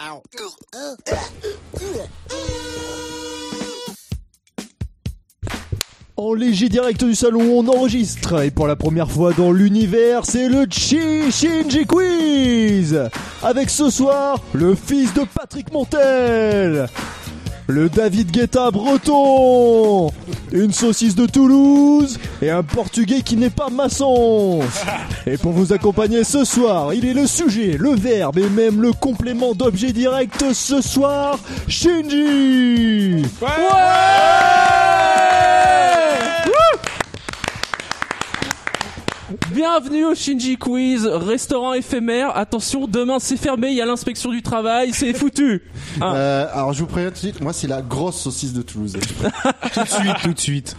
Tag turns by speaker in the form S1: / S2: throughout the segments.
S1: out.
S2: En léger direct du salon, on enregistre. Et pour la première fois dans l'univers, c'est le Chi Shinji Quiz. Avec ce soir, le fils de Patrick Montel. Le David Guetta breton. Une saucisse de Toulouse. Et un portugais qui n'est pas maçon. Et pour vous accompagner ce soir, il est le sujet, le verbe et même le complément d'objet direct ce soir, Shinji.
S3: Bienvenue au Shinji Quiz, restaurant éphémère. Attention, demain c'est fermé, il y a l'inspection du travail, c'est foutu. Ah.
S4: Euh, alors je vous préviens tout de suite, moi c'est la grosse saucisse de Toulouse.
S5: Tout de suite, tout de suite.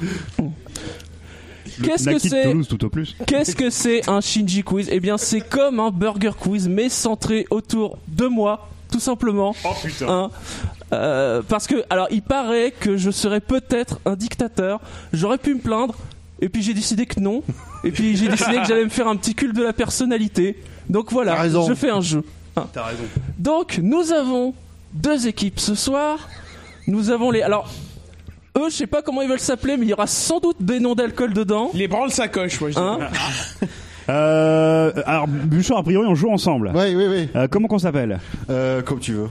S3: Qu'est-ce que
S5: Naki de
S3: c'est
S5: Toulouse, tout au plus.
S3: Qu'est-ce que c'est un Shinji Quiz Eh bien, c'est comme un burger quiz, mais centré autour de moi, tout simplement.
S6: Oh putain.
S3: Hein. Euh, parce que, alors, il paraît que je serais peut-être un dictateur. J'aurais pu me plaindre, et puis j'ai décidé que non. Et puis j'ai décidé que j'allais me faire un petit culte de la personnalité. Donc
S4: T'as
S3: voilà,
S4: raison.
S3: je fais un jeu. Hein.
S6: T'as raison.
S3: Donc, nous avons deux équipes ce soir. Nous avons les. Alors, eux, je sais pas comment ils veulent s'appeler, mais il y aura sans doute des noms d'alcool dedans.
S6: Les branles sacoche, moi je dis.
S3: Hein
S5: Euh, alors, Bouchard, a priori, on joue ensemble.
S4: Oui, oui, oui.
S5: Euh, comment qu'on s'appelle
S4: Euh, comme tu veux.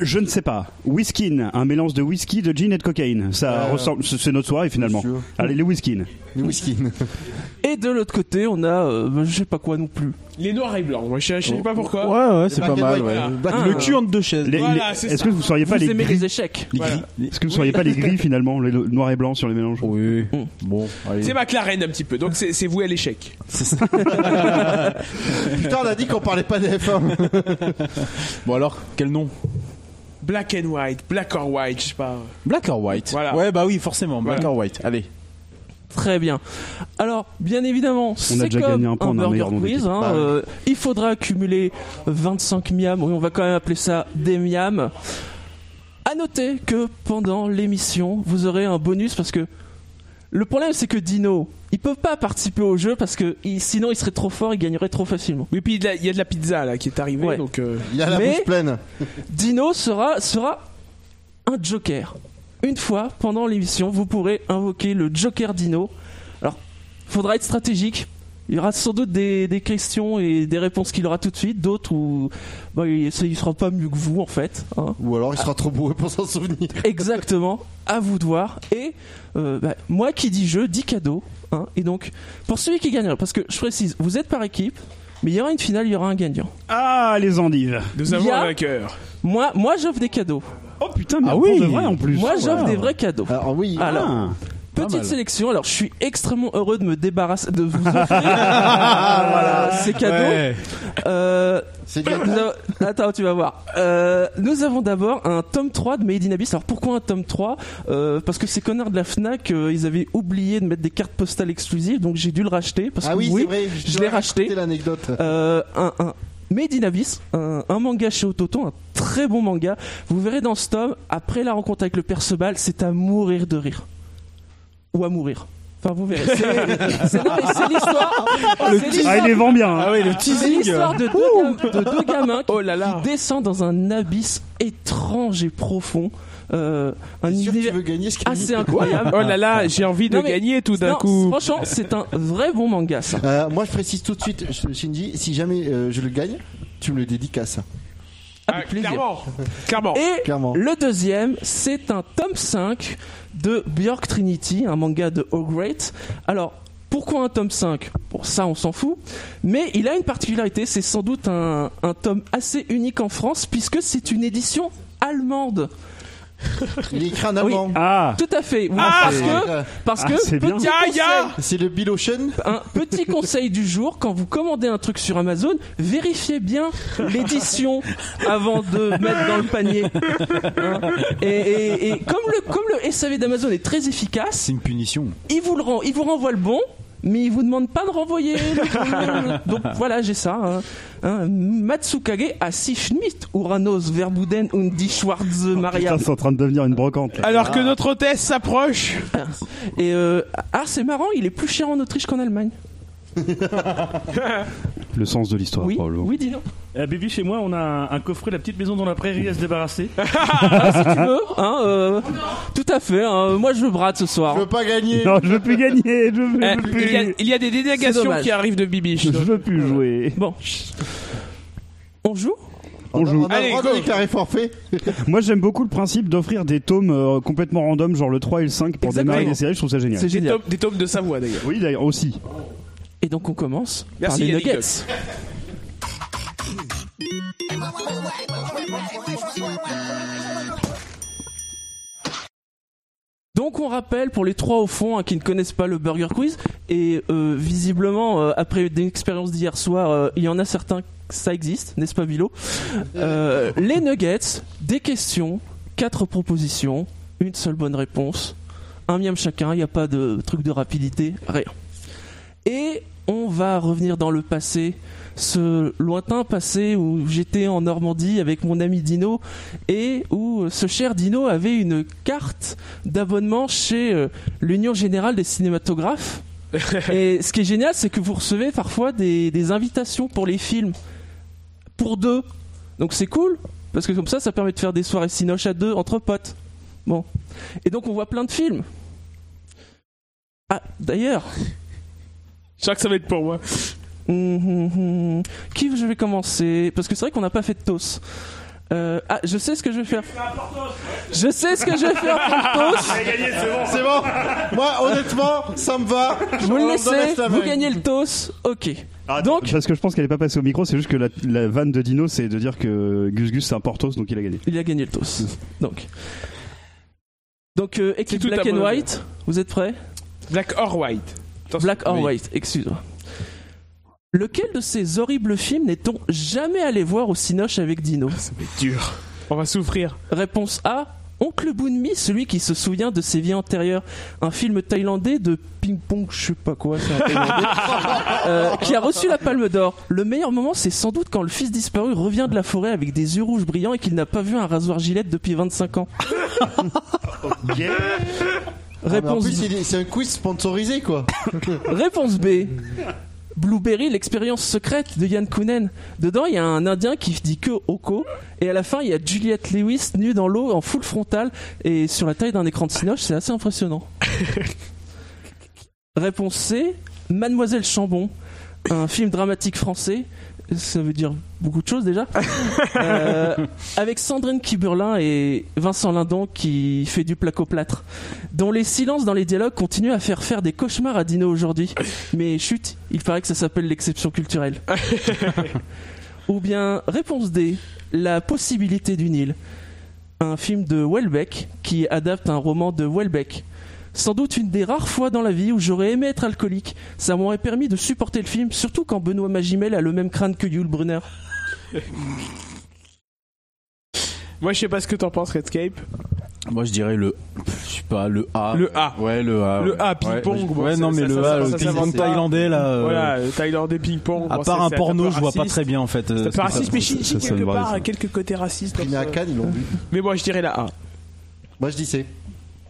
S5: Je ne sais pas. Whiskin, un mélange de whisky, de gin et de cocaïne. Ça
S4: Euh,
S5: ressemble. C'est c'est notre soirée finalement.
S4: monsieur.
S5: Allez, les whiskin.
S4: Du whisky.
S3: Et de l'autre côté, on a euh, bah, je sais pas quoi non plus.
S6: Les noirs et blancs, moi je sais, je sais pas pourquoi.
S7: Ouais, ouais, c'est
S4: Black
S7: pas
S4: and
S7: mal.
S4: white,
S7: ouais.
S6: là.
S4: Black
S3: Ah.
S4: and
S7: Le
S4: white.
S7: cul entre deux chaises.
S5: Les-
S6: Voilà,
S5: les-
S6: c'est
S5: Est-ce
S6: ça.
S5: que vous seriez pas
S3: Vous
S5: les
S3: aimez
S5: gris
S3: les échecs
S5: les
S6: Voilà.
S5: gris- Est-ce que vous seriez pas les gris finalement, le le noir et blanc sur les mélanges
S7: Oui. Bon,
S6: C'est
S7: allez.
S6: McLaren un petit peu, donc c'est c'est voué à l'échec.
S4: Putain, on a dit qu'on parlait pas des F1.
S7: Bon alors, quel nom
S6: Black and white, black or white, je sais pas.
S7: Black or white
S6: Voilà.
S7: Ouais, bah oui, forcément, black
S6: Voilà.
S7: or white. Allez.
S3: Très bien. Alors, bien évidemment, c'est
S5: déjà
S3: comme
S5: gagné un point, on a un
S3: burger
S5: meilleur nom
S3: quiz.
S5: d'équipe.
S3: hein,
S4: Bah oui.
S3: euh, il faudra accumuler 25 miams. Oui, on va quand même appeler ça des miams. À noter que pendant l'émission, vous aurez un bonus parce que le problème, c'est que Dino, il peut pas participer au jeu parce que il- sinon, il serait trop fort, il gagnerait trop facilement.
S6: Oui, puis il y a de la- il y a de la pizza là qui est arrivée,
S3: Ouais.
S6: donc. euh,
S4: Il y a la
S3: Mais-
S4: bouche pleine.
S3: Dino sera, sera un joker. Une fois pendant l'émission, vous pourrez invoquer le joker Dino. Alors, faudra être stratégique. Il y aura sans doute des, des questions et des réponses qu'il aura tout de suite, d'autres où bah, il ne sera pas mieux que vous en fait. hein.
S4: Ou alors il sera trop bourré pour s'en souvenir.
S3: Exactement, à vous de voir. Et euh, bah, moi qui dis jeu, dis cadeau. hein. Et donc, pour celui qui gagnera, parce que je précise, vous êtes par équipe, mais il y aura une finale, il y aura un gagnant.
S5: Ah, les endives.
S6: Nous avons
S3: Il y a-
S6: un vainqueur.
S3: Moi, moi j'offre des cadeaux.
S5: Oh putain, mais
S7: Ah
S5: pour
S7: oui.
S5: de vrai en plus.
S3: Moi j'offre
S5: Ouais.
S3: des vrais cadeaux.
S4: Alors oui.
S5: Ah.
S3: Alors,
S7: Pas
S3: Petite
S7: mal.
S3: sélection, alors je suis extrêmement heureux de me débarrasser de vous offrir euh, voilà, ces cadeaux. Euh,
S4: C'est bien.
S3: nous avons- Attends, tu vas voir. Euh, nous avons d'abord un tome 3 de Made in Abyss. Alors pourquoi un tome 3 Euh, Parce que ces connards de la Fnac, euh, ils avaient oublié de mettre des cartes postales exclusives, donc j'ai dû le racheter. Parce
S4: Ah
S3: que
S4: oui,
S3: oui,
S4: c'est vrai.
S3: je l'ai racheté.
S4: C'est l'anecdote.
S3: euh, un, un Made in Abyss, un, un manga chez Ototo, un très bon manga. Vous verrez dans ce tome, après la rencontre avec le Perceval, c'est à mourir de rire. Ou à mourir. Enfin, vous verrez. C'est- C'est non, mais c'est l'histoire. c'est l'histoire-
S5: Ah, il les vend bien. hein.
S7: oui, le
S3: C'est l'histoire de, deux gam- de deux gamins qui,
S6: Oh là là.
S3: qui descendent dans un abysse étrange et profond. Euh, un
S4: C'est sûr que tu
S3: univers
S4: veux gagner ce qu'il
S3: assez incroyable.
S6: Oh là là, j'ai envie de
S3: Non, mais-
S6: gagner tout d'un
S3: Non,
S6: coup.
S3: Franchement, c'est un vrai bon manga, ça.
S4: Euh, moi, je précise tout de suite, Sh- Shinji, si jamais euh, je le gagne, tu me le dédicaces.
S6: Ah,
S3: Avec plaisir.
S6: clairement, Oh, clairement.
S3: Et
S4: Clairement.
S3: le deuxième, c'est un tome 5 de Björk Trinity, un manga de All Great. Alors, pourquoi un tome 5 Bon, ça, on s'en fout. Mais il a une particularité, c'est sans doute un, un tome assez unique en France, puisque c'est une édition allemande.
S4: Il est écrit en allemand.
S5: Ah,
S3: Tout à fait. Oui,
S6: Ah,
S3: parce que,
S4: Euh,
S3: parce
S5: Ah,
S3: que
S5: c'est
S3: petit,
S5: bien.
S6: Ya,
S3: conseil,
S6: ya.
S4: C'est le Bill Ocean.
S3: un petit conseil du jour, quand vous commandez un truc sur Amazon, vérifiez bien l'édition avant de mettre dans le panier. Hein et, et- et comme le comme le SAV d'Amazon est très efficace,
S7: C'est une punition.
S3: il vous le rend, il vous renvoie le bon. Mais il vous demande pas de renvoyer. le- Donc voilà, j'ai ça. hein. Hein, Matsukage à Schmidt, Uranus, Verbuden und die Schwarze Maria.
S5: putain, c'est en train de devenir une brocante. là.
S6: Alors que notre hôtesse s'approche.
S3: Et euh, ah, c'est marrant, il est plus cher en Autriche qu'en Allemagne.
S5: le sens de l'histoire,
S3: Oui,
S5: probablement.
S3: oui, dis-le.
S1: Euh, Bibi, chez moi, on a un, un coffret La petite maison dans la prairie à se débarrasser.
S3: Ah, si tu veux, hein, euh, tout à fait. hein, moi, je brade ce soir.
S4: Je veux pas gagner.
S5: Non, je veux plus gagner, je veux,
S6: Eh,
S5: je veux
S6: il, y a,
S5: plus,
S6: il y a des
S3: C'est
S6: dénégations
S3: dommage.
S6: qui arrivent de Bibiche.
S5: je veux plus jouer.
S3: Bon, on joue
S5: On joue.
S4: On a
S6: Allez,
S4: le droit
S6: go.
S4: de déclarer forfait.
S5: Moi, j'aime beaucoup le principe d'offrir des tomes euh, complètement random, genre le 3 et le 5 pour
S3: Exactement.
S5: démarrer des séries. Je trouve ça génial.
S3: C'est
S6: Des
S3: génial.
S6: tomes, des tomes de Savoie d'ailleurs.
S5: Oui, d'ailleurs, aussi.
S3: Et donc, on commence
S6: Merci,
S3: par les
S6: Yannick.
S3: nuggets. Donc on rappelle pour les trois au fond hein, qui ne connaissent pas le Burger Quiz et euh, visiblement euh, après des expériences d'hier soir euh, il y en a certains que ça existe n'est-ce pas Bilo Euh, Les nuggets des questions quatre propositions une seule bonne réponse un miam chacun il n'y a pas de truc de rapidité rien et on va revenir dans le passé ce lointain passé où j'étais en Normandie avec mon ami Dino et où ce cher Dino avait une carte d'abonnement chez euh, l'Union Générale des Cinématographes. et ce qui est génial, c'est que vous recevez parfois des, des invitations pour les films, pour deux. Donc c'est cool, parce que comme ça, ça permet de faire des soirées cinoches à deux entre potes. Bon. Et donc on voit plein de films. Ah, d'ailleurs,
S6: Je crois que ça va être pour moi.
S3: Hum, hum, hum. Qui je vais commencer Parce que c'est vrai qu'on n'a pas fait de toast. Euh, ah, je sais ce que je vais faire. Je sais ce que je vais faire pour le toast.
S4: C'est bon. Moi, honnêtement, ça me va. Je
S3: Vous
S4: me
S3: le
S4: laisse
S3: laissez,
S4: la
S3: vous
S4: main.
S3: gagnez le toast. Ok. Ah, Donc,
S5: Parce que je pense qu'elle est pas passée au micro, c'est juste que la, la vanne de Dino, c'est de dire que Gus Gus, c'est un Portos, donc il a gagné.
S3: il a gagné le toast. Donc, donc euh, équipe
S6: tout
S3: Black
S6: à
S3: and
S6: mon honneur.
S3: White, vous êtes prêts
S6: Black or White. Attention.
S3: Black or
S6: Oui.
S3: White, excuse-moi. Lequel de ces horribles films n'est-on jamais allé voir au Cinoche avec Dino
S6: On va souffrir.
S3: Réponse A. Oncle Bunmi, celui qui se souvient de ses vies antérieures. Un film thaïlandais de ping-pong, je sais pas quoi, c'est un thaïlandais, euh, qui a reçu la palme d'or. Le meilleur moment, c'est sans doute quand le fils disparu revient de la forêt avec des yeux rouges brillants et qu'il n'a pas vu un rasoir gilette depuis 25 ans.
S4: Ah, mais en
S3: Réponse,
S4: plus, c'est des- c'est un quiz sponsorisé, quoi.
S3: réponse B. Blueberry, l'expérience secrète de Yann Kounen. Dedans, il y a un Indien qui dit que Oko, et à la fin, il y a Juliette Lewis nue dans l'eau en full frontal et sur la taille d'un écran de cinoche, c'est assez impressionnant. Réponse C, Mademoiselle Chambon, un film dramatique français. Ça veut dire beaucoup de choses déjà. Euh, avec Sandrine Kiberlin et Vincent Lindon qui fait du placo-plâtre, dont les silences dans les dialogues continuent à faire faire des cauchemars à Dino aujourd'hui. Mais chut, il paraît que ça s'appelle l'exception culturelle. Ou bien, réponse D, La possibilité du Nil, un film de Welbeck qui adapte un roman de Welbeck. Sans doute une des rares fois dans la vie où j'aurais aimé être alcoolique. Ça m'aurait permis de supporter le film, surtout quand Benoît Magimel a le même crâne que Yul Brunner.
S6: Moi, je sais pas ce que t'en penses, Redscape.
S7: Moi, je dirais le. Je sais pas, le A.
S6: Le A.
S7: Ah, Ouais, le A.
S6: Le
S7: ouais.
S6: A, ping-pong,
S7: Ouais,
S6: bon,
S7: ouais,
S6: ça-
S7: non, mais
S6: ça-
S7: le
S6: ça- ça-
S7: A,
S6: ça-
S7: le
S6: ça- ça-
S7: ping-pong
S6: ça-
S7: thaïlandais, là. euh,
S6: Voilà, le Thaïlandais ping-pong.
S7: À
S6: bon,
S7: part
S6: c'est-
S7: un
S6: c'est
S7: porno,
S6: peu
S7: je vois pas
S6: raciste.
S7: très bien en fait. euh,
S6: C'est un
S7: ce que
S6: peu raciste,
S7: ça-
S6: mais
S7: ça-
S6: Shinji,
S5: ça sonne
S6: quelque
S5: vrai,
S6: part,
S5: ça.
S6: a quelques côtés racistes.
S4: Il est à Cannes, ils l'ont vu.
S6: Mais moi, je dirais la A.
S4: Moi, je dis c'est.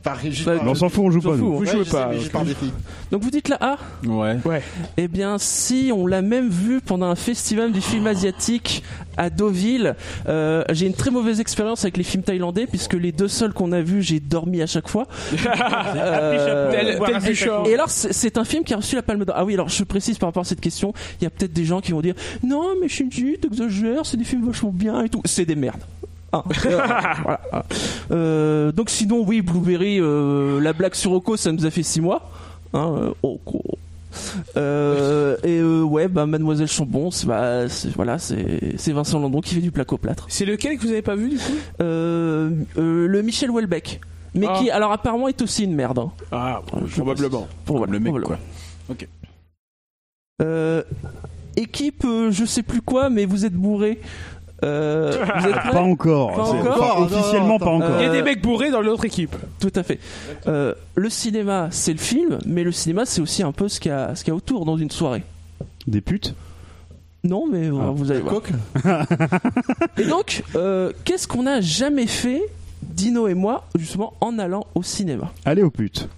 S4: Enfin, juste.
S3: Ouais,
S5: Mais on s'en fout, on joue pas, nous.
S6: Vous
S4: Ouais,
S6: jouez
S4: je sais,
S6: pas.
S4: mais
S6: ok.
S4: je parle des filles.
S3: Donc vous dites ah, la A
S7: Ouais.
S3: Eh bien, si, on l'a même vu pendant un festival du film asiatique à Deauville. Euh, j'ai une très mauvaise expérience avec les films thaïlandais, puisque les deux seuls qu'on a vus, j'ai dormi à chaque fois. Euh,
S6: Tel- tel Bouchard.
S3: Et alors, c'est c'est un film qui a reçu la palme d'or. Ah oui, alors je précise par rapport à cette question, il y a peut-être des gens qui vont dire Non, mais Shinji, t'exagères, c'est des films vachement bien et tout. C'est des merdes. Ah, euh, voilà. Euh, donc, sinon, oui, Blueberry, euh, la blague sur Oko, ça nous a fait 6 mois. Hein, euh, Oko. Euh, et euh, ouais, bah, Mademoiselle Chambon, c'est bah, c'est- voilà, c'est c'est Vincent Landon qui fait du placo-plâtre.
S6: C'est lequel que vous avez pas vu, du coup
S3: Euh, euh, le Michel Houellebecq. Mais
S6: Ah.
S3: qui, alors apparemment, est aussi une merde. hein.
S6: Ah,
S3: Je
S6: probablement.
S3: Pour- voilà,
S7: Le mec,
S3: probablement.
S7: quoi.
S3: Euh, équipe, euh, je sais plus quoi, mais vous êtes bourrés. Euh, vous êtes prêts
S5: Pas encore.
S3: Pas
S5: C'est-
S3: encore
S5: enfin,
S4: Non,
S5: officiellement,
S4: non,
S5: pas encore.
S6: Il y a
S3: Euh,
S6: des mecs bourrés dans l'autre équipe.
S3: Tout à fait. Euh, le cinéma, c'est le film, mais le cinéma, c'est aussi un peu ce qu'il y, a- ce qu'il y a autour dans une soirée.
S5: Des putes
S3: Non, mais euh, vous allez voir. et donc, euh, qu'est-ce qu'on a jamais fait, Dino et moi, justement, en allant au cinéma
S5: Allez aux putes.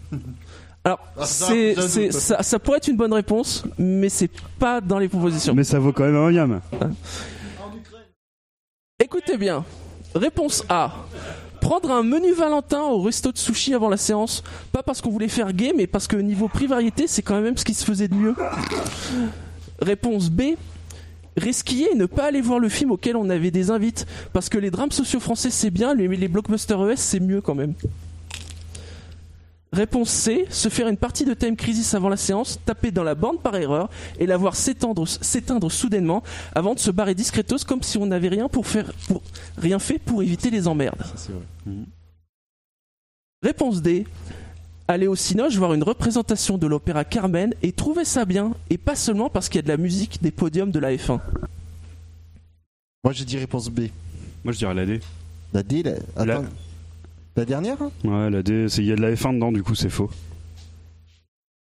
S3: Alors,
S4: Ah, ça,
S3: c'est,
S4: ça, ça,
S3: c'est-
S4: ça.
S3: ça, ça pourrait être une bonne réponse, mais c'est pas dans les propositions.
S5: Mais ça vaut quand même un yam.
S3: Écoutez bien. Réponse A. Prendre un menu Valentin au resto de sushi avant la séance. Pas parce qu'on voulait faire gay, mais parce que niveau prix-variété, c'est quand même ce qui se faisait de mieux. Réponse B. Resquiller et ne pas aller voir le film auquel on avait des invites. Parce que les drames sociaux français, c'est bien, mais les blockbusters ES, c'est mieux quand même. Réponse C. Se faire une partie de Time Crisis avant la séance, taper dans la bande par erreur et la voir s'étendre- s'éteindre soudainement avant de se barrer discretos comme si on n'avait rien pour faire pour rien fait pour éviter les emmerdes. Mhm. Réponse D. Aller au Cinoche voir une représentation de l'opéra Carmen et trouver ça bien, et pas seulement parce qu'il y a de la musique des podiums de la F1.
S4: Moi, j'ai dit réponse B.
S5: Moi je dirais la D.
S4: La D, la. Attends. La, dernière hein
S5: Ouais, la D, c'est- il y a de la F1 dedans, du coup c'est faux.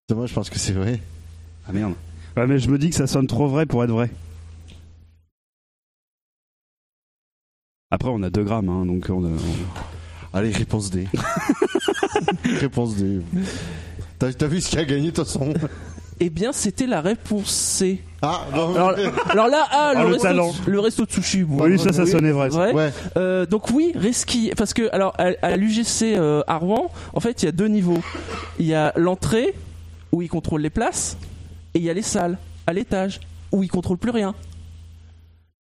S4: C'est Moi, je pense que c'est vrai.
S5: Ah merde. Ouais, mais je me dis que ça sonne trop vrai pour être vrai. Après, on a 2 grammes, hein, donc on a- on-
S4: Allez, réponse D. réponse D. T'as t'as vu ce qu'il a gagné, de toute façon
S3: Eh bien, c'était la réponse C.
S4: Ah, non.
S3: Alors, alors là, ah,
S5: Ah,
S3: le,
S5: le
S3: resto
S5: talent.
S3: de, le resto de sushi. bon,
S5: Oui, ça, ça
S4: oui.
S5: sonnait vrai. ça.
S3: vrai.
S4: Ouais,
S3: Euh, donc oui, Reski, parce que alors à, à l'UGC euh, à Rouen, en fait, il y a deux niveaux. Il y a l'entrée où ils contrôlent les places et il y a les salles à l'étage où ils contrôlent plus rien.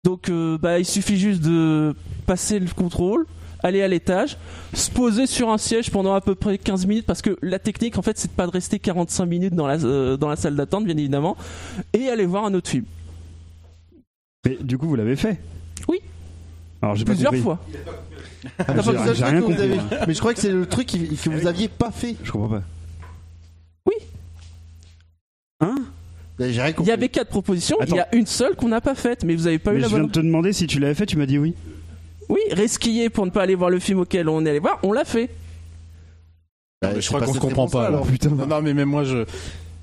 S3: Donc euh, bah il suffit juste de passer le contrôle, aller à l'étage, se poser sur un siège pendant à peu près 15 minutes parce que la technique en fait c'est de pas de rester 45 minutes dans la euh, dans la salle d'attente bien évidemment et aller voir un autre film.
S5: Mais du coup, vous l'avez fait
S3: Oui.
S5: Alors j'ai pas
S3: Plusieurs
S5: compris.
S3: fois.
S4: Ah,
S5: J'ai-
S4: c'est le seul
S5: j'ai
S4: truc
S5: rien
S4: que vous
S5: compris,
S4: avez- Mais je crois que c'est le truc qui- que vous aviez pas fait.
S5: Je comprends pas.
S3: Oui.
S5: Hein
S4: Ben, J'ai rien
S3: Il
S4: compris.
S3: y avait quatre propositions, il y a une seule qu'on n'a pas faite, mais vous avez pas eu
S5: Mais
S3: la
S5: je viens
S3: bonne.
S5: de te demander si tu l'avais fait, tu m'as dit oui.
S3: Oui, resquiller pour ne pas aller voir le film auquel on est allé voir, on l'a fait.
S4: Ben,
S7: Mais je
S4: c'est
S7: crois qu'on se
S4: cette
S7: comprend
S4: réponse-là,
S7: pas.
S4: alors.
S7: alors. Non, non, mais même moi je.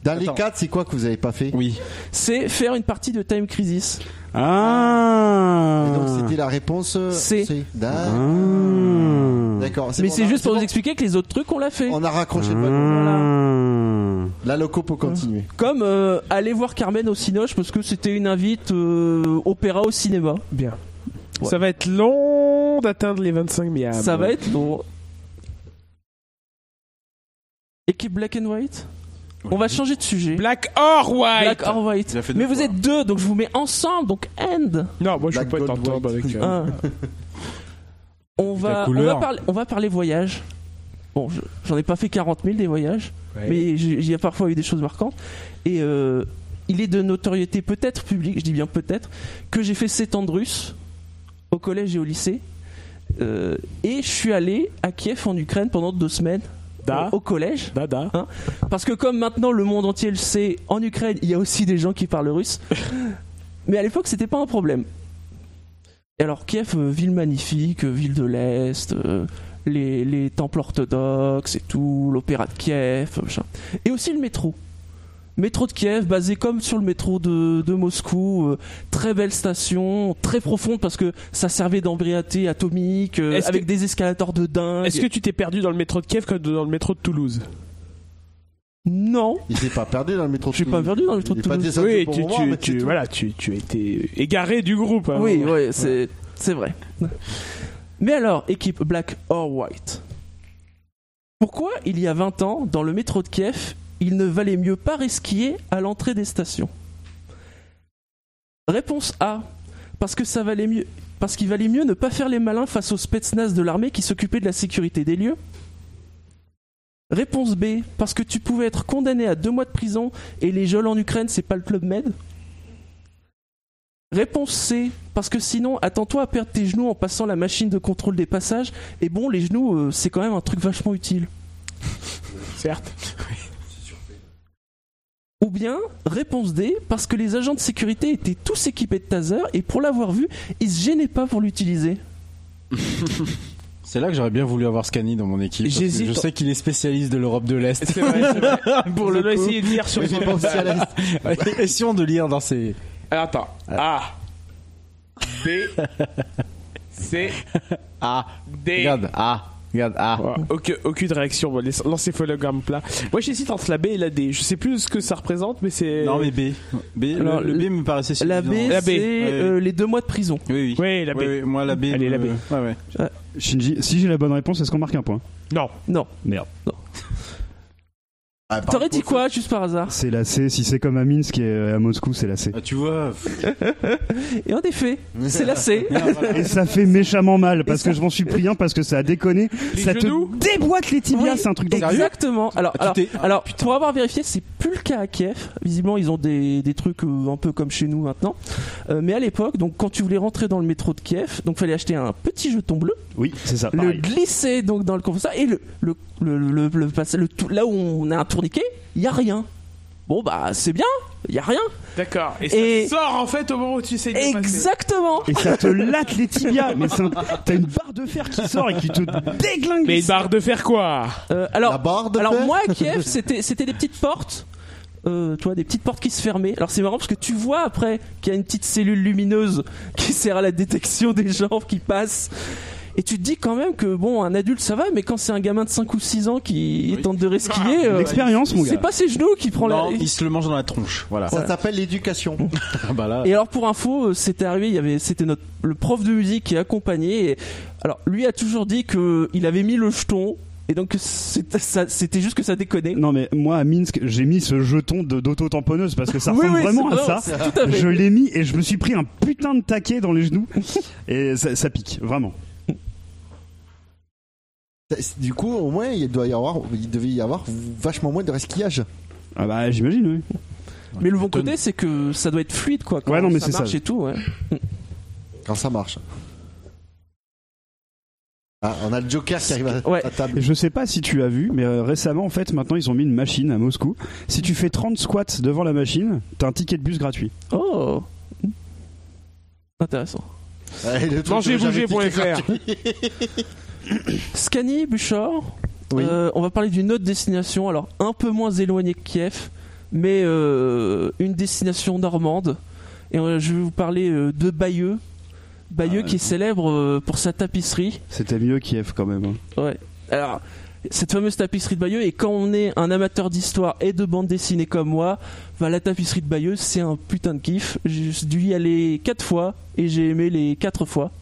S4: Dans les
S7: Attends.
S4: quatre, c'est quoi que vous avez pas fait
S7: Oui.
S3: C'est faire une partie de Time Crisis.
S5: Ah
S4: Et Donc c'était la réponse euh,
S3: C.
S4: D'a-
S5: Ah.
S4: D'accord.
S3: Mais
S4: bon,
S3: c'est
S4: on a-
S3: juste pour vous
S4: bon.
S3: expliquer que les autres trucs, on l'a fait.
S4: On a raccroché le wagon.
S5: Ah.
S4: La loco peut continuer.
S3: Comme euh, aller voir Carmen au Cinoche parce que c'était une invite euh, opéra au cinéma.
S6: Bien.
S3: Ouais.
S6: Ça va être long d'atteindre les 25 milliards.
S3: Ça va être long. Équipe Black and White On va changer de sujet.
S6: Black or white.
S3: Black or White.
S7: Il a fait deux
S3: Mais vous
S7: fois.
S3: êtes deux, donc je vous mets ensemble, donc end.
S6: Non, moi je peux
S4: Black
S6: pas être en
S4: gold
S6: top avec. euh,
S3: Un. On va, on, va
S7: couleur.
S3: parler, on va parler voyage. Bon, je- j'en ai pas fait 40 000 des voyages,
S6: Ouais.
S3: mais j'ai- il y a parfois eu des choses marquantes. Et euh, il est de notoriété peut-être publique, je dis bien peut-être, que j'ai fait 7 ans de russe au collège et au lycée. Euh, et je suis allé à Kiev en Ukraine pendant deux semaines
S6: Da.
S3: au- au collège.
S6: Dada.
S3: Parce que comme maintenant le monde entier le sait, en Ukraine, il y a aussi des gens qui parlent russe. Mais à l'époque, c'était pas un problème. Et alors Kiev, euh, ville magnifique, euh, ville de l'Est, euh, les, les temples orthodoxes et tout, l'opéra de Kiev, euh, machin. Et aussi le métro. Métro de Kiev, basé comme sur le métro de, de Moscou, euh, très belle station, très profonde parce que ça servait d'embriaté atomique, euh,
S6: Est-ce
S3: avec
S6: que-
S3: des escalators de dingue.
S6: Est-ce que tu t'es perdu dans le métro de Kiev comme dans le métro de Toulouse
S3: Non,
S4: Il s'est pas perdu dans le métro. de
S3: je suis pas
S4: Toulouse.
S3: perdu dans le métro
S4: Il
S3: de
S4: est pas
S3: Toulouse.
S4: descendu au bon
S6: tu,
S4: moment, mais
S6: tu,
S4: c'est
S6: tu-
S4: tout.
S6: voilà, tu, tu as été égaré du groupe. hein.
S3: Oui, ouais, c'est c'est vrai. Mais alors, équipe black or white, pourquoi il y a 20 ans, dans le métro de Kiev, il ne valait mieux pas resquiller à l'entrée des stations Réponse A, parce que ça valait mieux. Parce qu'il valait mieux ne pas faire les malins face aux spetsnaz de l'armée qui s'occupaient de la sécurité des lieux. Réponse B, parce que tu pouvais être condamné à deux mois de prison et les geôles en Ukraine, c'est pas le Club Med. Réponse C, parce que sinon, attends-toi à perdre tes genoux en passant la machine de contrôle des passages. Et bon, les genoux, euh, c'est quand même un truc vachement utile.
S6: Certes.
S3: Ou bien, réponse D, parce que les agents de sécurité étaient tous équipés de taser et pour l'avoir vu, ils se gênaient pas pour l'utiliser.
S7: C'est là que j'aurais bien voulu avoir Scanny dans mon équipe. parce que
S6: J'hésite.
S7: Je sais qu'il est spécialiste de l'Europe de l'Est.
S6: Pour le essayer de lire sur
S4: Mais
S6: son
S4: j'ai pas aussi à l'aise.
S7: Essayons de lire dans ces.
S6: Alors, attends. A. B. C.
S7: Ah.
S6: D.
S7: Regarde. Ah.
S4: Regarde, ah.
S6: Voilà. Auc- aucune réaction, bon, l'en- l'encéphalogramme plat. Moi j'hésite entre la B et la D, je sais plus ce que ça représente, mais c'est.
S7: Non, mais B. B le-
S3: Alors,
S7: le, B me paraissait si
S3: La B,
S7: évident.
S6: La
S3: c'est
S6: B.
S3: euh, les deux mois de prison.
S7: Oui, oui.
S6: Oui, la B.
S7: Oui, oui, moi, la B.
S6: Allez, la B.
S7: me- Ouais, ouais.
S5: Shinji, si j'ai la bonne réponse, est-ce qu'on marque un point
S6: Non.
S3: Non.
S5: Merde.
S4: Ah, par
S3: T'aurais dit
S4: contre,
S3: quoi, juste par hasard
S5: C'est la C. Si c'est comme à Minsk et euh, à Moscou, c'est la C.
S7: Ah, tu vois.
S3: Et en effet, c'est la C.
S5: Et ça fait méchamment mal parce que je m'en suis pris un parce que ça a déconné.
S6: Les
S5: ça
S6: genoux
S5: te déboîte les tibias,
S3: Oui,
S5: c'est un truc de
S3: Exactement. Alors,
S7: Ah,
S3: alors,
S7: tu t'es-
S3: alors, pour avoir vérifié, c'est plus le cas à Kiev. Visiblement, ils ont des, des trucs euh, un peu comme chez nous maintenant. Euh, mais à l'époque, donc quand tu voulais rentrer dans le métro de Kiev, donc fallait acheter un petit jeton bleu,
S5: Oui, c'est ça.
S3: le
S5: pareil.
S3: glisser donc dans le confesseur et le le le, le, le passe- le tou- là où on a un tourniquet, il y a rien. Bon bah c'est bien, il y a rien.
S6: D'accord. Et,
S3: Et-
S6: ça sort en fait au moment où tu essayes de passer.
S3: Exactement.
S5: Et ça te latte les tibias. Mais c'est un- t'as une barre de fer qui sort et qui te déglingue.
S6: Mais
S5: les-
S6: une barre de faire quoi
S3: Euh, alors
S4: La barre de
S3: Alors
S4: fer
S3: moi à Kiev, c'était c'était des petites portes. Euh, tu vois, des petites portes qui se fermaient. Alors c'est marrant parce que tu vois après qu'il y a une petite cellule lumineuse qui sert à la détection des gens qui passent. Et tu te dis quand même que bon, un adulte ça va, mais quand c'est un gamin de 5 ou 6 ans qui tente de
S5: Ah,
S3: resquiller, euh,
S5: L'expérience, mon
S3: c'est
S5: gars.
S3: pas ses genoux qui prend
S7: Non,
S3: la.
S7: il se le mange dans la tronche. Voilà.
S4: Ça s'appelle l'éducation.
S7: Ah, bah là.
S3: Et alors pour info, euh, c'était arrivé, il y avait, c'était notre le prof de musique qui accompagnait. Et, alors lui a toujours dit que il avait mis le jeton et donc que c'était ça- c'était juste que ça déconnait.
S5: Non mais moi à Minsk j'ai mis ce jeton de- d'auto-tamponneuse parce que ça
S3: Oui,
S5: ressemble
S3: oui,
S5: vraiment
S3: c'est-
S5: à
S3: non,
S5: ça.
S3: c'est- tout à fait.
S5: Je l'ai mis et je me suis pris un putain de taquet dans les genoux et ça, ça pique vraiment.
S4: Du coup, au moins, il doit y avoir, il devait y avoir vachement moins de resquillage.
S5: Ah bah j'imagine oui.
S3: Mais le bon côté, c'est que ça doit être fluide, quoi. Quand
S5: Hein, Ouais, non, mais
S3: ça
S5: c'est ça.
S3: marche et tout. Ouais.
S4: Quand ça marche. Ah, on a le Joker qui arrive à
S3: Ouais.
S4: à table.
S5: Et Je sais pas si tu as vu, mais euh, récemment, en fait, maintenant, ils ont mis une machine à Moscou. Si tu fais 30 squats devant la machine, t'as un ticket de bus gratuit.
S3: Oh, intéressant.
S4: Ouais, Ah, le truc que j'avais dit,
S6: Mangez-bouger.fr.
S3: Scani, Buchor.
S4: Oui.
S3: euh, on va parler d'une autre destination, alors un peu moins éloignée que Kiev, mais euh, une destination normande. Et euh, je vais vous parler euh, de Bayeux. Bayeux qui est célèbre euh, pour sa tapisserie.
S5: C'était mieux Kiev quand même. hein.
S3: Ouais. Alors, cette fameuse tapisserie de Bayeux, et quand on est un amateur d'histoire et de bande dessinée comme moi, bah, la tapisserie de Bayeux, c'est un putain de kiff. J'ai dû y aller quatre fois, et j'ai aimé les quatre fois.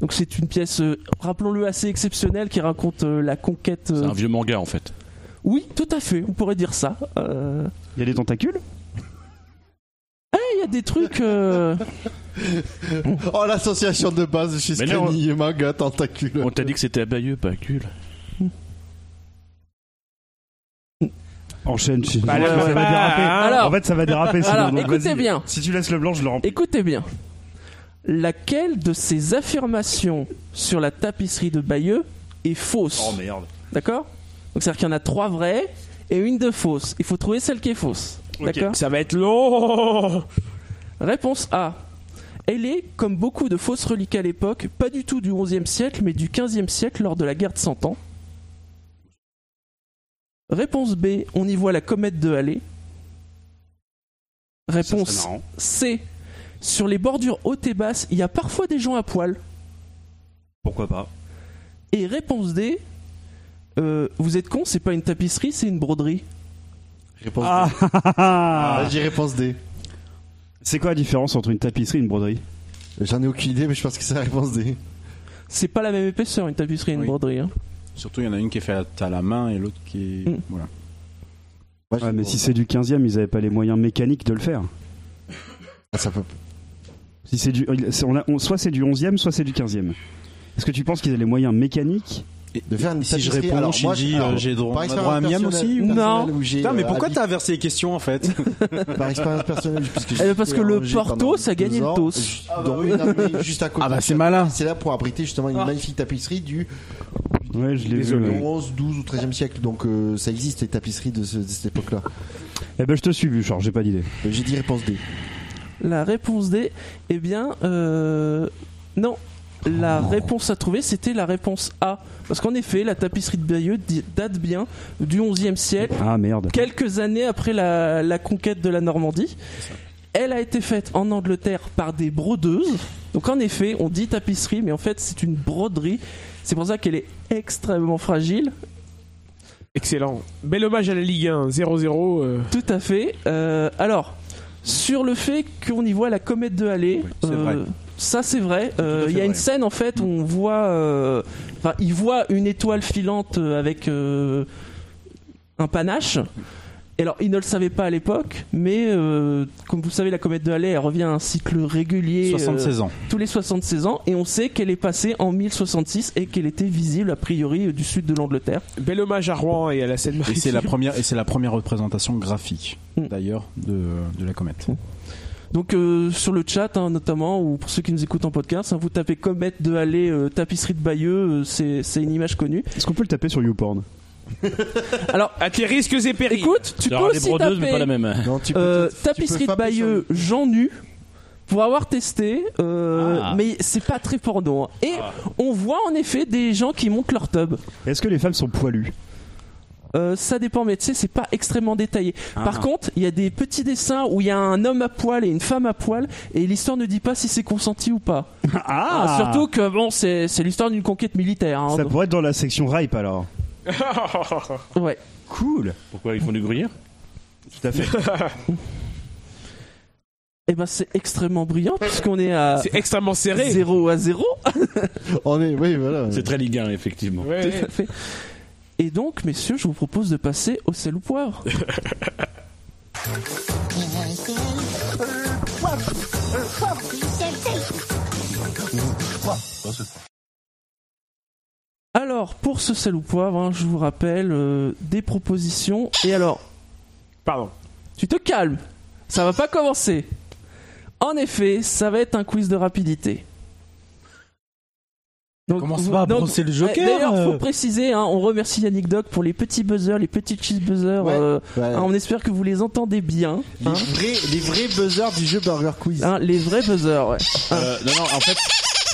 S3: Donc c'est une pièce, euh, rappelons-le, assez exceptionnelle qui raconte euh, la conquête. euh,
S7: C'est un vieux manga en fait.
S3: Oui, tout à fait, on pourrait dire ça. Euh,
S5: Il y a des tentacules
S3: Il y a des trucs... euh,
S4: Oh, l'association de base chez
S1: Mais non,
S4: Scanny et Manga Tentacule.
S1: On t'a dit que c'était à Bayeux, pas à Cul.
S5: Enchaîne, Shinji.
S6: Bah,
S5: ça
S6: là,
S5: va
S6: bah,
S5: déraper.
S6: hein.
S5: Ah, en
S3: Alors,
S5: fait, ça va déraper. sinon,
S3: alors,
S5: donc,
S3: écoutez
S5: vas-y.
S3: bien.
S5: Si tu laisses le blanc, je le remplis.
S3: Écoutez bien. Laquelle de ces affirmations sur la tapisserie de Bayeux est fausse
S5: Oh,
S1: merde.
S3: D'accord Donc c'est-à-dire qu'il y en a trois vraies et une de fausse. Il faut trouver celle qui est fausse. D'accord
S6: Ça va être long.
S3: Réponse A. Elle est, comme beaucoup de fausses reliques à l'époque, pas du tout du XIe siècle, mais du XVe siècle lors de la guerre de Cent Ans. Réponse B. On y voit la comète de Halley.
S5: Ça,
S3: Réponse
S5: c'est marrant.
S3: C. Sur les bordures hautes et basses, il y a parfois des gens à poil.
S5: Pourquoi pas
S3: Et réponse D. euh, vous êtes con, c'est pas une tapisserie, c'est une broderie.
S4: Réponse
S5: ah,
S4: D. Ah, J'y réponse D.
S5: C'est quoi la différence entre une tapisserie et une broderie
S4: J'en ai aucune idée, mais je pense que c'est la réponse D.
S3: C'est pas la même épaisseur, une tapisserie et une
S7: Oui.
S3: broderie. hein.
S7: Surtout, il y en a une qui est faite à la main et l'autre qui est.
S3: Mm.
S7: Voilà.
S4: Moi, je-
S5: Ouais, mais si c'est du 15 e ils avaient pas les moyens mécaniques de le faire.
S4: Ah, ça peut-
S5: Si c'est du, il- c'est- on a- on- soit c'est du 11 e soit c'est du 15 e Est-ce que tu penses qu'ils avaient les moyens mécaniques
S4: De faire une
S7: si je
S4: tapisserie,
S7: réponds,
S4: alors, moi,
S7: Shinji,
S4: je- alors,
S7: euh, j'ai droit,
S4: par
S7: on a
S4: expérience
S7: droit à Miam
S4: personnelle-
S7: aussi ou-
S4: personnelle
S3: Non.
S4: où j'ai,
S7: Putain, mais
S4: euh,
S7: pourquoi
S4: habité-
S7: t'as inversé les questions en fait
S4: Par expérience personnelle, puisque
S3: Eh ben,
S4: j'ai
S3: parce
S4: été
S3: que le
S4: en Angers
S3: Porto,
S4: pendant
S3: ça
S4: deux
S3: gagnait le
S4: ans, Ah bah
S3: tos.
S4: je- dans une année, juste à côté.
S7: Ah bah c'est malin.
S4: C'est là pour abriter justement une magnifique tapisserie du
S5: Ouais, je l'ai vu.
S4: du
S5: ouais.
S4: 11, 12 ou 13e siècle. Donc euh, ça existe les tapisseries de, ce- de cette époque-là.
S5: Eh ben, je te suis vu, Charles, j'ai pas d'idée.
S4: Euh, J'ai dit réponse D.
S3: La réponse D, eh bien, euh, non. La réponse à trouver, c'était la réponse A. Parce qu'en effet, la tapisserie de Bayeux di- date bien du XIe siècle,
S5: Ah merde.
S3: quelques années après la, la conquête de la Normandie. Elle a été faite en Angleterre par des brodeuses. Donc en effet, on dit tapisserie, mais en fait c'est une broderie. C'est pour ça qu'elle est extrêmement fragile.
S6: Excellent. Bel hommage à la Ligue 1, 0-0. euh,
S3: Tout à fait. Euh, alors, sur le fait qu'on y voit la comète de Halley, euh,
S7: c'est vrai.
S3: ça c'est vrai. Euh,
S7: fait
S3: Il y a une
S7: vrai.
S3: scène en fait où on voit, euh, enfin, il voit une étoile filante euh, avec euh, un panache. Et alors, il ne le savait pas à l'époque, mais euh, comme vous le savez, la comète de Halley elle revient à un cycle régulier. euh,
S7: 76 ans.
S3: tous les 76 ans et on sait qu'elle est passée en 1066 et qu'elle était visible a priori euh, du sud de l'Angleterre.
S6: Bel hommage à Rouen et à la seine
S7: Et c'est la première, et c'est la première représentation graphique,
S3: Mm.
S7: d'ailleurs, de, de la comète.
S3: Donc euh, sur le chat hein, notamment ou pour ceux qui nous écoutent en podcast, hein, vous tapez comète de Halley euh, tapisserie de Bayeux, euh, c'est c'est une image connue.
S5: Est-ce qu'on peut le taper sur YouPorn
S6: À tes risques et périls.
S3: Écoute,
S1: Il
S3: tu
S1: y
S3: peux
S1: aura des
S3: aussi
S1: brodeuses, mais pas la
S3: taper
S2: hein.
S1: même.
S4: Non, tu peux-
S3: euh,
S4: tu peux
S3: tapisserie de
S4: frapper sur
S3: Bayeux Jean nu pour avoir testé, euh,
S1: Ah.
S3: mais c'est pas très porno. hein. Et on voit en effet des gens qui montent leur tub.
S5: Est-ce que les femmes sont poilues
S3: Euh, ça dépend, mais tu sais, c'est pas extrêmement détaillé.
S1: Ah.
S3: Par contre, il y a des petits dessins où il y a un homme à poil et une femme à poil, et l'histoire ne dit pas si c'est consenti ou pas. Ah, surtout que bon, c'est c'est l'histoire d'une conquête militaire. hein,
S5: Ça
S3: donc-
S5: pourrait être dans la section Ripe alors.
S3: ouais.
S5: Cool
S1: Pourquoi ils font du gruyère
S5: Tout à fait.
S3: Et ben, c'est extrêmement brillant puisqu'on est à
S6: C'est extrêmement serré.
S3: 0 à 0.
S4: On est, oui, voilà.
S1: C'est très Ligue 1, effectivement.
S6: Ouais, ouais.
S3: Tout à fait. Et donc, messieurs, je vous propose de passer au sel ou poivre. Alors, pour ce sel ou poivre, hein, je vous rappelle euh, des propositions. Et alors,
S6: Pardon.
S3: tu te calmes, ça va pas commencer. En effet, ça va être un quiz de rapidité. Donc,
S7: Commence
S3: vous-
S7: pas à
S3: donc-
S7: brosser le
S3: Ouais,
S7: joker.
S3: D'ailleurs,
S7: euh.
S3: faut préciser, hein, on remercie Yannick Doc pour les petits buzzers, les petits cheese buzzers.
S4: Ouais.
S3: euh,
S4: Ouais.
S3: hein, on espère que vous les entendez bien.
S4: Les, vrais, les vrais buzzers du jeu Burger Quiz.
S3: hein, les vrais buzzers, ouais.
S1: Euh, non, non, en fait,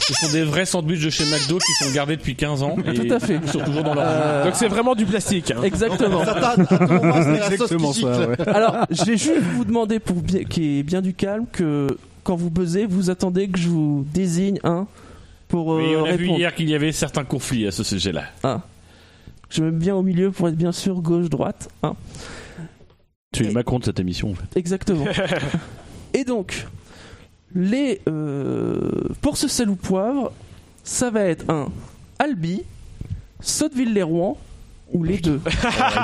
S1: ce sont des vrais sandwichs de chez McDo qui sont gardés depuis 15 ans. Et
S3: Tout à fait.
S1: Ils sont toujours dans leur.
S3: Euh,
S6: Donc c'est vraiment du plastique. hein.
S3: Exactement.
S4: Attends, attends, on va se faire la sauce
S7: Exactement
S4: qui
S7: ça,
S4: gicle.
S7: ouais.
S3: Alors, j'ai juste vous demander pour bien, qu'il y ait bien du calme que quand vous buzzez, vous attendez que je vous désigne un pour euh,
S1: Oui, on a vu
S3: répondre.
S1: hier qu'il y avait certains conflits à ce sujet-là.
S3: Je me mets bien au milieu pour être bien sûr gauche-droite. hein.
S1: Tu es Macron de cette émission, en fait.
S3: Exactement. Et donc, les, euh, pour ce sel ou poivre, ça va être un Albi, Sotteville-les-Rouen ou les deux.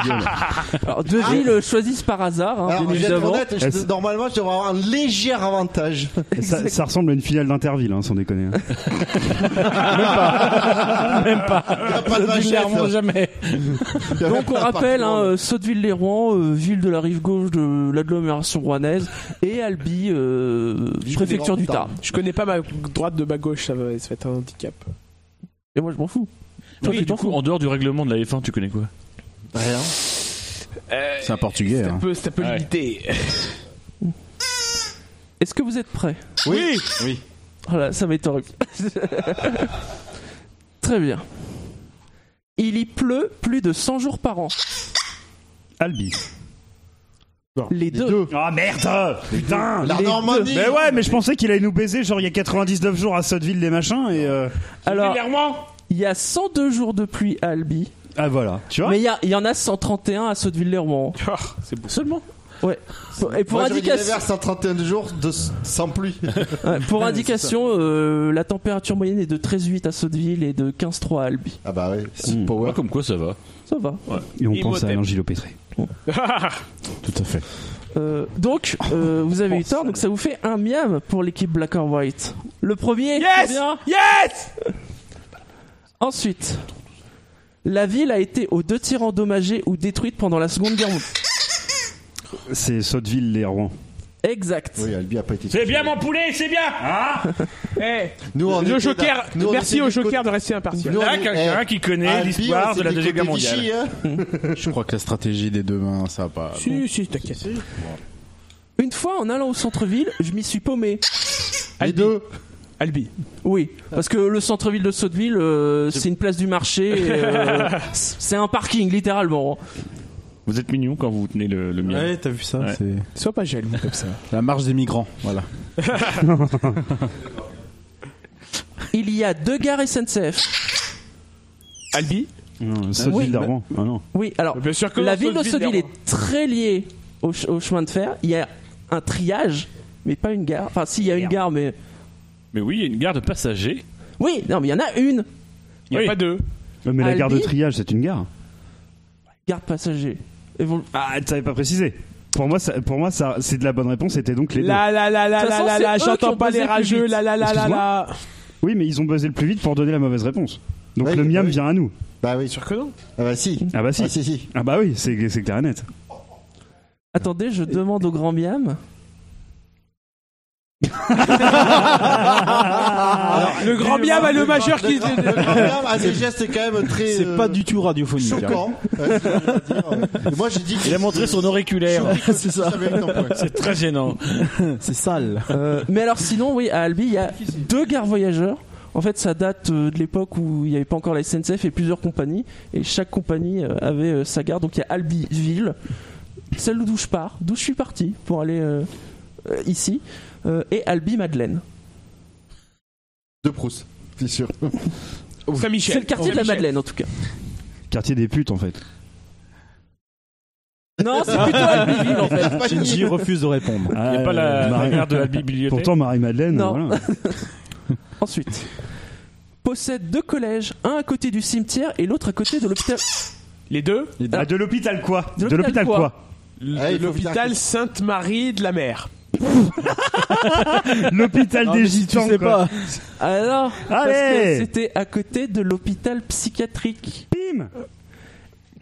S3: Alors, deux villes euh, choisissent par hasard, hein,
S4: Alors, je
S3: bien
S4: vais être
S3: évidemment.
S4: honnête, je-
S5: Est-ce-
S4: normalement, je devrais avoir un léger avantage.
S5: ça, ça ressemble à une finale d'Interville, hein, sans déconner. hein.
S1: Ah,
S4: Il n'y a pas de
S7: Clairement,
S4: vachette.
S7: jamais.
S4: Il y a même
S3: Donc on
S4: pas un
S3: rappelle, hein,
S4: parcours.
S3: euh, Sotteville-les-Rouen, euh, ville de la rive gauche de l'agglomération rouennaise, et Albi, euh, préfecture du Tarn.
S6: Je connais pas ma droite de ma gauche, ça va, ça va être un handicap.
S3: Et moi je m'en fous. Toi,
S1: Oui,
S3: tu
S1: du
S3: t'en
S1: coup,
S3: fous.
S1: en dehors du règlement de la F1, tu connais quoi
S4: Rien.
S6: Euh,
S7: C'est un portugais.
S6: c'est un
S7: hein.
S6: peu, c'est un peu
S1: Ouais.
S6: limité.
S3: Est-ce que vous êtes prêts
S4: Oui.
S3: Voilà, ça m'est horrible. Très bien. Il y pleut plus de 100 jours par an.
S5: Albi.
S3: Les,
S4: Les
S3: deux.
S4: deux.
S5: Ah merde Putain
S4: La
S3: Les deux.
S4: Normandie.
S5: Mais ouais, mais je pensais qu'il allait nous baiser, genre il y a 99 jours à Sotteville, des machins, et. euh,
S3: Alors, il y a 102 jours de pluie à Albi,
S5: Ah voilà. Tu vois
S3: mais il y, a- il y en a 131 à Sotteville-les-Rouen.
S6: C'est beau.
S1: Seulement
S3: Et pour
S4: Moi, j'aurais dit
S3: indication,
S4: l'inverse, 131 jours de... sans pluie.
S3: ouais, pour indication euh, la température moyenne est de 13,8 à Sotteville et de 15,3 à Albi.
S4: Ah bah ouais, c'est
S5: Mm.
S4: power.
S1: Comme quoi, ça va.
S3: Ça va.
S5: Et on
S6: Imhotep.
S5: pense à Alain Gilopétré.
S7: Tout à fait.
S3: Euh, donc, euh, vous avez eu tort, donc ça vous fait un miam pour l'équipe Black or White. Le premier,
S6: Yes
S3: c'est bien.
S6: Yes
S3: Ensuite, la ville a été aux deux tirs endommagée ou détruite pendant la Seconde Guerre mondiale.
S5: C'est Sotteville, les Rouen.
S3: Exact.
S4: Oui, Albi a pas été.
S1: C'est bien mon poulet, c'est bien
S6: Eh,
S4: Nous, on
S6: Le
S4: était
S6: joker,
S4: là- nous, on
S6: merci
S4: était
S6: au
S4: du côté-
S6: joker de rester impartial.
S4: Nous, on
S1: Là,
S4: est-
S1: quelqu'un
S4: eh,
S1: qui connaît
S4: Albi,
S1: l'histoire
S4: c'est
S1: de la
S4: du
S1: Deuxième Guerre
S4: côté Vichy,
S1: mondiale.
S4: hein.
S7: Je crois que la stratégie des deux mains, ça va pas.
S6: Si, si, t'inquiète.
S3: Une fois en allant au centre-ville, je m'y suis paumé.
S4: Les deux.
S6: Albi.
S3: Oui, parce que le centre-ville de Sotteville, euh, c'est une place du marché. et, euh, c'est un parking, littéralement.
S1: Vous êtes mignon quand vous tenez le, le mien.
S7: Ouais, t'as vu ça
S1: Ouais.
S7: C'est
S6: Sois pas jaloux comme ça.
S7: la marche des migrants, voilà.
S3: il y a deux gares SNCF.
S6: Albi
S5: Non,
S3: Oui,
S5: Sotteville
S3: bah-
S5: d'Armand. Ah non.
S3: Oui, alors
S6: Bien sûr que
S3: la
S6: non,
S3: ville de Sodil
S6: Sotteville,
S3: est très liée au, ch- au chemin de fer. Il y a un triage, mais pas une gare. Enfin, si, il y a une gare, mais.
S8: Mais oui, il y a une gare de passagers.
S3: Oui, non, mais il y en a une
S6: Il n'y a
S8: Oui.
S6: pas deux.
S5: Ouais, Mais la
S3: Albi
S5: gare de triage, c'est une gare.
S3: gare passager. Et vous-
S5: Ah, t'avais pas précisé. Pour moi, ça, pour moi, ça, c'est de la bonne réponse. C'était donc les deux.
S6: Là, là, là, là,
S3: De toute
S6: là,
S3: façon,
S6: là, là,
S3: c'est eux qui
S6: j'entends
S3: ont
S6: pas
S3: buzzé
S6: les
S3: le plus
S6: rageux,
S3: vite.
S6: là, là, là, là,
S5: Excuse-moi
S6: là.
S5: Oui, mais ils ont buzzé le plus vite pour donner la mauvaise réponse. Donc
S2: Ouais,
S5: le
S2: bah
S5: miam
S2: oui.
S5: vient à nous.
S2: Bah oui,
S6: Sûr que non.
S2: ah bah si.
S5: Ah bah
S2: Ah
S5: si.
S2: si, si.
S5: Ah bah oui, c'est c'est clair et net.
S3: Attendez, je demande au grand Miam.
S6: le grand bien a Ah, le majeur qui.
S4: bah,
S2: Ah, ce geste est quand même très.
S7: C'est
S2: euh,
S7: pas du tout radiophonique.
S2: Choquant. Euh, c'est ce que je veux dire. Et Moi j'ai dit que.
S8: Il a montré son auriculaire.
S2: C'est ça.
S8: C'est très gênant.
S7: hein. C'est sale.
S3: Euh, mais alors sinon, oui, à Albi, il y a deux gares voyageurs. En fait, ça date euh, de l'époque où il n'y avait pas encore la SNCF et plusieurs compagnies. Et chaque compagnie euh, avait euh, sa gare. Donc il y a Albi-Ville, celle d'où je pars, d'où je suis parti pour aller euh, euh, ici, euh, et Albi-Madeleine.
S2: De Proust, c'est sûr.
S6: Saint-Michel.
S3: C'est le quartier de la Madeleine en tout cas.
S5: Quartier des putes en fait.
S3: Non, Ah, c'est plutôt Albi-Ville en fait.
S7: Shinji refuse de répondre.
S8: Il n'y a pas la, la gare de la bibliothèque.
S5: Ah, euh, Pourtant Marie-Madeleine,
S3: Non.
S5: voilà.
S3: Ensuite, possède deux collèges, un à côté du cimetière et l'autre à côté de l'hôpital.
S6: Les deux
S5: Ah, de l'hôpital quoi
S3: De
S5: De l'hôpital
S3: l'hôpital
S5: quoi
S2: Ah, il faut
S6: L'hôpital
S2: dire
S6: Sainte-Marie de la Mer.
S5: L'hôpital des
S7: tu
S5: gitans
S7: sais
S5: quoi.
S7: pas.
S3: Alors, parce que
S5: Allez
S3: c'était à côté de l'hôpital psychiatrique.
S5: Bim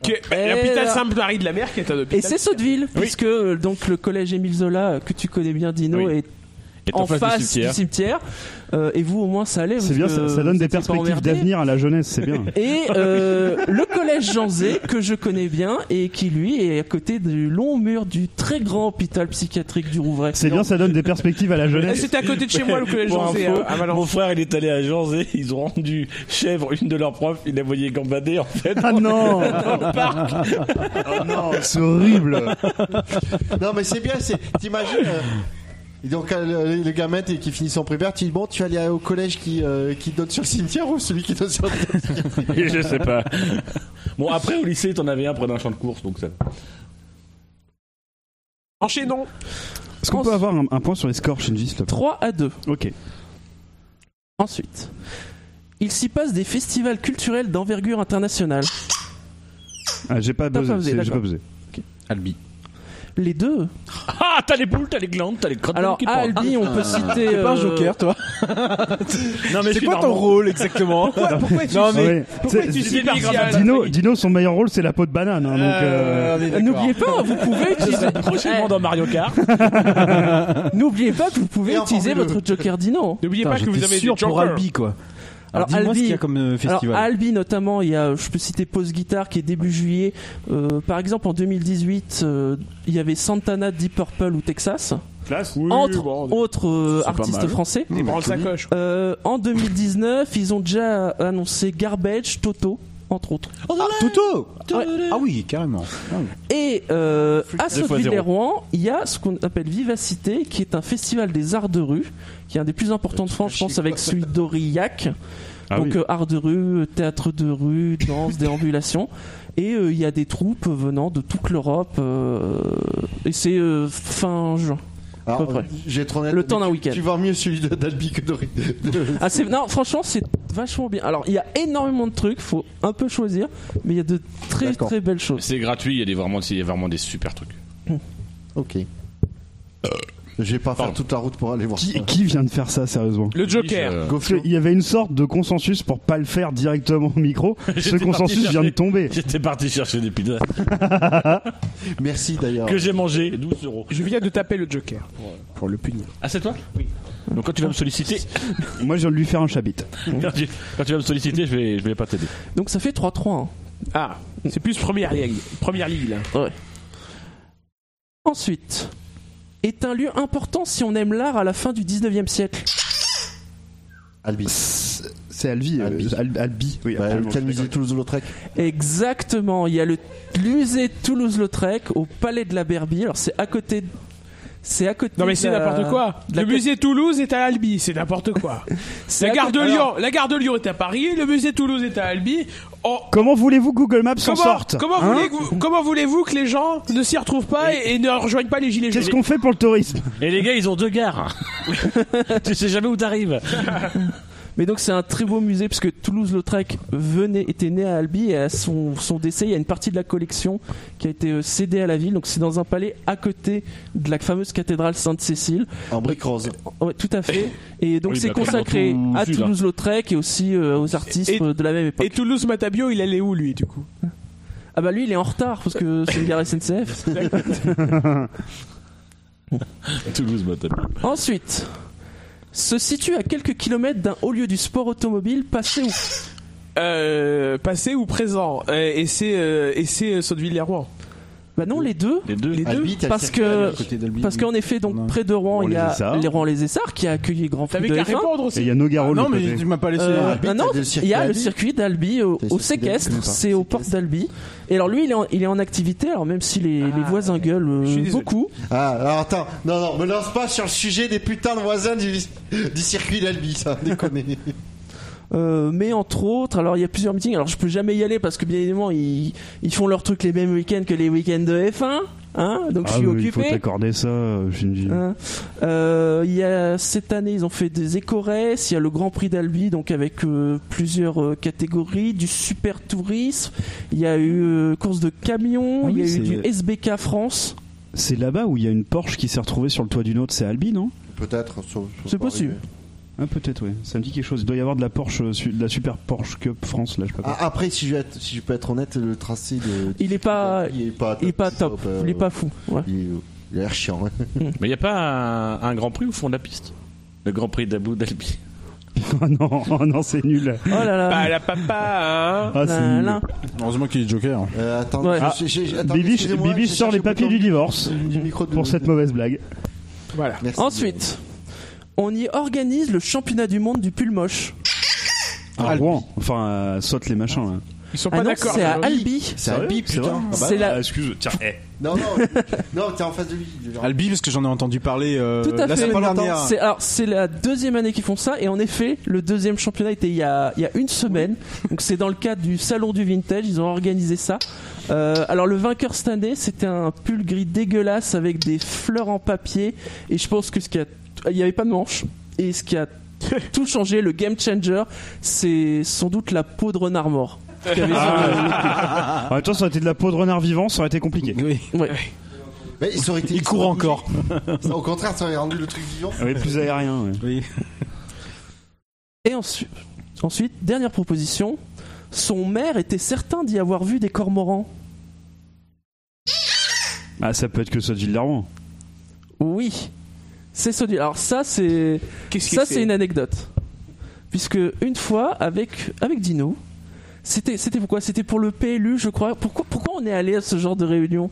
S6: Qui est- bah,
S3: Eh
S6: L'hôpital
S3: là.
S6: Sainte-Marie de la Mer qui est un hôpital.
S3: Et c'est Sotteville, puisque euh, donc le collège Émile Zola euh, que tu connais bien, Dino,
S8: Oui.
S3: est
S8: Et
S3: en face, du cimetière.
S8: cimetière.
S3: Euh, et vous, au moins, ça allait.
S5: C'est
S3: parce
S5: bien,
S3: que
S5: ça, ça donne
S3: vous
S5: des
S3: étiez pas
S5: perspectives
S3: emmerdés.
S5: d'avenir à la jeunesse, c'est bien.
S3: Et euh, le collège Jean Zay, que je connais bien, et qui lui est à côté du long mur du très grand hôpital psychiatrique du Rouvray.
S5: C'est bien, ça donne des perspectives à la
S6: Eh,
S5: jeunesse.
S6: C'était à côté de chez moi le collège hein.
S8: Pour
S6: Jean-Zé,
S8: info,
S6: à- à
S8: Mon
S6: Valence.
S8: frère, il est allé à Jersey, ils ont rendu chèvre une de leurs profs, il la voyait gambader en fait.
S5: Ah non
S2: Oh non,
S5: C'est horrible
S2: Non, mais c'est bien, c'est. T'imagines. euh, et donc, euh, le, le gamin t'es- qui finit son primaire, tu dis Bon, tu vas aller euh, au collège qui, euh, qui donne sur le cimetière ou celui qui donne sur le.
S8: Je sais pas. Bon, après au lycée, t'en avais un près d'un champ de course, donc ça. va.
S6: Enchaînons.
S5: Est-ce qu'on peut avoir un, un point sur les scores, Shinji, s'il te plaît
S3: 3 à 2.
S5: Ok.
S3: Ensuite, il s'y passe des festivals culturels d'envergure internationale.
S5: Ah, j'ai pas
S3: T'as pas buzzé,
S5: buzzé, c'est- j'ai
S3: d'accord.
S5: pas buzzé.
S7: Albi.
S3: Les deux.
S8: Ah, t'as les boules, t'as les glandes, t'as les crottes. de
S3: Alors,
S8: nez qui
S3: à
S8: pendent.
S3: Albi, on peut citer.
S7: T'es pas un
S3: euh,
S7: joker, toi
S8: Non mais je
S7: C'est
S8: suis
S7: quoi ton
S8: normand.
S7: rôle exactement
S6: Pourquoi
S7: Non, mais-
S5: Ouais.
S6: Ah, Pourquoi
S5: C'est-
S6: tu
S8: c'est-
S6: sais pas
S8: Ah, c'est-
S5: Dino, Dino, son meilleur rôle, c'est la peau de banane. hein, donc, euh,
S3: N'oubliez pas, vous pouvez utiliser.
S6: Eh.
S8: prochainement dans Mario Kart
S3: N'oubliez pas que vous pouvez
S2: Et en
S3: utiliser
S2: Formule
S3: votre Joker Dino.
S6: N'oubliez pas que vous avez des
S7: Ah, sûr pour
S6: jokers.
S7: Albi, quoi.
S3: Alors,
S7: Alors, dis-moi
S3: Albi-
S7: ce qu'il y a comme euh,
S3: Alors,
S7: festival.
S3: à Albi, notamment, il y a, je peux citer Pause Guitare qui est début juillet. Euh, par exemple, en 2018, euh, il y avait Santana, Deep Purple ou Texas, entre autres euh, artistes français.
S6: Il prend le sacoche.
S3: Euh, en 2019, ils ont déjà annoncé Garbage, Toto, entre autres.
S7: Ah, Toto
S3: Ouais.
S7: Ah oui, carrément. Ah oui.
S3: Et euh, à
S8: Deux fois
S3: Sotteville-les-Rouen, il y a ce qu'on appelle Vivacité, qui est un festival des arts de rue, qui est un des plus importants de France, je pense, avec celui d'Aurillac.
S5: Ah
S3: Donc
S5: oui.
S3: euh, art de rue, euh, théâtre de rue, danse, déambulation. Et euh, il y a des troupes venant de toute l'Europe. euh, et c'est euh, fin juin. peu près.
S2: euh, j'ai trop
S3: Le temps d'un week-end.
S2: Ah, Tu vois mieux celui de- d'Albi que de. de-
S3: Ah, c'est- non, franchement, c'est vachement bien. Alors, il y a énormément de trucs, faut un peu choisir, mais il y a de très
S2: D'accord.
S3: très belles choses.
S9: C'est gratuit, il y, a des vraiment, il y a vraiment des super trucs.
S2: Ok. Je vais pas faire
S9: Pardon.
S2: toute la route pour aller voir.
S5: qui, qui vient de faire ça, sérieusement
S6: Le joker.
S9: Euh,
S5: Parce qu'il y avait une sorte de consensus pour pas le faire directement au micro. Ce
S8: J'étais
S5: consensus
S8: parti
S5: vient de
S8: chercher.
S5: tomber.
S8: J'étais parti chercher des pizzas
S2: Merci d'ailleurs.
S8: que j'ai mangé 12 euros.
S6: Je viens de taper le joker. Pour le punir.
S8: Ah, c'est toi Oui. Donc quand tu vas me solliciter,
S5: Moi, je viens de lui faire un chapitre.
S8: quand tu, quand tu vas me solliciter, je vais, je vais pas t'aider.
S3: Donc, ça fait 3-3. hein.
S6: Ah, c'est plus première ligue. Première ligue là.
S3: Ensuite, est un lieu important si on aime l'art à la fin du 19e siècle.
S2: Albi.
S5: C'est Albi. euh,
S2: Albi.
S5: Al- Albi. Oui,
S2: Bah,
S5: absolument.
S2: quel musée Toulouse-Lautrec
S3: Exactement, il y a le musée Toulouse-Lautrec au palais de la Berbie. Alors c'est à côté de- C'est à côté.
S6: Non mais c'est
S3: de la-
S6: n'importe quoi.
S3: Euh, de la
S6: Le
S3: côte-
S6: musée Toulouse est à Albi, c'est n'importe quoi.
S3: c'est
S6: La
S3: à
S6: gare de
S3: côté-
S6: Lyon, la gare de Lyon est à Paris, le musée Toulouse est à Albi. Oh,
S5: Comment voulez-vous que Google Maps s'en
S6: comment
S5: sorte
S6: comment
S5: hein
S6: voulez-vous comment voulez-vous que les gens ne s'y retrouvent pas et, et ne rejoignent pas les gilets jaunes
S5: Qu'est-ce qu'on fait pour le tourisme
S1: Et les gars, ils ont deux gares. tu sais jamais où t'arrives.
S3: Mais donc c'est un très beau musée parce que Toulouse-Lautrec venait, était né à Albi et à son, son décès, il y a une partie de la collection qui a été euh, cédée à la ville. Donc c'est dans un palais à côté de la fameuse cathédrale Sainte-Cécile.
S4: En brique rose.
S3: Ouais, tout à fait. Et donc
S8: Oui,
S3: c'est
S8: bah, comme
S3: consacré
S8: dans tout
S3: à
S8: sud, hein.
S3: Toulouse-Lautrec et aussi euh, aux artistes
S6: Et-
S3: euh, de la même époque.
S6: Et Toulouse Matabio, il allait où lui du coup
S3: Ah bah lui il est en retard parce que c'est une gare SNCF.
S8: Toulouse, ma table.
S3: Ensuite, se situe à quelques kilomètres d'un haut lieu du sport automobile passé où
S6: euh, Passé ou présent Euh, Et c'est euh, et c'est euh, Sotteville-les-Rouen.
S3: Bah non les deux.
S8: Les deux.
S3: Les deux
S4: Albi, t'as le
S3: parce
S4: circuit
S3: que
S4: à côté d'Albi.
S3: Parce qu'en effet, donc
S7: Non.
S3: près de Rouen,
S5: Rouen
S3: il y
S5: les
S3: a
S5: Essarts.
S3: les Rouen les Essarts qui a accueilli le Grand Prix
S6: T'avais
S3: de
S6: qu'à
S3: F1.
S5: Et
S6: répondre
S5: il
S6: aussi.
S5: y a Nogaro
S7: non,
S5: de l'autre
S7: mais
S5: côté.
S7: tu m'as pas laissé.
S3: Euh,
S7: euh,
S4: Albi,
S3: ah non,
S4: t'as le
S3: il
S4: circuit
S3: y a le
S4: Albi.
S3: circuit d'Albi au,
S4: T'as le
S3: au
S4: circuit d'Albi, je connais
S3: séquestre,
S4: pas.
S3: c'est aux portes d'Albi. Et alors lui, il est en, il est en activité, alors même si les, les voisins gueulent euh,
S6: je suis désolé.
S3: beaucoup.
S4: Ah, alors attends, non, non, me lance pas sur le sujet des putains de voisins du, du circuit d'Albi, ça, déconner.
S3: Euh, mais entre autres, alors il y a plusieurs meetings. Alors je peux jamais y aller parce que bien évidemment, ils, ils font leur truc les mêmes week-ends que les week-ends de F1. Hein donc je
S5: Ah
S3: suis
S5: oui, il faut
S3: occupé.
S5: t'accorder ça, euh, Shinji.
S3: Hein. Euh, il y a cette année, ils ont fait des éco-races. Il y a le Grand Prix d'Albi, donc avec euh, plusieurs euh, catégories, du super tourisme. Il y a eu euh, course de camion.
S5: Ah oui,
S3: il y a
S5: c'est-
S3: eu du SBK France.
S5: C'est là-bas où il y a une Porsche qui s'est retrouvée sur le toit d'une autre, c'est Albi, non
S4: Peut-être, sauf- sauf
S3: C'est
S4: pas
S3: possible.
S4: arrivé.
S5: Ah, peut-être, oui. Ça me dit quelque chose. Il doit y avoir de la Porsche, euh, su- de la super Porsche Cup France, là, je sais pas. quoi.
S4: Ah, après, si je, vais être- si je peux être honnête, le tracé de.
S3: Il est pas-
S4: Il est pas top.
S3: Il est pas
S4: c'est
S3: top.
S4: euh,
S3: Il est pas fou. Ouais.
S4: Il est- il a l'air chiant. hein.
S8: Mais y a pas un, un grand prix au fond de la piste Le grand prix d'Abu Dhabi.
S5: Oh non, oh non, c'est nul.
S3: Oh là là.
S6: Pas Bah, la papa, hein
S5: Ah, c'est
S3: Là,
S5: nul.
S3: là.
S7: Heureusement qu'il est Joker.
S4: Euh, attends,
S3: Ouais.
S4: je-
S5: Ah,
S4: je- je- attends,
S5: Bibi,
S4: excusez-moi,
S5: Bibi
S4: je
S5: sort
S4: cherche
S5: les
S4: le
S5: papiers
S4: bouton
S5: du divorce
S4: du micro de-
S5: pour cette mauvaise blague.
S6: Voilà.
S4: Merci.
S3: Ensuite, on y organise le championnat du monde du pull moche.
S5: À
S6: Albi.
S5: Ah, Rouen. Enfin, euh, saute les machins, là.
S6: Ils sont
S3: Ah
S6: pas
S3: non,
S6: d'accord.
S3: c'est à
S6: aujourd'hui.
S3: Albi.
S4: C'est Albi, putain.
S5: C'est vrai
S4: Ah bah,
S3: C'est la-
S7: excuse, tiens,
S4: Non, non, non, t'es en face de lui.
S7: Albi, parce que j'en ai entendu parler euh,
S3: Tout à
S7: la
S3: fait.
S7: semaine dernière.
S3: C'est alors c'est la deuxième année qu'ils font ça et en effet le deuxième championnat était il y a, il y a une semaine donc c'est dans le cadre du salon du vintage ils ont organisé ça. Euh, alors le vainqueur cette année c'était un pull gris dégueulasse avec des fleurs en papier et je pense que ce qui a il n'y avait pas de manche et ce qui a tout changé le game changer c'est sans doute la peau de renard mort. Qui avait
S5: En même temps, Ah, ça aurait été de la peau de renard vivant, ça aurait été compliqué.
S7: Oui.
S3: sur- ouais.
S4: Mais ils auraient été-
S7: Il court encore.
S4: Au contraire, ça aurait rendu le truc vivant.
S5: Oui, Ah, plus aérien, ouais.
S3: Et ensuite, ensuite, dernière proposition, son maire était certain d'y avoir vu des cormorans.
S5: Ah, ça peut être que saute ville Rouen.
S3: Oui, c'est celui. Alors ça, c'est
S6: Qu'est-ce que
S3: ça, c'est une anecdote, puisque une fois avec avec Dino, c'était c'était pourquoi C'était pour le PLU, je crois. Pourquoi pourquoi on est allé à ce genre de réunion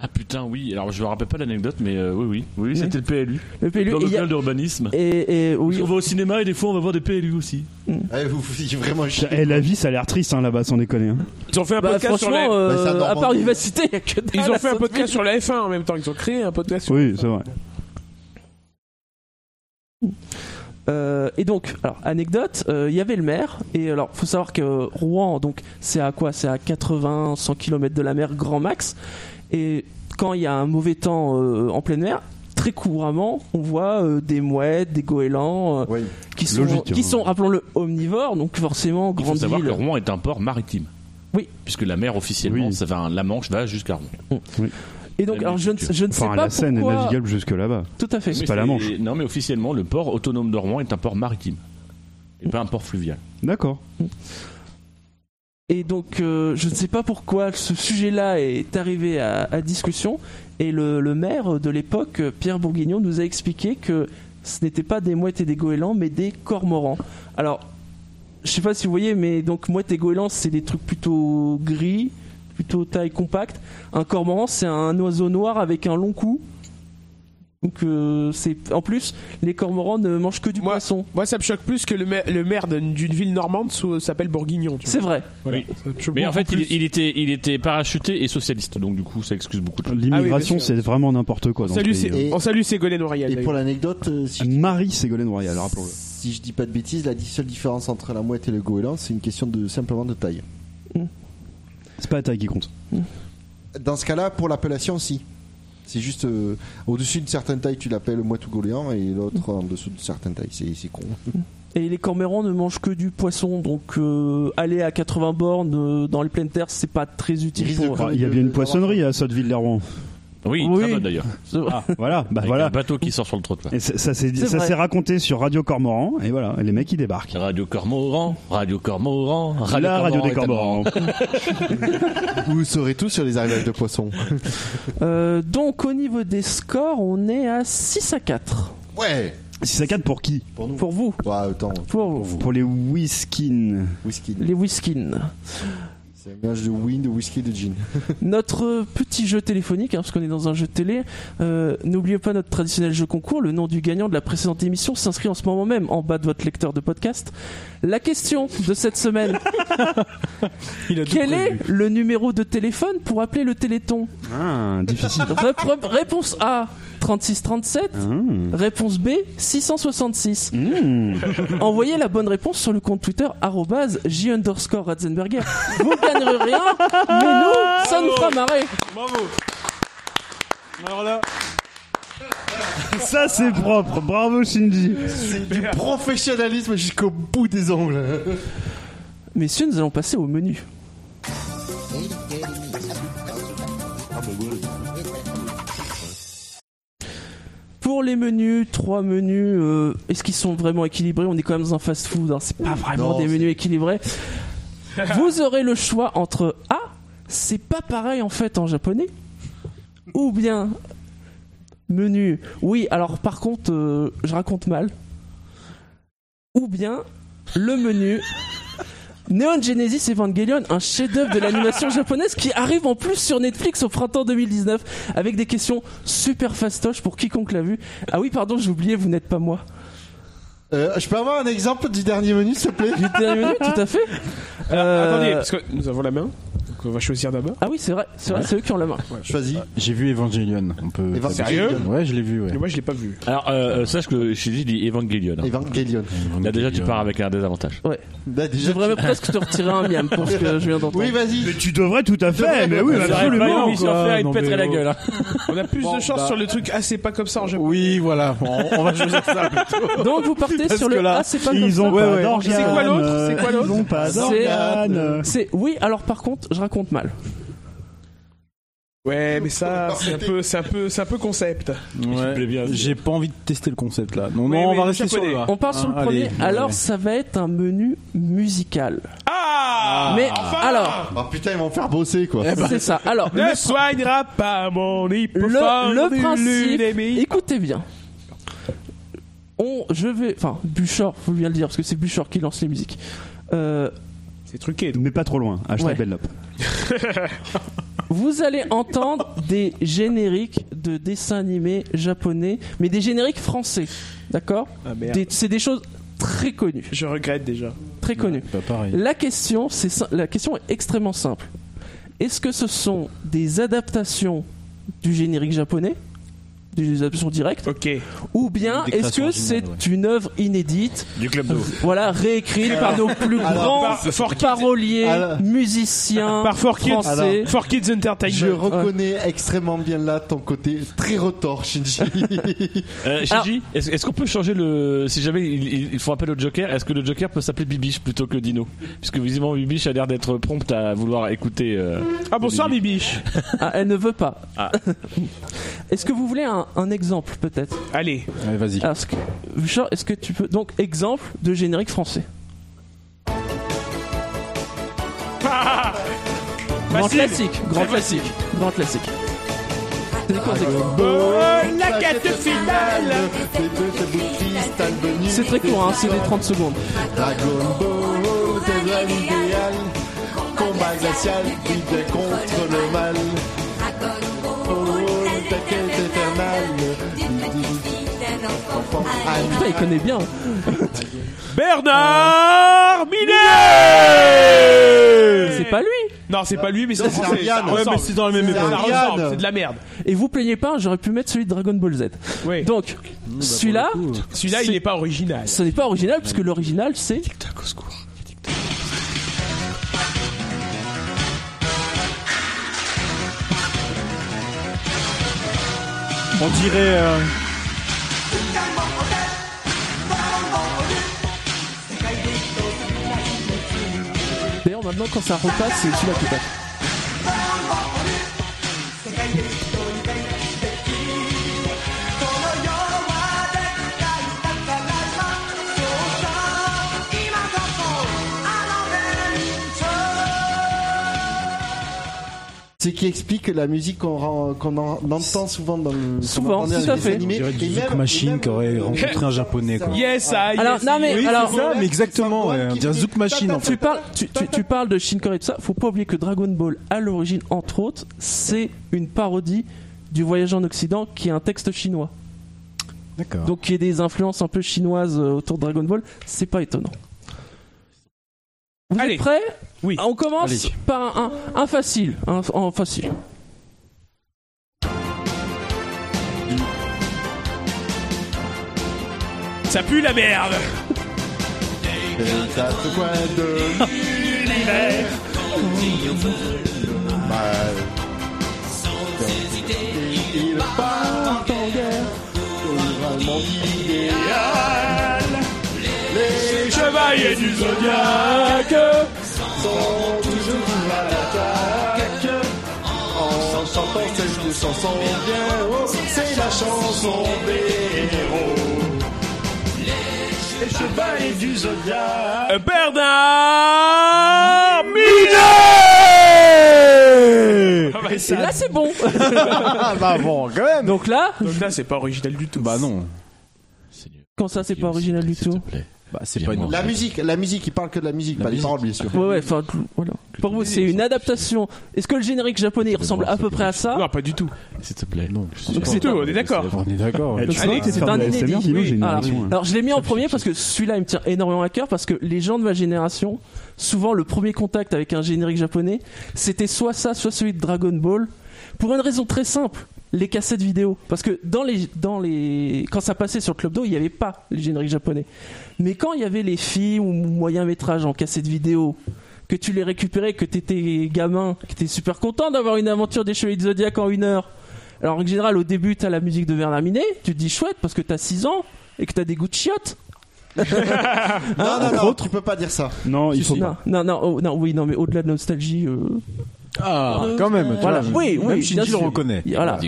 S8: Ah putain, oui. Alors je me rappelle pas l'anecdote, mais euh, oui, oui. Oui, c'était le PLU.
S3: Le PLU.
S8: Plan
S3: et il y a-
S8: local d'urbanisme.
S3: et, et oui,
S8: On va au cinéma et des fois on va voir des PLU aussi.
S4: Ah, vous vous faites vraiment chier.
S5: Eh, la vie, ça a l'air triste, hein, là-bas, sans déconner. hein.
S6: Ils ont fait un
S3: bah,
S6: podcast sur
S3: franchement,
S6: la...
S3: euh, ah,
S4: Bah, c'est un
S3: à
S4: Normandie.
S3: part Vivacité, il y a que dalle
S6: Ils ont
S3: à
S6: fait un
S3: Sainte-Ville.
S6: podcast sur la F1 en même temps. Ils ont créé un podcast sur
S5: Oui, c'est vrai.
S3: Euh, et donc, alors anecdote, euh, il y avait le maire et alors faut savoir que euh, Rouen, donc c'est à quoi C'est à 80, 100 km de la mer grand max. Et quand il y a un mauvais temps euh, en pleine mer, très couramment, on voit euh, des mouettes, des goélands euh,
S4: Oui.
S3: qui sont,
S5: Logique,
S3: qui
S5: hein.
S3: sont, rappelons-le, omnivores, donc forcément
S8: Il faut
S3: grande
S8: savoir
S3: ville.
S8: que Rouen est un port maritime.
S3: Oui.
S8: Puisque la mer officiellement,
S5: Oui.
S8: ça va, la Manche va jusqu'à Rouen.
S3: Et donc, alors je ne, je ne sais
S5: Enfin,
S3: pas
S5: la Seine
S3: pourquoi.
S5: est navigable jusque là-bas.
S3: Tout à fait.
S5: C'est
S8: Mais
S5: pas la Manche.
S8: Non, mais officiellement, le port autonome de Rouen est un port maritime. Et pas un port fluvial.
S5: D'accord.
S3: Et donc, euh, je ne sais pas pourquoi ce sujet-là est arrivé à, à discussion. Et le, le maire de l'époque, euh, Pierre Bourguignon, nous a expliqué que ce n'était pas des mouettes et des goélands, mais des cormorans. Alors, je ne sais pas si vous voyez, mais donc mouettes et goélands, c'est des trucs plutôt gris, plutôt taille compacte. Un cormoran, c'est un oiseau noir avec un long cou. Donc euh, c'est en plus les cormorans ne mangent que du
S6: Moi-
S3: poisson.
S6: Moi, ça me choque plus que le, ma- le maire d'une d'une ville normande sous- s'appelle Bourguignon. tu vois.
S3: C'est vrai.
S6: Voilà.
S8: Oui.
S6: Ça me choque
S8: Mais en
S6: beaucoup
S8: fait,
S6: plus.
S8: il, il était, il était parachuté et socialiste, donc du coup, ça excuse beaucoup de choses.
S6: Ah oui,
S5: L'immigration,
S6: bien sûr.
S5: c'est vraiment n'importe quoi.
S6: On
S5: dans
S6: salue,
S5: ce pays.
S3: hein.
S5: hein.
S6: Cé- on salue Ségolène Royal.
S4: Et pour
S6: d'ailleurs.
S4: l'anecdote, euh, si,
S5: Marie Ségolène Royal, rappelons-le.
S4: si je dis pas de bêtises, la seule différence entre la mouette et le goéland, c'est une question de simplement de taille.
S5: C'est pas la taille qui compte.
S4: Dans ce cas-là, pour l'appellation, si. C'est juste euh, au-dessus d'une certaine taille, tu l'appelles mouette ou goéland, et l'autre en dessous d'une certaine taille. C'est c'est con.
S3: Et les cormorans ne mangent que du poisson, donc euh, aller à 80 bornes euh, dans les pleines terres, c'est pas très
S4: Ils
S3: utile
S4: risquent de
S3: pour.
S4: crever.
S5: Enfin, Ah, il y a bien une poissonnerie à Sotteville-les-Rouen.
S8: Oui,
S3: Oui.
S8: très bonne d'ailleurs.
S5: Voilà, bah
S8: Avec
S5: voilà.
S8: un bateau qui sort sur le trottoir.
S5: Et ça ça s'est
S3: C'est
S5: ça
S3: vrai.
S5: s'est raconté sur Radio Cormoran, et voilà, et les mecs ils débarquent.
S8: Radio Cormoran, Radio Cormoran, Radio
S5: la radio
S8: Cormoran
S5: des
S8: est à bord.
S5: Cormorans.
S4: Vous saurez tout sur les arrivages de poissons.
S3: Euh, donc au niveau des scores, on est à 6 à 4
S4: Ouais
S5: Si ça cadre pour qui
S3: pour vous.
S4: Ouais, attends,
S3: Pour vous.
S5: Pour les Whiskins.
S4: whisky.
S3: Les whiskins.
S4: C'est un mélange de win, de whisky et de gin.
S3: Notre petit jeu téléphonique, hein, parce qu'on est dans un jeu de télé, euh, n'oubliez pas notre traditionnel jeu concours, le nom du gagnant de la précédente émission s'inscrit en ce moment même en bas de votre lecteur de podcast. La question de cette semaine,
S6: Il a tout
S3: quel
S6: prévu.
S3: est le numéro de téléphone pour appeler le Téléthon
S5: Ah, difficile.
S3: Rep- Réponse A, 3637.
S5: Mmh.
S3: Réponse B, 666.
S5: Mmh.
S3: Envoyez la bonne réponse sur le compte Twitter arrobase J underscore Ratzenberger. Vous gagnerez rien, mais nous, ça nous fera marrer.
S5: Ça c'est propre, bravo Shinji.
S4: C'est du professionnalisme jusqu'au bout des ongles.
S3: Messieurs, nous allons passer au menu. Pour les menus, trois menus, euh, est-ce qu'ils sont vraiment équilibrés On est quand même dans un fast-food, hein, c'est pas vraiment
S4: Non,
S3: des
S4: c'est-
S3: menus équilibrés. Vous aurez le choix entre A, c'est pas pareil en fait en japonais, ou bien menu, oui, alors par contre, euh, je raconte mal, ou bien le menu Neon Genesis Evangelion, un chef-d'œuvre de l'animation japonaise qui arrive en plus sur Netflix au printemps 2019 avec des questions super fastoches pour quiconque l'a vu. Ah oui, pardon, j'ai oublié, vous n'êtes pas moi.
S4: Euh, je peux avoir un exemple du dernier menu, s'il te plaît
S3: Du dernier menu, tout à fait. Euh,
S6: Attendez, parce que nous avons la main. Donc on va choisir d'abord.
S3: Ah oui, c'est vrai, c'est vrai, c'est eux qui ont la main.
S4: Ah, Choisis.
S7: J'ai vu Evangelion. On peut.
S4: Evan-
S6: Sérieux
S7: Ouais, je l'ai vu. Ouais.
S6: Mais moi, je l'ai pas vu.
S8: Alors, euh, euh, sache que chez lui, il dit Evangelion. hein.
S4: Evangelion.
S8: Là, déjà, tu pars avec un désavantage.
S4: Bah,
S3: Je
S4: déjà, tu-
S3: devrais même presque te retirer un miam pour ce que je viens d'entendre.
S4: Oui, vas-y.
S5: Tu devrais tout à
S3: Eh,
S5: fait, mais oui,
S8: Ça aurait
S5: absolument.
S8: pas eu mis sur
S5: quoi.
S8: faire, il
S5: Non,
S8: te
S5: mais
S8: pèterait la
S7: euh,
S5: oh.
S8: gueule. hein.
S6: On a plus de chance
S3: bah.
S6: sur le truc. Ah, c'est pas comme ça en japonais.
S7: Oui, voilà. Bon, on va choisir ça.
S3: Donc vous partez
S7: Parce
S3: sur le
S7: que là,
S3: Ah, c'est pas comme
S5: Ils ont
S3: ça.
S5: pas
S3: Ah,
S5: d'organe.
S7: ouais.
S6: C'est quoi l'autre C'est quoi l'autre
S5: Ils ont pas
S3: C'est-
S5: d'organe.
S3: C'est oui, alors par contre, je raconte mal.
S6: Ouais, mais ça, c'est un peu, c'est un peu, c'est un peu concept.
S7: J'ai pas envie de tester le concept là. Non,
S6: Oui,
S7: non, on
S6: oui,
S7: va
S6: le
S7: rester sur
S6: japonais.
S7: le A.
S3: On part sur le
S7: Ah,
S3: premier.
S7: allez,
S3: alors
S7: allez.
S3: ça va être un menu musical.
S6: Ah
S3: Mais
S6: enfin
S3: alors
S4: Ah putain, ils vont me faire bosser, quoi.
S3: C'est ça. Alors, le,
S6: Ne soignera pas mon
S3: le,
S6: hippophobe
S3: le principe.
S6: Lunémi.
S3: Écoutez bien. On, je vais. Enfin, Buchor, faut bien le dire, parce que c'est Buchor qui lance les musiques. Euh,
S6: C'est truqué. donc.
S5: Mais pas trop loin. Hashtag
S3: Ouais.
S5: Bellnop.
S3: vous allez entendre des génériques de dessins animés japonais, mais des génériques français. D'accord
S6: Ah merde.
S3: Des- C'est des choses très connues.
S6: Je regrette déjà.
S3: Très connues.
S7: Pas pareil.
S3: La question, c'est si- la question est extrêmement simple. Est-ce que ce sont des adaptations du générique japonais, des adaptations directes,
S6: Ok.
S3: ou bien
S7: Des
S3: est-ce que
S7: créations
S3: c'est
S7: originales,
S3: une œuvre inédite,
S8: Du club d'eau.
S3: voilà, réécrite par nos plus
S4: alors,
S3: grands
S6: Euh, par- for kids-
S3: paroliers,
S4: alors-
S3: musiciens,
S6: Par For Kids,
S3: français
S6: For Kids
S4: Je
S6: Entertainment.
S4: reconnais extrêmement bien là ton côté très retors, Shinji.
S8: Euh, Shinji, est-ce est-ce qu'on peut changer le. Si jamais il, il- il faut appeler le Joker, est-ce que le Joker peut s'appeler Bibiche plutôt que Dino Puisque visiblement Bibiche a l'air d'être prompte à vouloir écouter. euh,
S6: Ah bonsoir Bibiche.
S3: Ah, elle ne veut pas.
S8: Ah.
S3: est-ce que vous voulez un, un exemple peut-être
S6: Allez.
S7: Allez, vas-y.
S3: Alors, est-ce que- Richard, est-ce que tu peux donc exemple de générique français Grand
S6: Facile.
S3: classique, grand
S6: Très facile.
S3: classique, grand classique. C'est quoi, c'est-
S6: Oh, la quête finale.
S4: Les deux tabous de cristal venus
S3: C'est très court, hein, c'est des 30 secondes.
S4: Dragon Ball, c'est l'homme idéal. Combat glacial, guide contre le mal. Oh, ta quête éternelle.
S3: Putain, il connaît bien. hein.
S6: Bernard Minet
S3: C'est pas lui.
S6: Non, c'est pas lui, mais c'est
S4: Non, c'est
S6: français,
S4: Ariane.
S6: ça
S4: Ouais,
S6: ressemble.
S4: mais
S6: c'est dans la même
S4: époque.
S6: Ça
S4: Ariane.
S6: ressemble, c'est de la merde.
S3: Et vous plaignez pas, j'aurais pu mettre celui de Dragon Ball Z.
S6: Oui. bah,
S3: Donc, celui-là,
S6: Celui-là, il n'est pas original.
S3: ce n'est pas original, puisque l'original, c'est.
S5: On dirait. euh,
S3: D'ailleurs, maintenant, quand ça repasse, c'est celui-là qui passe.
S4: C'est qui explique que la musique qu'on rend- qu'on en- entend souvent dans le.
S3: Souvent,
S4: qu'on entendait
S3: tout
S4: dans
S3: à
S4: les
S3: fait.
S4: animés,
S7: Je dirais
S4: et même-
S7: du Zuko
S4: et
S7: Machine
S4: même-
S7: qui aurait rencontré un japonais, quoi.
S6: Yes, I.
S3: Alors, non, mais, alors,
S7: ça, mais exactement, ouais, on dirait Zouk Machine, en
S3: tu parles, tu, tu- tu parles de Shin Koretsu, faut pas oublier que Dragon Ball, à l'origine, entre autres, c'est une parodie du Voyage en Occident, qui est un texte chinois.
S7: D'accord.
S3: Donc, il y a des influences un peu chinoises euh, autour de Dragon Ball, c'est pas étonnant. Vous
S6: Allez.
S3: êtes prêts
S6: Oui.
S3: On commence
S7: Allez.
S3: par un, un, un facile. Un, un facile.
S6: Ça pue la merde. Bah,
S4: T'as ce coin de l'univers. Bah, euh, Il part en guerre pour un monde idéal. Les chevaliers du zodiaque sont toujours à l'attaque. En chantant cette chanson bien haut, c'est la chanson des héros. Les chevaliers du zodiaque.
S6: Euh, Bernard Minet Ah bah,
S3: Et
S6: ça-
S3: là, c'est bon.
S2: bah bon, quand même.
S3: Donc là,
S6: Donc là, c'est pas original du tout.
S7: Bah non.
S3: quand ça, c'est pas original du tout.
S7: Bah c'est pas une.
S4: La musique, la musique, il parle que de la musique, pas des paroles bien sûr.
S3: Ouais, ouais, enfin, voilà. Pour vous, c'est une adaptation. Est-ce que le générique japonais il ressemble à peu près à ça
S6: Non, pas du tout.
S7: S'il te plaît. Non, je sais
S6: Donc c'est tout, on est d'accord.
S7: On est d'accord.
S5: eh, tu
S3: c'est-
S5: vois,
S3: c'est
S5: faire
S3: un
S5: de la SMR,
S3: inédit.
S5: sinon,
S6: Oui.
S5: j'ai une
S3: Alors,
S5: érection, hein.
S3: Ah, alors, je l'ai mis en premier parce que celui-là, il me tient énormément à cœur parce que les gens de ma génération, souvent le premier contact avec un générique japonais, c'était soit ça, soit celui de Dragon Ball, pour une raison très simple les cassettes vidéo. Parce que dans les, dans les, quand ça passait sur Club Do, il n'y avait pas les génériques japonais. Mais quand il y avait les filles ou moyens métrages en cassette vidéo, que tu les récupérais, que t'étais gamin, que t'étais super content d'avoir une aventure des Chevaliers de Zodiac en une heure. Alors en général, au début, t'as la musique de Bernard Minet, tu te dis chouette parce que t'as 6 ans et que t'as des goûts de chiottes.
S4: Non, non, non, tu peux pas dire ça.
S5: Non, Ah, il
S3: Si,
S5: faut
S3: si.
S5: pas.
S3: non, non, non, oh, non, oui, non, mais au-delà de la nostalgie, euh,
S7: Ah, quand même. tu
S3: Voilà.
S7: vois,
S3: Oui,
S7: même
S3: oui,
S7: Shinji
S3: bien
S7: le
S3: sûr.
S7: reconnaît.
S3: voilà.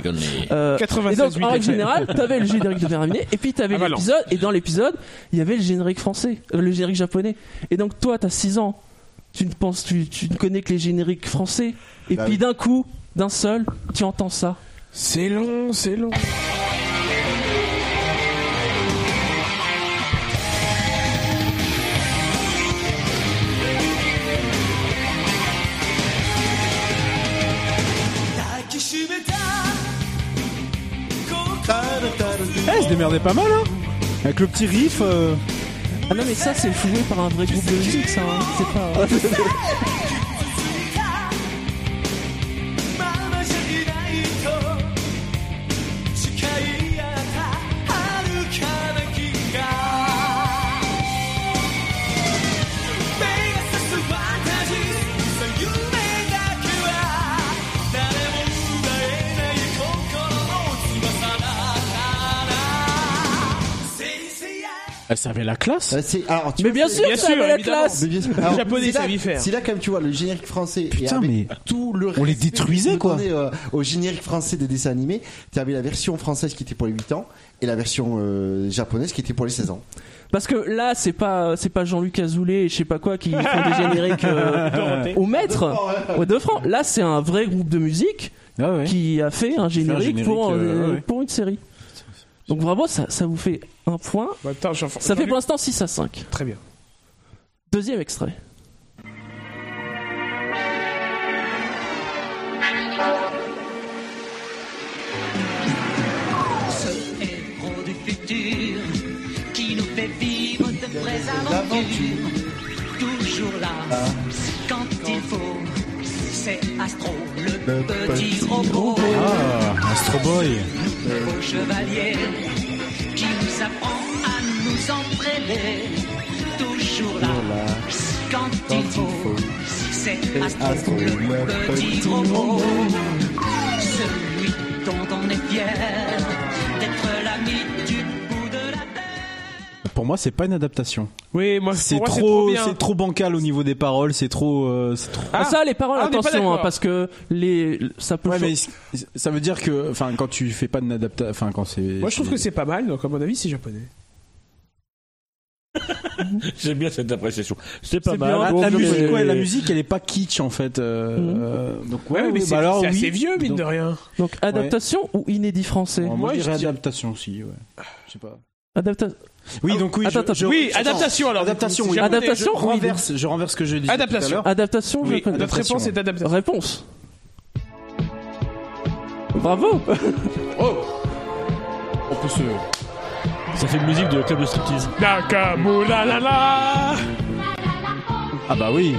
S3: Euh,
S6: 96,
S3: et donc, en règle
S6: huit,
S3: générale, t'avais le générique de Bernard Minet, et puis t'avais
S6: Ah, Valence.
S3: l'épisode, et dans l'épisode, il y avait le générique français, euh, le générique japonais. Et donc, toi, t'as 6 ans, tu ne penses, tu, tu ne connais que les génériques français, et
S4: Bah
S3: puis
S4: oui.
S3: d'un coup, d'un seul, tu entends ça.
S6: C'est long, c'est long.
S5: Eh, Eh, se démerdait pas mal, hein Avec le petit riff. euh,
S3: Ah non, mais ça, c'est joué par un vrai groupe de musique, ça, hein. c'est pas.
S6: Elle savait la classe
S4: Euh, c'est- alors, tu
S3: Mais bien sûr,
S6: Bien
S3: ça
S6: sûr,
S3: avait la
S6: évidemment.
S3: classe!
S4: Mais bien sûr.
S6: Les Japonais
S4: c'est là-
S6: savent y faire.
S4: C'est là comme tu vois le générique français et
S7: Putain,
S4: avec
S7: mais
S4: tout le
S7: on les
S4: respect
S7: détruisait,
S4: que vous
S7: quoi.
S4: donnez, euh, au générique français des dessins animés, tu avais la version française qui était pour les 8 ans et la version euh, japonaise qui était pour les 16 ans.
S3: Parce que là, c'est pas c'est pas Jean-Luc Azoulay et je sais pas quoi qui font des génériques euh, au maître ou de francs. Là, c'est un vrai groupe de musique
S7: Ah ouais.
S3: qui a fait un générique,
S7: générique,
S3: pour,
S7: euh,
S3: euh,
S7: ouais, ouais.
S3: pour une série. Donc vraiment, ça, ça vous fait un point.
S6: Bah, putain, j'en- j'en
S3: Ça fait
S6: ai-
S3: pour l'instant 6 à 5.
S6: Très bien.
S3: Deuxième extrait.
S10: héros du futur aventure, toujours là, quand il faut. C'est Astro, le petit robot,
S7: Ah, Astro Boy.
S10: nouveau chevalier, qui nous apprend à nous entraîner. Toujours là, quand, il faut. C'est Astro, le petit robot, celui dont on est fier d'être l'ami du bout de la terre.
S7: Pour moi, c'est pas une adaptation.
S6: Oui, moi,
S7: Ah, C'est
S6: pour moi, c'est trop
S7: trop,
S6: bien.
S7: c'est trop bancal au niveau des paroles. C'est trop, euh, c'est trop.
S3: Ah, ça, les paroles,
S6: Ah, on est pas
S3: attention, hein,
S6: d'accord.
S3: parce que les, ça peut.
S7: Ouais,
S3: changer.
S7: mais c- ça veut dire que, enfin, quand tu fais pas une adaptation, enfin, quand c'est.
S6: Moi, je trouve que c'est pas mal, donc à mon avis, c'est japonais.
S8: J'aime bien cette appréciation. C'est pas
S3: C'est
S8: mal.
S3: bien.
S8: Bon,
S7: Ah, La
S8: je-
S7: musique, ouais, la musique, elle est pas kitsch en fait. euh,
S3: Mhm.
S7: euh, donc
S6: Ouais, Ah
S7: ouais,
S6: mais
S7: oui,
S6: c'est
S7: bah alors
S6: c'est
S7: oui.
S6: assez vieux, mine de rien.
S3: Donc, adaptation ou inédit français
S7: Moi,
S6: Moi,
S7: je
S6: je
S7: dirais
S6: dis-
S7: adaptation aussi. Ouais. Je sais pas.
S3: Adaptation.
S7: Oui, donc oui.
S3: attends, attends.
S6: Oui, adaptation alors.
S7: Adaptation.
S6: C'est
S7: oui.
S6: japonais.
S3: Adaptation,
S7: Je renverse. Je renverse ce que je disais.
S6: Adaptation.
S7: Tout à l'heure.
S3: Adaptation,
S7: Oui,
S3: je connais.
S6: Notre
S7: Adaptation.
S6: réponse est adaptation.
S3: Réponse. Bravo
S7: On peut se.
S8: Ça fait une musique de club de striptease.
S6: Nakamura la la
S7: Ah bah oui.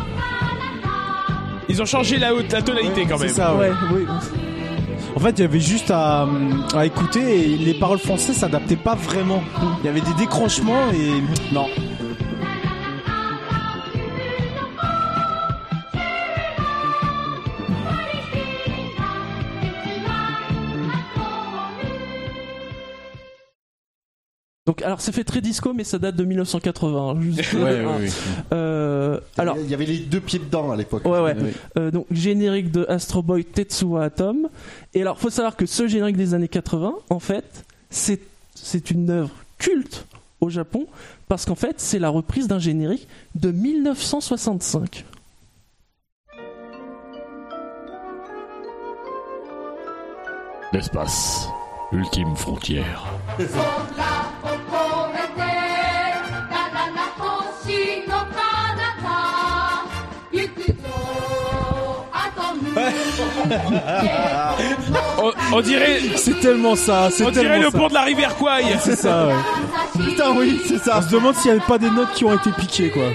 S6: Ils ont changé la, haute, la tonalité quand
S7: C'est
S6: même.
S7: ça. Ouais.
S3: Ouais, oui.
S7: En fait, il y avait juste à, hum, à écouter et les paroles françaises s'adaptaient pas vraiment. Il y avait des décrochements et non.
S3: Donc, alors, ça fait très disco, mais ça date de 1980. hein, juste. Euh, alors,
S4: il y avait les deux pieds dedans à l'époque.
S3: ouais, ouais. Euh, donc, générique de Astro Boy Tetsuo Atom. Et alors, faut savoir que ce générique des années 80, en fait, c'est c'est une œuvre culte au Japon, parce qu'en fait, c'est la reprise d'un générique de 1965.
S8: L'espace. Ultime frontière.
S6: On, on dirait,
S7: C'est tellement ça. C'est
S6: on
S7: tellement
S6: dirait le
S7: ça. Ah,
S6: pont de la rivière Kwai.
S7: C'est ça. ouais.
S4: Putain, oui, c'est ça.
S7: On se demande s'il n'y avait pas des notes qui ont été piquées quoi.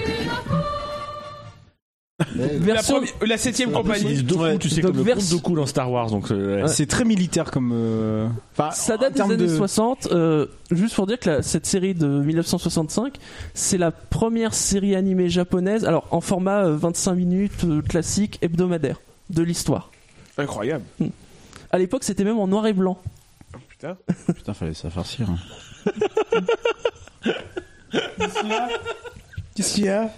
S6: La,
S3: Version-
S6: première- la septième
S8: Ils
S6: compagnie.
S8: disent Doku,
S7: Ouais.
S8: tu sais,
S3: Donc
S8: comme le
S3: vers-
S8: comte Doku dans Star
S7: Ah,
S8: Wars. Donc, euh, ouais.
S7: C'est très militaire comme. euh, enfin,
S3: Ça
S7: en
S3: date des
S7: termes
S3: années
S7: de-
S3: 60. euh, juste pour dire que la- cette série de 1965, c'est la première série animée japonaise, alors en format euh, 25 minutes euh, classique hebdomadaire de l'histoire.
S6: Incroyable.
S3: À l'époque, c'était même en noir et blanc.
S6: Putain.
S7: Putain, fallait ça farcir.
S6: Qu'est-ce qu'il y a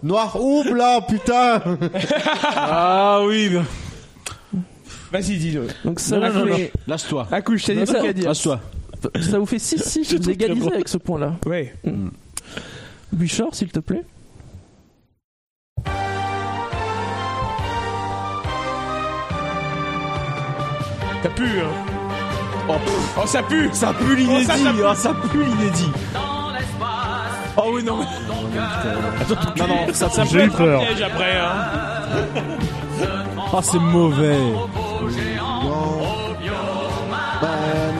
S4: Noir ou blanc, putain.
S7: Ah oui. bien.
S6: Vas-y, dis-le.
S3: Donc ça, vous, fait,
S7: Lâche-toi.
S6: Accouche, t'as des
S3: Non,
S6: trucs
S3: ça-
S6: à dire.
S7: Lâche-toi.
S3: ça vous fait 6-6 vous égalisez avec ce point-là.
S6: Ouais.
S3: Bouchard, s'il te plaît.
S6: T'as pu, hein. Oh, ça pue
S7: Ça pue
S6: Oh, ça, ça
S7: l'inédit.
S6: pue.
S7: Ah, ça pue l'inédit.
S10: Dans l'espace,
S7: Oh oui, non. Non, non, ça ça
S6: J'ai
S7: pue.
S6: peur. Piège après, hein.
S7: Ah, c'est mauvais. Bam,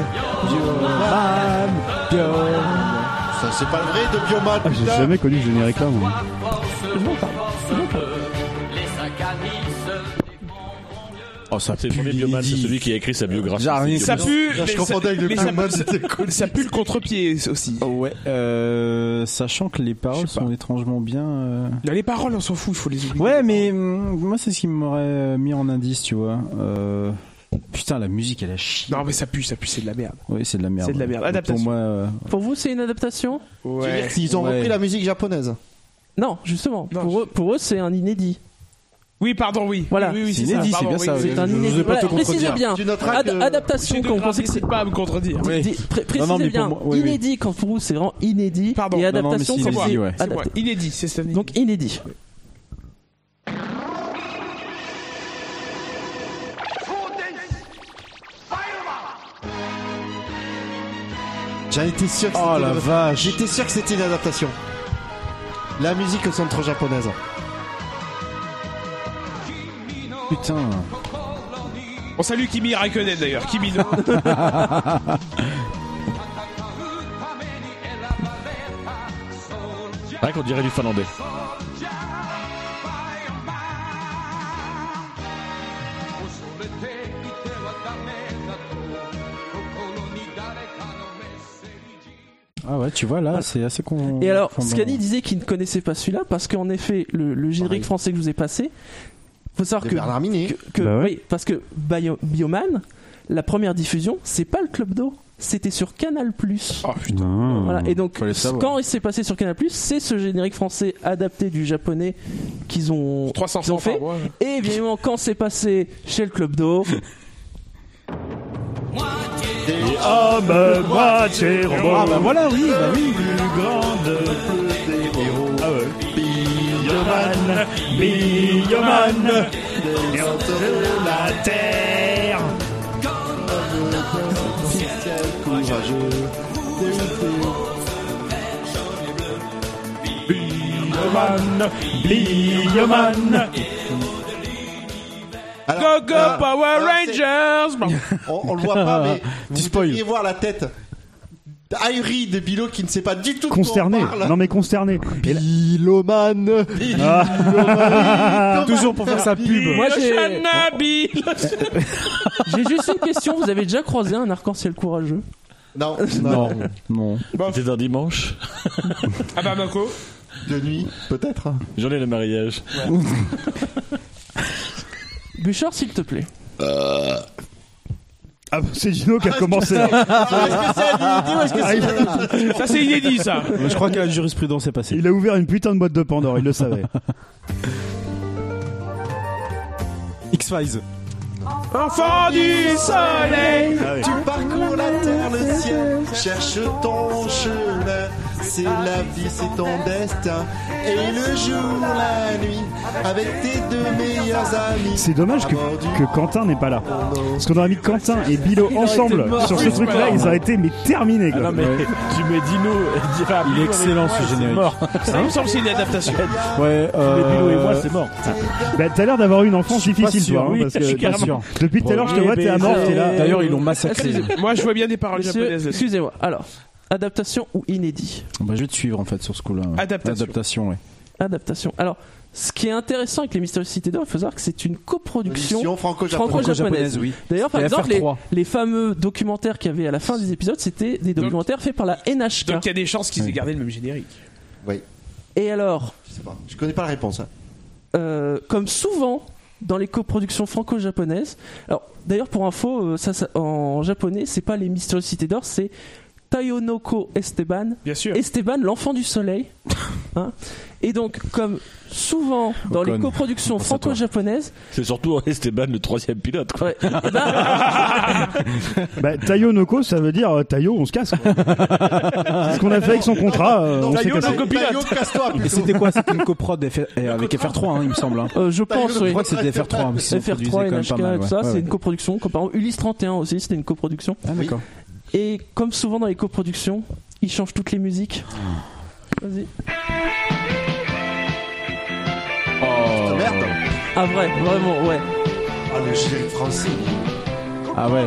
S7: bam.
S4: Ça, c'est pas le vrai de Bioman,
S5: Ah, j'ai
S4: putain.
S5: jamais connu le générique là, moi.
S7: Oh, ça
S8: C'est le
S7: pue
S8: premier bioman, c'est
S7: l'inédit.
S8: celui qui a écrit sa biographie.
S7: J'ai rien-
S8: C'est
S6: Ça
S8: Bioman.
S6: pue.
S4: Je
S6: mais
S4: confondais
S6: ça-
S4: avec le
S6: mais ça-
S4: Bioman,
S6: ça-
S4: c'était cool.
S6: Ça pue le contre-pied aussi.
S7: Ouais, euh, sachant que les paroles
S6: Je sais
S7: sont étrangement bien. euh,
S6: Là, les paroles, on s'en fout, il faut les oublier.
S7: Ouais, mais hum, moi, c'est ce qui m'aurait euh, mis en indice, tu vois. Euh, Putain, la musique, elle a chier.
S6: Non, mais ça pue, ça pue, c'est de la merde.
S7: Oui, c'est de la merde.
S6: C'est de la merde. Adaptation.
S7: Pour moi, euh,
S3: Pour vous, c'est une adaptation
S4: Tu veux
S6: Ouais.
S4: dire qu'ils ont
S7: Ouais.
S4: repris la musique japonaise.
S3: Non, justement.
S6: Non,
S3: pour, eux, pour eux, c'est un inédit.
S6: Oui, pardon, oui.
S3: Voilà.
S6: Oui, oui, oui,
S7: C'est
S6: ça,
S7: inédit,
S6: pardon,
S7: c'est bien
S6: oui,
S7: ça,
S6: oui.
S7: oui.
S3: C'est un
S7: je- je
S3: inédit.
S7: vais pas te
S3: précisez
S7: contredire.
S3: bien.
S4: Tu noteras
S3: Ad-
S4: que-
S3: adaptation
S6: J'ai
S3: qu'on pensait
S6: de grave,
S3: que
S6: c'est
S3: c'était
S6: pas à me contredire.
S7: Oui.
S3: Dis- pré-
S7: Non, non,
S3: précisez
S7: mais pour
S3: bien,
S7: moi- oui, oui.
S3: inédit, quand pour vous c'est vraiment inédit,
S6: Pardon.
S3: et
S6: Non,
S7: non, mais
S3: adaptation,
S7: c'est
S3: c'est
S7: inédit, ouais.
S6: C'est moi.
S3: adapté.
S6: Inédit, c'est Stéphanie.
S3: Donc inédit.
S4: J'en étais sûr que
S7: Oh
S4: c'était
S7: la
S4: une-
S7: vache.
S4: J'étais sûr que c'était une adaptation. La musique au centre japonaise.
S7: Putain.
S6: On salue Kimi Raikkonen d'ailleurs. Kimi no.
S8: Ouais, qu'on dirait du finlandais.
S7: Ah ouais, tu vois, là, c'est assez con.
S3: Et alors,
S7: enfin, bon.
S3: Scani disait qu'il ne connaissait pas celui-là parce qu'en effet, le, le générique
S4: Pareil.
S3: français que je vous ai passé, faut savoir
S4: De
S3: que,
S4: Bernard Minet.
S3: que- que-
S5: Bah ouais.
S3: oui, parce que Bio- Bioman, la première diffusion, c'est pas le Club d'eau, c'était sur Canal+.
S7: Ah,
S5: Non.
S3: Voilà. Et donc,
S4: Fallait savoir.
S3: quand il s'est passé sur Canal+, c'est ce générique français adapté du japonais qu'ils ont,
S6: 300
S3: qu'ils ont
S6: francs
S3: fait.
S6: par mois.
S3: Et évidemment, quand c'est passé chez le Club d'eau,
S7: Ah bah voilà, oui, bah oui.
S8: Ah
S4: Alors,
S6: Go go
S4: euh,
S6: Power
S4: alors, c'est-
S6: Rangers Bon.
S4: On, on le voit pas, mais vous devriez voir la tête d'Airi de Bilo qui ne sait pas du tout de quoi on
S5: Consterné.
S4: parle.
S5: Non, mais consterné. Et là-
S2: Piloman
S7: Toujours pour faire sa pub.
S3: moi j'ai
S6: Shanabi
S3: j'ai juste une question. Vous avez déjà croisé un arc-en-ciel courageux
S4: Non,
S7: Non, non.
S8: C'était un dimanche.
S6: Ah bah Mako
S4: de nuit, peut-être.
S8: J'en ai le mariage.
S3: Bouchard, s'il te plaît.
S5: Ah, c'est Gino qui a commencé.
S4: Ah, est-ce que c'est Amélie ou est-ce que c'est
S6: Ça c'est inédit ça
S7: Je crois que la jurisprudence est passée.
S5: Il a ouvert une putain de boîte de Pandore, il le savait.
S7: X-Files.
S6: Enfant du soleil
S4: Tu parcours la terre, le ciel, cherche ton chemin. C'est la vie, c'est ton destin. Et le jour, la nuit, avec tes deux meilleurs amis.
S5: C'est dommage que,
S4: À
S7: Ah,
S4: bord du
S5: que Quentin n'est pas là. Parce qu'on aurait mis Quentin et Bilo
S7: Oh, aurait
S5: ensemble
S7: été mort.
S5: sur ce
S7: Oui,
S5: truc-là,
S7: voilà.
S5: ils auraient été mais terminés. Quoi.
S7: non, mais
S8: tu mets Dino.
S7: Il est excellent ce générique.
S6: Ça me semble que c'est une adaptation.
S7: Ouais, euh.
S5: Bilo et moi, c'est
S7: mort.
S5: Bah, t'as l'air d'avoir eu une enfance
S7: Je suis pas
S5: difficile,
S7: sûr,
S5: toi. hein,
S7: oui,
S5: parce que
S7: je suis
S5: t'as-
S7: carrément-
S5: Depuis tout à l'heure, je te
S7: eh
S5: vois,
S7: ben,
S5: t'es à mort, t'es là.
S7: D'ailleurs, ils l'ont massacré.
S6: Moi je vois bien des paroles
S3: Monsieur,
S6: japonaises. là-dessus.
S3: Excusez-moi. Alors, adaptation ou inédit
S7: Bah, je vais te suivre en fait sur ce coup-là. ouais.
S6: Adaptation.
S7: Adaptation, ouais.
S3: Adaptation. Alors, ce qui est intéressant avec les Mystérieux Cités d'Or, il faut savoir que c'est une coproduction.
S4: Mission franco-japonaise.
S3: Franco-japonaise.
S7: Franco-japonaise, oui.
S3: D'ailleurs, par
S7: Et
S3: exemple, les,
S7: FR3.
S3: les fameux documentaires qu'il y avait à la fin des épisodes, c'était des documentaires faits par la NHK.
S6: Donc il y a des chances qu'ils aient gardé le même générique.
S3: Et alors,
S4: Je sais pas, je connais pas la réponse. hein.
S3: euh, comme souvent dans les coproductions franco-japonaises, alors d'ailleurs pour info, euh, ça, ça- en japonais, c'est pas les Mystérieuses Cités d'Or, c'est Tayonoko Esteban,
S6: Bien sûr.
S3: Esteban, l'enfant du soleil. Hein et donc, comme souvent dans les
S7: Ocon.
S3: coproductions
S7: Pense à toi.
S3: franco-japonaises,
S8: C'est surtout Esteban, le troisième pilote. Quoi.
S3: ouais, eh ben,
S5: Bah, Tayo Noko, ça veut dire euh, Tayo, on se casse. quoi. C'est ce qu'on a fait avec son contrat. euh, on s'est
S4: Taillot,
S5: cassé.
S4: non, Taillot, casse-toi
S7: Et
S4: plutôt.
S7: c'était quoi C'était une coprod FR... euh, avec FR3, hein, il me semble. hein.
S3: euh, je
S4: Taïwan,
S3: pense, oui.
S7: Je crois que c'était FR3. hein, parce qu'ils en produisaient
S3: FR3,
S7: quand même
S3: NHK,
S7: pas mal,
S3: tout
S7: ouais.
S3: ça,
S7: Ouais,
S3: c'est
S7: ouais.
S3: une coproduction. Comme par exemple, Ulysse 31 aussi, c'était une coproduction.
S7: Ah, d'accord.
S3: Et comme souvent dans les coproductions, ils changent toutes les musiques. Vas-y.
S7: Oh.
S4: Ah, Merde.
S3: Ah, vrai, vraiment, ouais.
S4: Ah, le générique français.
S7: Ah ouais.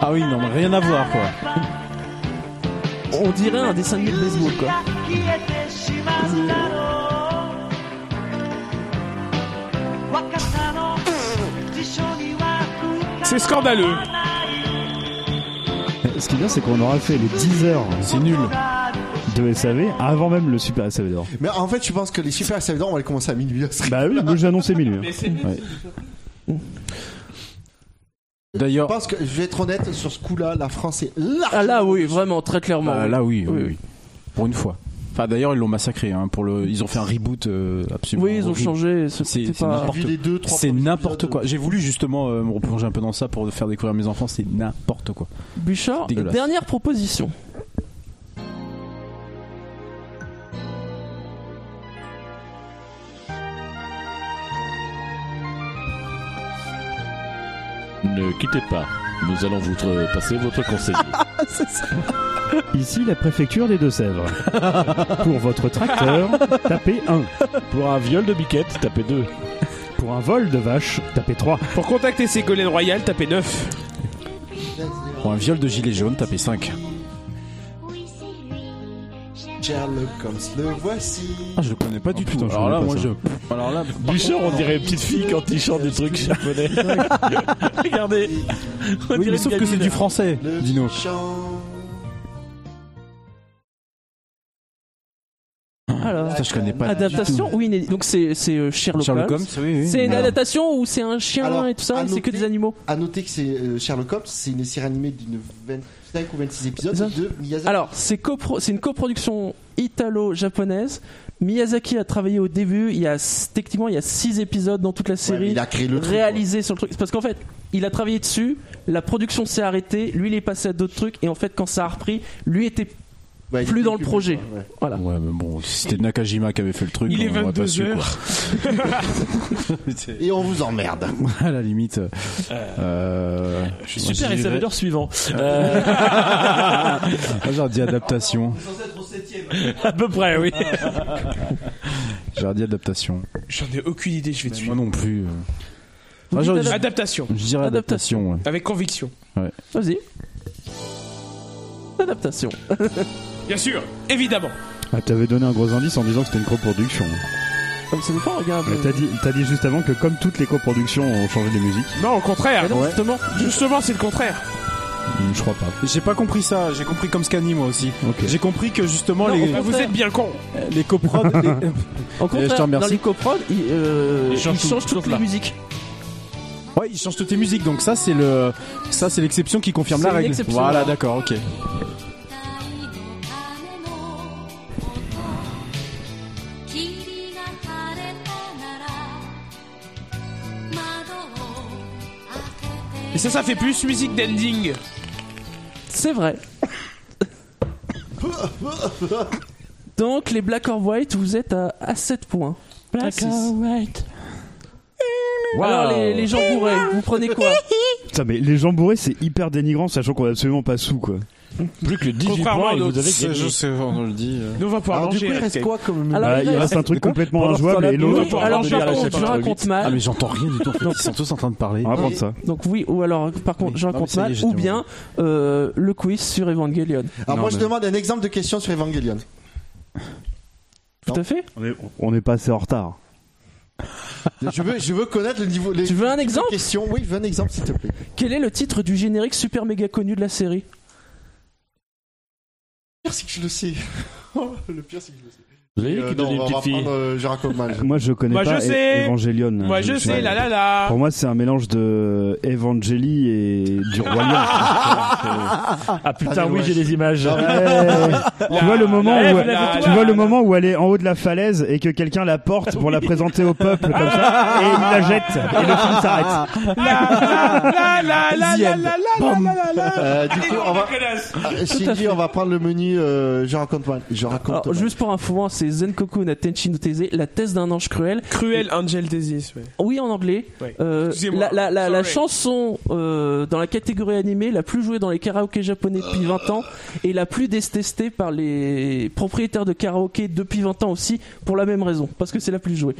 S7: Ah oui, non, mais rien à voir quoi.
S3: On dirait un dessin animé de baseball, quoi.
S6: C'est scandaleux.
S5: Ce qui est bien, c'est qu'on aura fait les 10 heures
S7: C'est nul.
S5: de SAV avant même le Super SAV d'or.
S4: Mais en fait, je pense que les super savants, on va les commencer à minuit. Je
S5: Bah oui, moi j'ai annoncé minuit. hein.
S7: D'ailleurs,
S4: pense que, je vais être honnête, sur ce coup-là, la France est là.
S3: Ah, là, oui, vraiment, très clairement.
S7: euh, là oui, oui,
S3: Oui,
S7: oui. Pour une fois. Enfin, d'ailleurs, ils l'ont massacré. Hein, pour le... Ils ont fait un reboot euh, absolument.
S3: Oui, ils ont
S7: horrible.
S3: changé. ce-
S7: C'est-
S3: c'était
S7: c'est
S3: pas...
S7: n'importe
S4: Vu les deux, trois
S7: C'est
S4: premiers
S7: n'importe
S4: épisodes.
S7: quoi. J'ai voulu justement euh, me replonger un peu dans ça pour faire découvrir à mes enfants. C'est n'importe quoi.
S3: Bouchard,
S7: C'est dégueulasse.
S3: dernière proposition.
S8: Ne quittez pas. Nous allons vous tr- passer votre conseiller.
S5: Ici, la préfecture des Deux-Sèvres. Pour votre tracteur, tapez 1.
S8: Pour un viol de biquette, tapez 2.
S5: Pour un vol de vache, tapez 3.
S6: Pour contacter Ségolène Royal, tapez 9.
S7: Pour un viol de gilet jaune, tapez 5.
S4: Sherlock Holmes, le voici.
S7: Ah, je le connais pas du
S5: putain,
S7: tout.
S5: je
S7: Alors là,
S5: connais
S7: moi,
S5: pas
S7: je.
S5: ça.
S7: Alors là,
S8: Bûcher, on dirait une petite fille quand il chante des trucs japonais. Regardez. On
S7: oui,
S8: dirait
S7: mais
S8: une
S7: sauf que
S8: gamine.
S7: c'est du français,
S4: Le
S7: Dino.
S4: chant. Ah,
S3: Alors,
S7: Putain, je connais pas.
S3: adaptation ou inédit Donc c'est c'est, euh, Sherlock,
S7: Sherlock
S3: Holmes.
S7: Holmes, oui, oui.
S3: C'est une
S7: Alors,
S3: adaptation ou c'est un chien
S4: Alors,
S3: et tout ça
S4: à
S3: et C'est que
S4: noter-
S3: des animaux.
S4: À noter que c'est euh, Sherlock Holmes, c'est une série animée d'une 25 ou 26 épisodes
S3: Ça.
S4: de Miyazaki.
S3: Alors, c'est copro- c'est une coproduction italo-japonaise. Miyazaki a travaillé au début. Il y a s- techniquement il y a six épisodes dans toute la
S4: Ouais, mais
S3: série
S4: il a créé le truc,
S3: réalisé sur le truc. C'est Parce qu'en fait, il a travaillé dessus. La production s'est arrêtée. Lui, il est passé à d'autres trucs. Et en fait, quand ça a repris, lui était
S4: quoi. Ouais, il
S3: plus
S4: est
S3: dans le
S4: occupé,
S3: projet.
S4: quoi, ouais.
S3: voilà.
S7: Ouais, mais bon, si c'était Nakajima qui avait fait le truc,
S6: Il est
S7: on aurait pas su,
S6: 22
S7: quoi.
S6: heures.
S4: Et on vous emmerde.
S7: à la limite. Euh...
S8: Super, et ça va l'heure suivant.
S7: Ah, Euh. J'aurais dit adaptation.
S8: à peu près, oui.
S7: J'aurais dit adaptation.
S6: J'en ai aucune idée, je vais te
S7: Moi
S6: suivre.
S7: non plus. euh. Ah, j'aurais dit-
S6: Adaptation.
S7: je dirais adaptation. ouais.
S6: Avec conviction.
S3: Vas-y. Adaptation.
S6: Bien sûr, évidemment.
S5: Ah, t'avais donné un gros indice en disant que c'était une coproduction.
S3: Comme ça nous fait, regarde.
S5: Mais Euh, t'as dit, t'as dit juste avant que comme toutes les coproductions ont changé de musique.
S6: Non, au contraire.
S3: Mais non, justement.
S6: Justement, c'est le contraire.
S5: Hmm, Je crois pas.
S7: J'ai pas compris ça, j'ai compris comme Scani moi aussi.
S5: Ok.
S7: J'ai compris que justement
S3: Non,
S7: les,
S3: au
S6: Vous
S3: contraire.
S6: êtes bien con.
S7: les coprodes. les-
S3: Au contraire,
S7: je te remercie.
S3: dans les coprodes, il, euh,
S8: Il
S3: il
S8: change
S3: change,
S8: tout- tout
S3: toutes
S8: là.
S3: les musiques.
S7: Ouais, ils changent toutes les musiques donc ça c'est le ça c'est l'exception qui confirme
S3: C'est
S7: la
S3: une
S7: règle.
S3: exception.
S7: Voilà, d'accord, OK.
S6: Et ça, ça fait plus musique d'ending.
S3: C'est vrai. Donc les Black or White, vous êtes à, à 7 points.
S7: Ah,
S3: Black or White. Alors les, les gens bourrés, vous prenez quoi
S5: Putain, mais les gens bourrés, c'est hyper dénigrant, sachant qu'on est absolument pas sous, quoi.
S8: Plus que 18
S6: Contrairement
S8: points
S6: à
S8: et vous
S6: d'autres,
S8: avez gagné.
S7: sais, on le dit.
S8: euh.
S6: Nous, on va pouvoir
S4: Alors, du
S6: manger.
S4: coup, il reste
S6: Escape.
S4: quoi comme.
S6: Ah,
S3: Alors,
S5: Bah, il reste un truc complètement injouable et
S8: On va
S5: l'autre.
S8: pouvoir
S3: Alors
S8: demander à
S3: par
S8: la
S3: contre,
S8: chef
S3: je
S8: entre
S3: raconte
S7: Ah
S3: mal.
S7: mais j'entends rien du tout. en fait, Ils sont tous en train de parler.
S5: On va prendre ça.
S3: Donc oui, ou alors par contre, je
S7: Oui. Non, mais
S3: raconte
S7: ça y est,
S3: mal,
S7: j'étais
S3: ou
S7: au
S3: bien euh, le quiz sur Evangelion.
S4: Alors,
S7: Non,
S4: moi, je
S7: mais-
S4: demande un exemple de question sur Evangelion.
S3: Tout
S4: Non.
S3: à fait.
S5: On est, on est pas assez en retard.
S4: je, veux, je veux connaître le niveau. Les
S3: Tu veux un exemple
S4: questions Oui, je veux un exemple, s'il te plaît.
S3: Quel est le titre du générique super méga connu de la série
S4: Le pire, c'est que je le sais. le pire, c'est que je le sais.
S8: Vous avez vu
S4: Euh,
S8: qu'il
S4: non,
S8: donnait
S4: on
S8: une
S4: va
S8: petite fille.
S4: reprendre euh, Gérard Coleman.
S5: Moi, je connais
S6: Moi,
S5: pas
S6: je sais.
S5: Evangelion. hein,
S6: Moi, je sais, la la la.
S5: Pour moi, c'est un mélange de Evangeli et du Roi Lion.
S8: Ah
S4: Ah,
S8: putain,
S4: mais
S8: oui,
S4: ouais.
S8: j'ai les images.
S5: tu vois le moment
S6: la-
S5: où,
S6: la-
S5: tu
S6: la-
S5: vois le
S6: la-
S5: moment où elle est en haut de la falaise et que quelqu'un la porte pour la présenter au peuple comme
S6: Ah.
S5: ça et il la jette et le film s'arrête.
S6: La la la la la la la la la la.
S4: Euh, du coup, on va.
S6: connasse.
S4: Ah, Shinji, on va prendre le menu. Euh, je raconte mal. Je raconte mal.
S3: Alors, juste pour info, hein, c'est Zenkoku na Tenchi no Taizai, la thèse d'un ange cruel.
S6: Cruel Angel Disease. ouais.
S3: Oui, en anglais.
S6: Ouais.
S3: Euh,
S6: Excusez-moi.
S3: la, la- la- la
S6: Sorry.
S3: chanson euh, dans la catégorie animée la plus jouée dans les karaokés japonais depuis 20 ans et la plus détestée par les propriétaires de karaoké depuis 20 ans aussi pour la même raison, parce que c'est la plus jouée.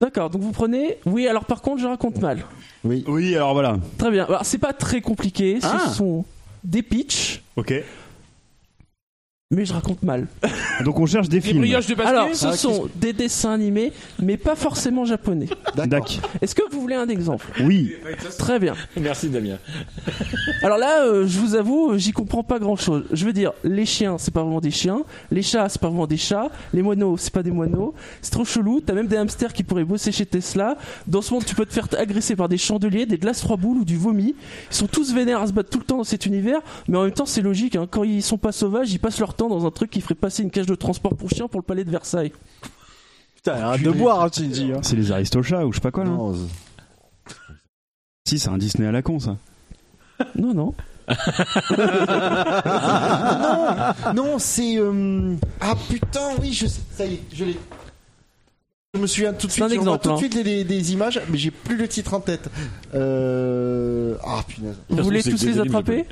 S3: D'accord, donc vous prenez. Oui, alors par contre, je raconte mal.
S5: Oui, alors voilà.
S3: Très bien. Alors, c'est pas très compliqué, ce
S7: Ah.
S3: sont des pitchs,
S5: Ok.
S3: mais je raconte mal.
S5: Donc on cherche des
S6: Les
S5: films.
S6: brioches de Ah, basket.
S3: Alors, ce sont des dessins animés, mais pas forcément japonais.
S5: Dac.
S3: Est-ce que vous voulez un exemple
S5: Oui.
S3: Très bien.
S8: Merci Damien.
S3: Alors là, euh, je vous avoue, j'y comprends pas grand-chose. Je veux dire, les chiens, c'est pas vraiment des chiens. Les chats, c'est pas vraiment des chats. Les moineaux, c'est pas des moineaux. C'est trop chelou. T'as même des hamsters qui pourraient bosser chez Tesla. Dans ce monde, tu peux te faire agresser par des chandeliers, des glaces trois boules ou du vomi. Ils sont tous vénères à se battre tout le temps dans cet univers. Mais en même temps, c'est logique. hein. Quand ils sont pas sauvages, ils passent leur temps dans un truc qui ferait passer une cage de transport pour chiens pour le palais de Versailles.
S7: Putain, arrête de boire, hein, Shinji. hein.
S5: C'est les Aristochats ou je sais pas quoi là.
S4: Non,
S5: Si, c'est un Disney à la con ça.
S3: Non, non.
S4: non c'est. euh, Ah putain, oui, je sais. Ça y est, je l'ai. Je me souviens tout de suite.
S3: un
S4: je vois
S3: exemple,
S4: tout de
S3: hein.
S4: suite les, les- des images, mais j'ai plus le titre en tête. Euh... Ah punaise.
S3: Vous
S8: façon,
S3: voulez
S8: c'est
S3: tous
S8: des
S3: les
S8: animaux
S3: attraper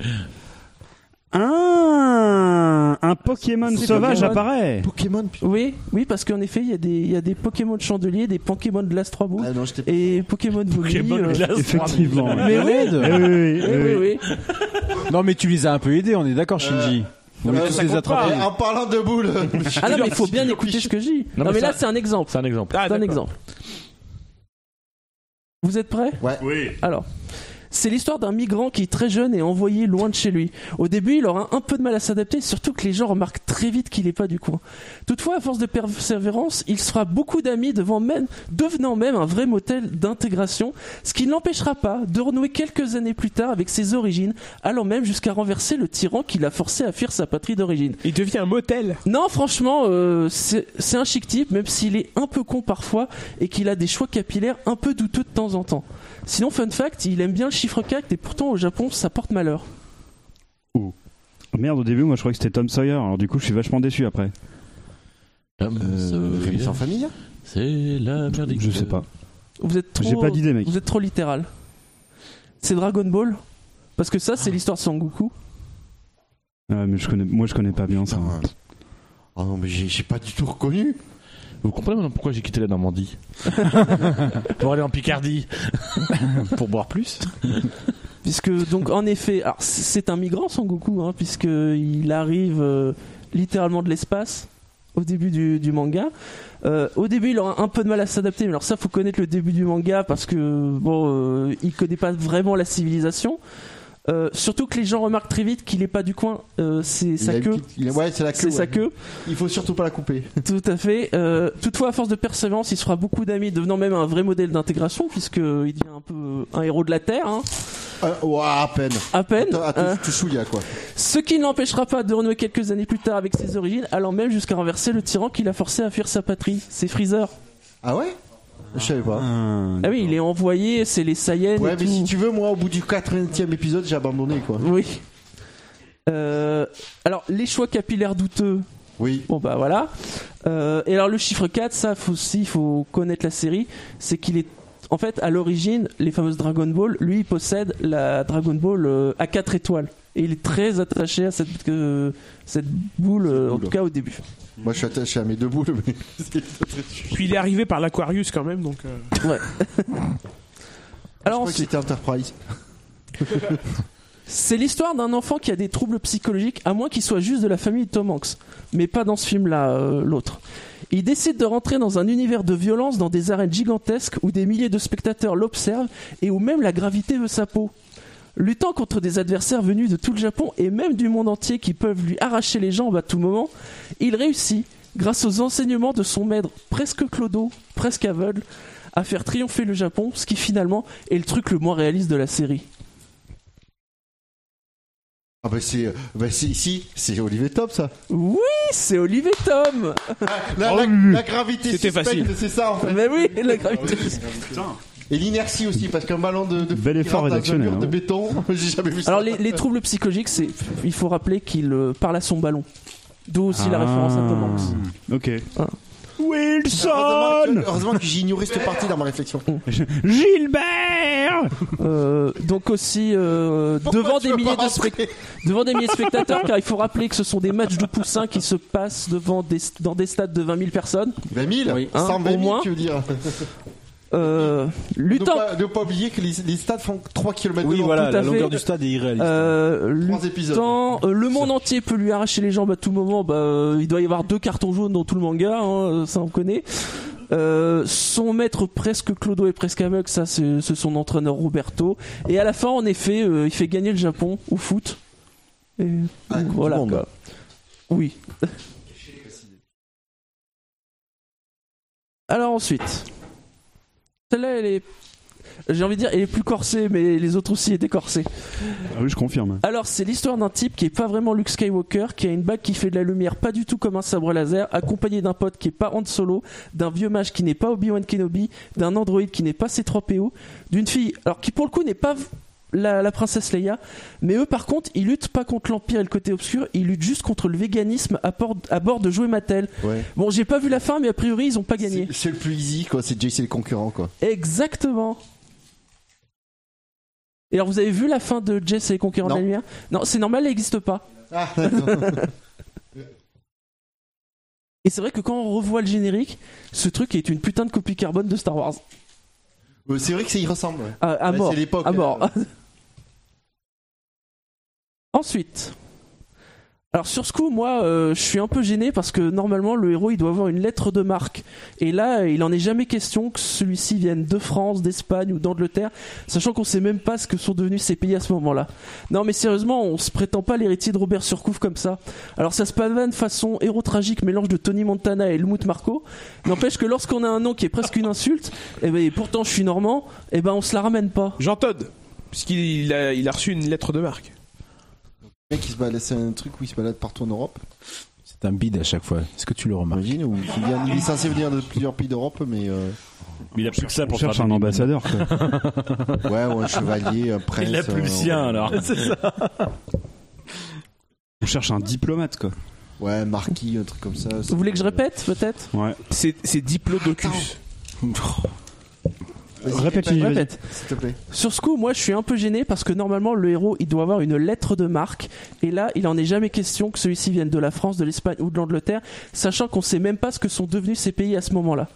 S5: Ah, un Pokémon
S3: C'est
S5: sauvage
S3: Pokémon.
S5: apparaît.
S4: Pokémon, putain.
S3: Oui, oui, parce qu'en effet, il y, a des- il y a des Pokémon de chandelier, des Pokémon de glace trois boules.
S4: Ah non, j'étais pas.
S3: et Pokémon Vomi. euh,
S5: Effectivement.
S6: Ah,
S3: Mais oui,
S5: Eh oui, oui,
S3: oui,
S5: oui, oui.
S3: oui, oui.
S7: Non mais tu les as un peu aidés, on est d'accord Shinji.
S6: mais
S7: tous
S6: ça
S7: les
S6: compte pas.
S7: attraper.
S4: Et en parlant de boules,
S3: Ah non, mais il faut bien écouter ce que je dis. Non, mais là, c'est un exemple.
S8: C'est un exemple.
S3: C'est
S6: Ah,
S3: un
S6: d'accord.
S3: exemple. Vous êtes prêts
S8: Oui.
S3: Alors, c'est l'histoire d'un migrant qui, très jeune, est envoyé loin de chez lui. Au début, il aura un peu de mal à s'adapter, surtout que les gens remarquent très vite qu'il n'est pas du coin. Toutefois, à force de persévérance, il sera beaucoup d'amis, devant même, devenant même un vrai motel d'intégration, ce qui ne l'empêchera pas de renouer quelques années plus tard avec ses origines, allant même jusqu'à renverser le tyran qui l'a forcé à fuir sa patrie d'origine.
S6: Il devient un motel.
S3: Non, franchement, euh, c'est c'est un chic type, même s'il est un peu con parfois et qu'il a des choix capillaires un peu douteux de temps en temps. Sinon, fun fact, il aime bien le chiffre 4 et pourtant au Japon, ça porte malheur.
S5: Merde, au début, moi je croyais que c'était Tom Sawyer, alors du coup je suis vachement déçu après.
S4: Rémi sans famille
S8: C'est la merde.
S5: Je sais pas.
S3: Vous êtes trop,
S5: J'ai pas d'idée, mec.
S3: Vous êtes trop littéral. C'est Dragon Ball Parce que ça,
S5: Ah.
S3: c'est l'histoire de Sangoku.
S5: Ouais, mais je connais... moi je connais pas bien ça.
S4: Putain. Oh non, mais j'ai j'ai pas du tout reconnu.
S8: Vous comprenez maintenant pourquoi j'ai quitté la Normandie Pour aller en Picardie.
S6: Pour boire plus.
S3: Puisque, donc, en effet, alors c- c'est un migrant Sangoku, hein, puisqu'il arrive euh, littéralement de l'espace au début du, du manga. Euh, au début, il aura un peu de mal à s'adapter, mais alors ça, faut connaître le début du manga parce que bon, euh, il connaît pas vraiment la civilisation. Euh, surtout que les gens remarquent très vite qu'il est pas du coin, euh, c'est
S4: Il a
S3: sa
S4: une
S3: queue.
S4: petite- il a- Ouais, c'est la queue.
S3: C'est sa
S4: ouais.
S3: queue.
S4: Il faut surtout pas la couper.
S3: Tout à fait. Euh, toutefois, à force de persévérance, il se fera beaucoup d'amis, devenant même un vrai modèle d'intégration, puisqu'il devient un peu euh, un héros de la Terre, hein,
S4: Euh, ouah, à peine.
S3: à peine.
S4: Attends, attends,
S3: Euh,
S4: tu souilles à quoi
S3: ce qui ne l'empêchera pas de renouer quelques années plus tard avec ses origines, allant même jusqu'à renverser le tyran qui l'a forcé à fuir sa patrie. C'est Freezer.
S4: Ah ouais Je savais pas.
S5: Ah,
S3: Ah oui, il est envoyé, c'est les Saiyans
S4: Ouais, mais
S3: et tout.
S4: si tu veux, moi, au bout du 80e épisode, j'ai abandonné, quoi.
S3: Oui. Euh, alors, les choix capillaires douteux,
S4: Oui.
S3: Bon bah voilà. Euh, et alors le chiffre 4, ça faut aussi faut connaître la série, c'est qu'il est en fait à l'origine les fameuses Dragon Ball, lui il possède la Dragon Ball euh, à 4 étoiles et il est très attaché à cette euh, cette boule euh, en
S4: boule.
S3: tout cas au début.
S4: Moi, je suis attaché à mes deux boules. Mais...
S6: Puis il est arrivé par l'Aquarius quand même, donc. euh,
S3: Alors
S4: je crois que
S3: ensuite,
S4: c'était Enterprise.
S3: c'est l'histoire d'un enfant qui a des troubles psychologiques à moins qu'il soit juste de la famille de Tom Hanks, mais pas dans ce film là l'autre. Il décide de rentrer dans un univers de violence dans des arènes gigantesques où des milliers de spectateurs l'observent et où même la gravité veut sa peau. Luttant contre des adversaires venus de tout le Japon et même du monde entier qui peuvent lui arracher les jambes à tout moment, il réussit, grâce aux enseignements de son maître presque clodo, presque aveugle, à faire triompher le Japon, ce qui finalement est le truc le moins réaliste de la série.
S4: Ah bah c'est... Bah c'est si, c'est Olivier Top, ça.
S3: Oui, c'est Olivier Tom
S4: La, la- la gravité
S6: C'était
S4: suspecte,
S6: facile.
S4: C'est ça, en fait.
S3: Mais oui, la gravité.
S4: Et l'inertie aussi, parce qu'un ballon de, de qui
S5: Bel effort
S4: rentre dans un
S5: rédactionnel,
S4: mur de
S5: hein.
S4: béton, j'ai jamais vu ça.
S3: Alors les, les troubles psychologiques, c'est il faut rappeler qu'il euh, parle à son ballon. D'où aussi
S5: Ah.
S3: la référence à Tom Hanks.
S5: Ok.
S3: Ah.
S5: Wilson
S4: Heureusement que- Heureusement que j'ignorais cette partie dans ma réflexion.
S5: Gilbert
S3: Euh, donc aussi euh, devant,
S4: tu
S3: des
S4: veux
S3: milliers
S4: pas
S3: de spect- devant des milliers de spectateurs, car il faut rappeler que ce sont des matchs de poussins qui se passent devant des, dans des stades de 20 000 personnes.
S4: 20 000
S3: Oui, hein,
S4: 120 000,
S3: au moins.
S4: tu veux dire
S3: Euh,
S4: Ne
S3: luttant,
S4: pas, ne pas oublier que les, les stades font 3 km de
S7: Oui,
S4: long.
S7: voilà,
S3: tout à
S7: la longueur
S3: fait.
S7: du stade est irréaliste.
S3: euh,
S4: hein. Trois épisodes.
S3: luttant, euh, le monde entier peut lui arracher les jambes à tout moment. Bah, euh, il doit y avoir deux cartons jaunes dans tout le manga, hein, ça on connaît. Euh, son maître presque Clodo et presque aveugle, ça c'est c'est son entraîneur Roberto. Et à la fin, en effet, euh, il fait gagner le Japon au foot. Et,
S4: Ah, Coupe du
S3: voilà.
S4: Monde.
S3: quoi. Oui. Alors ensuite, celle-là, elle est, j'ai envie de dire, elle est plus corsée, mais les autres aussi étaient corsées.
S5: Ah oui, je confirme.
S3: Alors, c'est l'histoire d'un type qui est pas vraiment Luke Skywalker, qui a une bague qui fait de la lumière pas du tout comme un sabre laser, accompagné d'un pote qui est pas Han Solo, d'un vieux mage qui n'est pas Obi-Wan Kenobi, d'un androïde qui n'est pas C3PO, d'une fille, alors qui pour le coup n'est pas v- la, la princesse Leia, mais eux par contre, ils luttent pas contre l'Empire et le côté obscur, ils luttent juste contre le véganisme à, bord- à bord de jouer Mattel.
S4: Ouais.
S3: Bon, j'ai pas vu la fin, mais a priori, ils ont pas gagné.
S4: C'est c'est le plus easy, quoi. C'est JC le concurrent, quoi.
S3: Exactement. Et alors, vous avez vu la fin de Jess et les Conquérants de
S4: Non.
S3: la Lumière Non, c'est normal, elle n'existe pas.
S4: Ah, d'accord.
S3: Et c'est vrai que quand on revoit le générique, ce truc est une putain de copie carbone de Star Wars.
S4: Euh, c'est vrai que ça y ressemble. ouais.
S3: À, Ah, à
S4: Ouais,
S3: mort.
S4: C'est hein. l'époque.
S3: À
S4: euh,
S3: mort. Ensuite, Alors sur ce coup, moi, euh, je suis un peu gêné parce que normalement, le héros, il doit avoir une lettre de marque. Et là, il en est jamais question que celui-ci vienne de France, d'Espagne ou d'Angleterre, sachant qu'on sait même pas ce que sont devenus ces pays à ce moment-là. Non, mais sérieusement, on se prétend pas l'héritier de Robert Surcouf comme ça. Alors ça se pavane façon héros tragique, mélange de Tony Montana et Helmut Marco. N'empêche que lorsqu'on a un nom qui est presque une insulte, et ben et pourtant je suis normand, et ben on se la ramène pas.
S6: Jean Todd, puisqu'il a, il a reçu une lettre de marque.
S4: Le mec, il se balade, c'est un truc où il se balade partout en Europe,
S7: C'est un bide à chaque fois. Est-ce que tu le remarques
S4: imagine, ou qui vient, il est censé venir de plusieurs pays d'Europe, mais euh,
S8: Mais il a plus que ça
S5: On
S8: pour
S5: cherche
S8: faire
S5: un
S8: des-
S5: ambassadeur. quoi.
S4: ouais, ou un chevalier, un prince.
S8: Il a plus le
S4: euh,
S8: sien alors.
S5: On cherche un diplomate, quoi.
S4: Ouais, marquis, un truc comme ça.
S3: Vous voulez que je répète peut-être
S5: Ouais.
S6: C'est, c'est Diplodocus.
S4: Vas-y,
S5: Euh,
S4: répète,
S5: Répète, Vas-y.
S3: Répète.
S4: S'il te plaît.
S3: Sur ce coup, moi, je suis un peu gêné parce que normalement, le héros, il doit avoir une lettre de marque. Et là, il en est jamais question que celui-ci vienne de la France, de l'Espagne ou de l'Angleterre, sachant qu'on sait même pas ce que sont devenus ces pays à ce moment-là.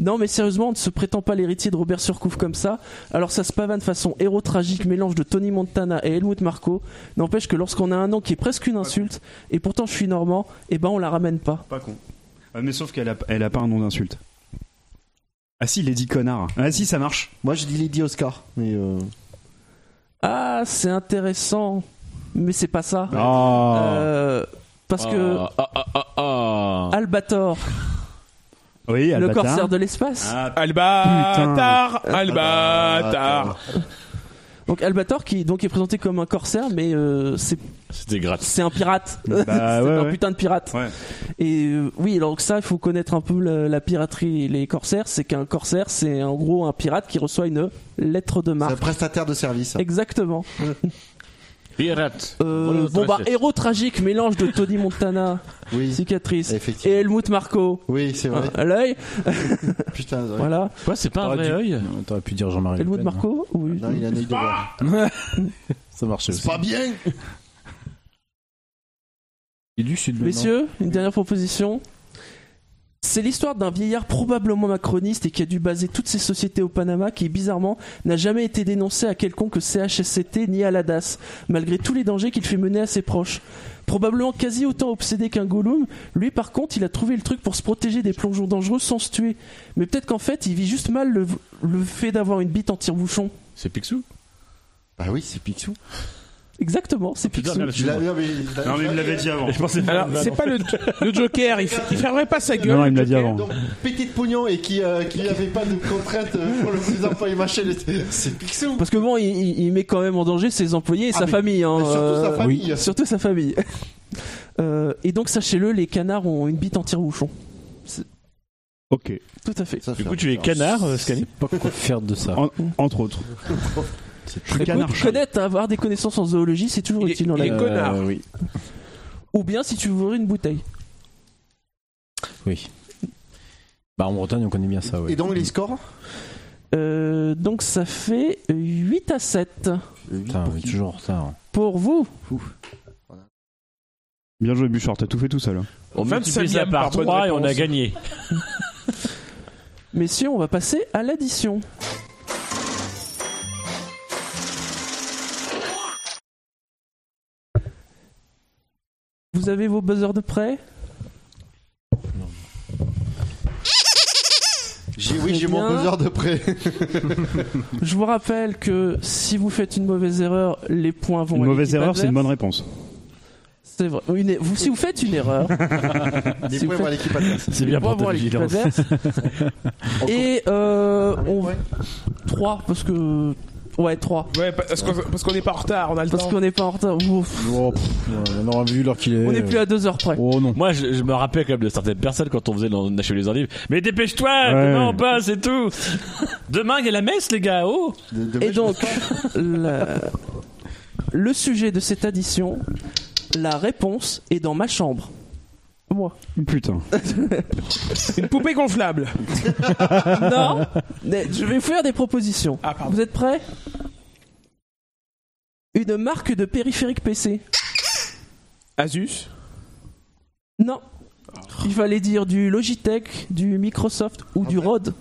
S3: Non, mais sérieusement, on ne se prétend pas l'héritier de Robert Surcouf comme ça. Alors ça se pavane façon héros tragique, mélange de Tony Montana et Helmut Marco. N'empêche que lorsqu'on a un nom qui est presque une insulte, et pourtant je suis normand, eh ben on la ramène pas.
S5: Pas con. Ah, mais sauf qu'elle a, elle a pas un nom d'insulte. Ah si, il est dit connard. Ah si, ça marche.
S4: Moi, je dis Lady Oscar, mais euh,
S3: Ah, c'est intéressant, mais c'est pas ça. Euh, parce que
S8: Ah, ah, ah, ah, ah.
S3: Albator,
S5: Oui,
S3: le
S5: Albatar.
S3: corsaire de l'espace.
S5: Ah,
S6: Albatar, Albatar.
S3: Donc Albator qui donc est présenté comme un corsaire, mais euh, c'est
S8: C'était gratuit.
S3: c'est un pirate.
S5: Bah,
S3: c'est
S5: ouais,
S3: un
S5: ouais.
S3: putain de pirate.
S5: Ouais.
S3: Et euh, oui, donc ça, il faut connaître un peu la, la piraterie et les corsaires. C'est qu'un corsaire, c'est en gros un pirate qui reçoit une lettre de
S4: c'est un
S3: marque.
S4: prestataire de service.
S3: Exactement.
S8: Pirate.
S3: Euh,
S8: Voilà,
S3: bon bah,
S8: c'est-
S3: héros tragique, mélange de Tony Montana,
S4: Oui,
S3: cicatrice, et
S4: effectivement.
S3: Helmut Marco.
S4: Oui, c'est vrai.
S3: à L'œil,
S4: Putain, ouais.
S3: voilà.
S8: Quoi, c'est pas un vrai œil
S7: Non, T'aurais pu dire Jean-Marie. Le
S3: Helmut
S7: Pen, hein.
S3: Marco oui.
S4: Non, il a un œil de voir.
S7: Ça marchait aussi.
S4: Ah, Pas bien
S7: Il est du sud.
S3: Messieurs, une dernière proposition. C'est l'histoire d'un vieillard probablement macroniste et qui a dû baser toutes ses sociétés au Panama qui, bizarrement, n'a jamais été dénoncé à quelconque CHSCT ni à la DAS, malgré tous les dangers qu'il fait mener à ses proches. Probablement quasi autant obsédé qu'un Gollum, lui par contre, il a trouvé le truc pour se protéger des plongeons dangereux sans se tuer. Mais peut-être qu'en fait, il vit juste mal le, le fait d'avoir une bite en tire-bouchon.
S8: C'est Picsou
S4: Bah oui, c'est Picsou.
S3: Exactement,
S4: Ah,
S3: c'est Picsou.
S8: Putain, merde,
S4: Tu l'as
S8: excuse-moi.
S4: non, mais il l'a-
S5: Non, mais il me l'avait dit avant.
S8: Je pensais
S6: Alors, c'est pas le, le Joker, il, f- il fermerait pas sa gueule.
S5: Non, il me
S6: le
S5: l'a dit
S6: Joker.
S5: avant.
S4: Donc, pété de pognon et qui, euh, qui avait pas de contrainte euh, pour le plus enfants et machin. C'est Picsou.
S3: Parce que bon, il, il- il met quand même en danger ses employés et
S4: Ah,
S3: sa
S4: mais-
S3: famille. hein,
S4: mais surtout sa
S3: euh,
S4: famille.
S3: oui, surtout sa famille. Euh, et donc, sachez-le, les canards ont une bite en tire-bouchon.
S5: Ok.
S3: Tout à fait.
S4: Ça fait
S8: Du coup,
S4: un
S8: tu es
S4: peu
S8: canard, euh,
S7: Je sais
S8: Scani
S7: pas quoi faire de ça.
S5: En- entre autres.
S7: C'est
S5: Je suis canard.
S3: Écoute, connaître, hein, avoir des connaissances en zoologie, c'est toujours
S6: Il est-
S3: utile dans
S6: il
S3: la
S6: est
S3: vie.
S6: connard.
S7: Euh, oui.
S3: Ou bien si tu veux ouvrir une bouteille.
S7: Oui. Bah en Bretagne on connaît bien ça.
S4: peur.
S7: Ouais.
S4: Et donc, les scores
S3: Euh, donc, ça fait 8 à 7
S7: Putain, on est toujours en retard. hein.
S3: pour vous.
S5: Bien joué, Bouchard, t'as tout fait tout seul. hein.
S8: On
S6: 25e
S8: multiplie ça par
S6: par bonne
S8: 3 et on a
S6: réponse.
S8: gagné.
S3: Messieurs, on va passer à l'addition. Vous avez vos buzzers de près
S4: J'ai- Oui,
S3: Très
S4: j'ai mon
S3: bien.
S4: buzzer de près.
S3: Je vous rappelle que si vous faites une mauvaise erreur, les points vont
S5: Une
S3: à
S5: mauvaise
S3: l'équipe
S5: erreur, c'est une
S3: adverse.
S5: bonne réponse.
S3: C'est vrai. Une- vous- si vous faites une erreur,
S4: Des
S3: Si
S4: points
S3: vous
S4: pour l'équipe adverse.
S7: C'est
S3: les points vont à l'équipe adverse. Et euh, on 3 parce que ouais 3
S6: Ouais, pa- parce qu'on parce qu'on est pas en retard, on a le
S3: parce
S6: temps.
S3: qu'on n'est pas en retard. Ouf.
S7: Oh, pff, on aura vu l'heure qu'il est.
S5: Euh,
S3: On n'est plus à 2 heures près.
S7: Oh non.
S8: Moi, je, je me rappelais quand même de certaines personnes quand on faisait dans achever les endives. Mais dépêche-toi,
S5: Ouais.
S8: demain on passe et tout. demain il y a la messe, les gars. Oh,
S4: De- de-
S3: Et donc la- le sujet de cette addition, la réponse est dans ma chambre. Moi.
S5: Putain.
S6: Une poupée gonflable.
S3: Non. mais Je vais vous faire des propositions.
S6: Ah, pardon.
S3: Vous êtes prêts Une marque de périphérique PC.
S6: Asus.
S3: Non.
S8: Ah.
S3: Il fallait dire du Logitech, du Microsoft ou du Rode.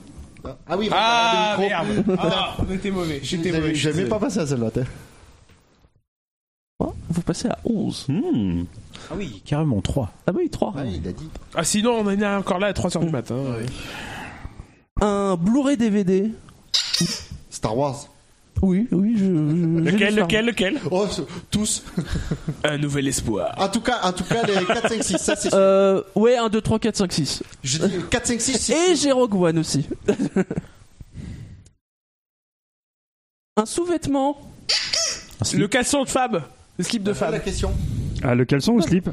S4: Ah oui,
S6: Ah,
S4: regarde, le micro.
S6: merde. Ah, non, on était mauvais.
S4: Je
S6: J'étais
S4: l'avais-
S6: mauvais.
S4: j'avais
S6: je
S4: pas passé à celle-là. t'es.
S3: Vous passez Oh, à 11.
S8: Hmm.
S7: Ah oui, carrément, 3.
S3: Ah bah oui, 3.
S4: Ah, il a dit.
S6: Ah, sinon, on en est encore là à 3h du matin.
S3: Un Blu-ray DVD.
S4: Star Wars.
S3: Oui, oui, je. je- je
S8: Lequel,
S3: l'ai
S8: lequel, lequel
S4: Oh, ce- tous.
S6: Un nouvel espoir.
S4: En tout cas, en tout cas, les 4, 5, 6, ça c'est
S3: fait. euh, ouais, 1, 2, 3, 4, 5, 6.
S4: Je dis 4, 5, 6,
S3: Et j'ai Rogue One aussi. un sous-vêtement.
S6: Le caleçon de Fab. Le slip de
S4: la
S6: Fab.
S4: question.
S5: Ah, le caleçon ou slip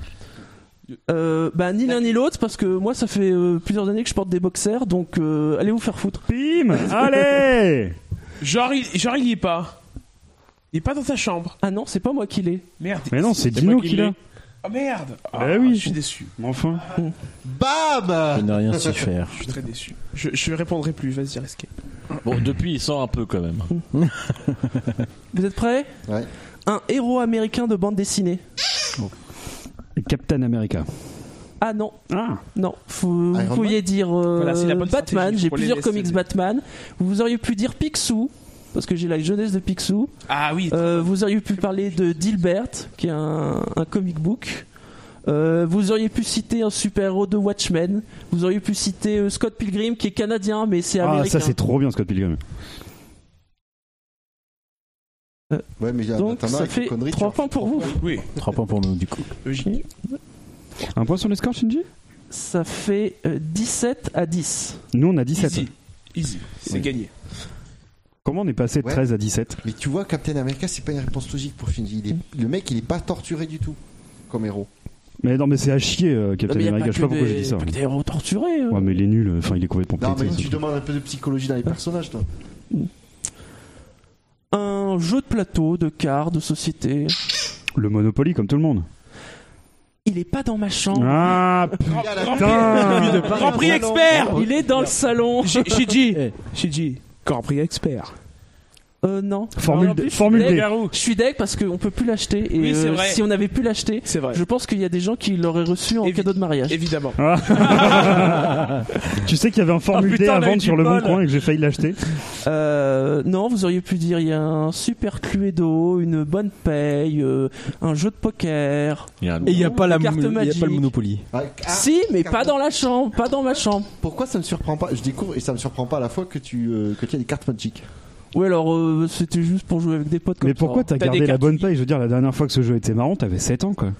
S3: Euh, bah, ni l'un ni l'autre, parce que moi, ça fait euh, plusieurs années que je porte des boxers, donc euh, allez vous faire foutre.
S5: Bim Allez
S6: Genre, il, genre, il y est pas. Il est pas dans sa chambre.
S3: Ah non, c'est pas moi qui l'ai.
S6: Merde.
S5: Mais non, c'est Dino qui l'a.
S6: Oh merde. Ah,
S5: Bah oui.
S6: Je suis déçu.
S5: Mais Enfin.
S7: Je
S4: Bam
S7: n'ai rien su faire.
S6: Je suis très déçu. Je, je répondrai plus. Vas-y, risqué.
S8: Bon, depuis, il sent un peu quand même.
S3: Vous êtes prêts
S4: Ouais.
S3: Un héros américain de bande dessinée.
S5: Captain America.
S3: Ah non,
S5: Ah
S3: non. Faut,
S4: Iron
S3: vous pouviez dire euh,
S6: Voilà, c'est la bonne
S3: Batman.
S6: stratégie,
S3: J'ai
S6: faut les
S3: plusieurs
S6: laisser.
S3: comics Batman. Vous auriez pu dire Picsou, parce que j'ai la jeunesse de Picsou.
S6: Ah oui.
S3: Euh, vous auriez pu parler de Dilbert, qui est un, un comic book. Euh, vous auriez pu citer un super-héros de Watchmen. Vous auriez pu citer euh, Scott Pilgrim, qui est canadien, mais c'est
S5: Ah,
S3: américain.
S5: ça c'est trop bien Scott Pilgrim.
S4: Ouais, mais j'ai
S3: Donc ça fait 3 points pour vous.
S6: Oui.
S7: 3 points pour nous, du coup.
S6: Logique.
S5: Un point sur les scores, Shinji
S3: Ça fait euh, 17 à 10.
S5: Nous on a 17.
S6: Easy. Easy. C'est
S5: Oui.
S6: gagné.
S5: Comment on est passé de
S4: Ouais.
S5: 13 à 17
S4: Mais tu vois, Captain America, c'est pas une réponse logique pour Shinji. Il est- Le mec, il est pas torturé du tout comme héros.
S5: Mais non, mais c'est à chier euh,
S3: Non,
S5: Captain
S3: mais y a
S5: America.
S3: pas
S5: Je sais pas
S3: que
S5: pourquoi
S3: des-
S5: j'ai dit ça.
S3: pas que des héros torturés. euh.
S5: Ouais, mais il est nul. Enfin, il est complètement
S4: Non,
S5: pété.
S4: mais
S5: ce
S4: tu
S5: truc.
S4: demandes un peu de psychologie dans les personnages, toi.
S3: Un jeu de plateau, de cartes, de société.
S5: Le Monopoly, comme tout le monde.
S3: Il est pas dans ma chambre.
S5: Ah
S4: Il a la-
S5: putain
S6: Grand Prix expert.
S3: Il est dans le salon.
S6: Shi- Shiji.
S7: Eh.
S6: Shiji. Grand Prix expert.
S3: Euh, non.
S5: Formule,
S3: Non, en plus,
S5: D- Formule
S3: je suis
S5: D.
S3: deg. Je suis deg parce qu'on peut plus l'acheter. Et
S6: Oui, c'est
S3: euh,
S6: vrai.
S3: si on avait pu l'acheter,
S6: C'est vrai.
S3: je pense qu'il y a des gens qui l'auraient reçu en
S6: Évi-
S3: cadeau de mariage.
S6: Évidemment.
S5: Tu sais qu'il y avait un Formule
S6: Ah,
S5: D
S6: putain,
S5: à
S6: on a eu
S5: vendre
S6: du
S5: sur le bon
S6: bol.
S5: coin et que j'ai failli l'acheter.
S3: Euh, non, vous auriez pu dire il y a un super Cluedo, une bonne paye, euh, un jeu de poker.
S8: Il y a un-
S7: Et il n'y a, pas la
S3: Carte
S7: mou- il y a
S3: magique.
S7: pas le Monopoly.
S4: Ouais. Ah,
S3: si, mais
S4: carte
S3: pas
S4: de-
S3: dans la chambre, pas dans ma chambre.
S4: Pourquoi ça me surprend pas Je découvre et ça me surprend pas à la fois que tu euh, que tu as des cartes magiques.
S3: Oui, alors euh, c'était juste pour jouer avec des potes. Comme
S5: Mais
S3: ça.
S5: pourquoi t'as
S6: T'as
S5: gardé
S6: des
S5: la
S6: cartes
S5: bonne paille Je veux dire, la dernière fois que ce jeu était marrant, t'avais 7 ans quoi.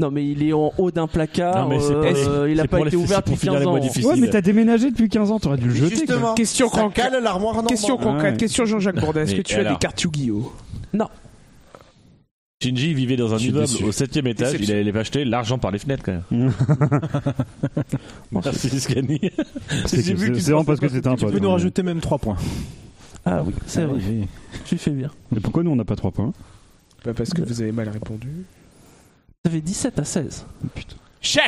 S3: Non, mais il est en haut d'un placard.
S8: Non, mais c'est
S3: euh, il a
S8: c'est
S3: pas
S8: pour
S3: été
S8: les-
S3: ouvert
S8: c'est pour
S3: depuis
S8: finir
S3: 15
S8: les
S3: ans.
S8: mois difficiles.
S5: Ouais, mais t'as déménagé depuis 15 ans, t'aurais dû le jeter. quoi.
S4: Justement,
S6: Question
S4: ça
S6: concrète.
S4: cale l'armoire normande.
S6: Question concrète.
S5: ouais.
S6: Question Jean-Jacques Bourdin. Est-ce que
S8: Mais
S6: tu as
S8: alors
S6: des cartes Yu-Gi-Oh
S8: Shinji il vivait dans un
S7: Je suis
S8: immeuble
S7: déçu.
S8: au 7ème étage, il
S6: Déception.
S8: allait acheter l'argent par les fenêtres quand
S5: Mm.
S8: même. Merci Scani.
S5: C'est
S8: J'ai
S5: que-
S8: vu que
S5: c'est-
S8: tu
S5: c'est vraiment
S8: pensais
S5: parce que
S8: pas
S5: c'était un
S7: Tu
S5: pote.
S7: peux nous
S5: hein.
S7: rajouter même 3 points.
S3: Ah oui, c'est vrai. Tu fais bien.
S5: Mais pourquoi nous on n'a pas 3 points
S6: Bah, Parce que vous avez mal répondu.
S3: Ça fait 17 à 16.
S6: Chais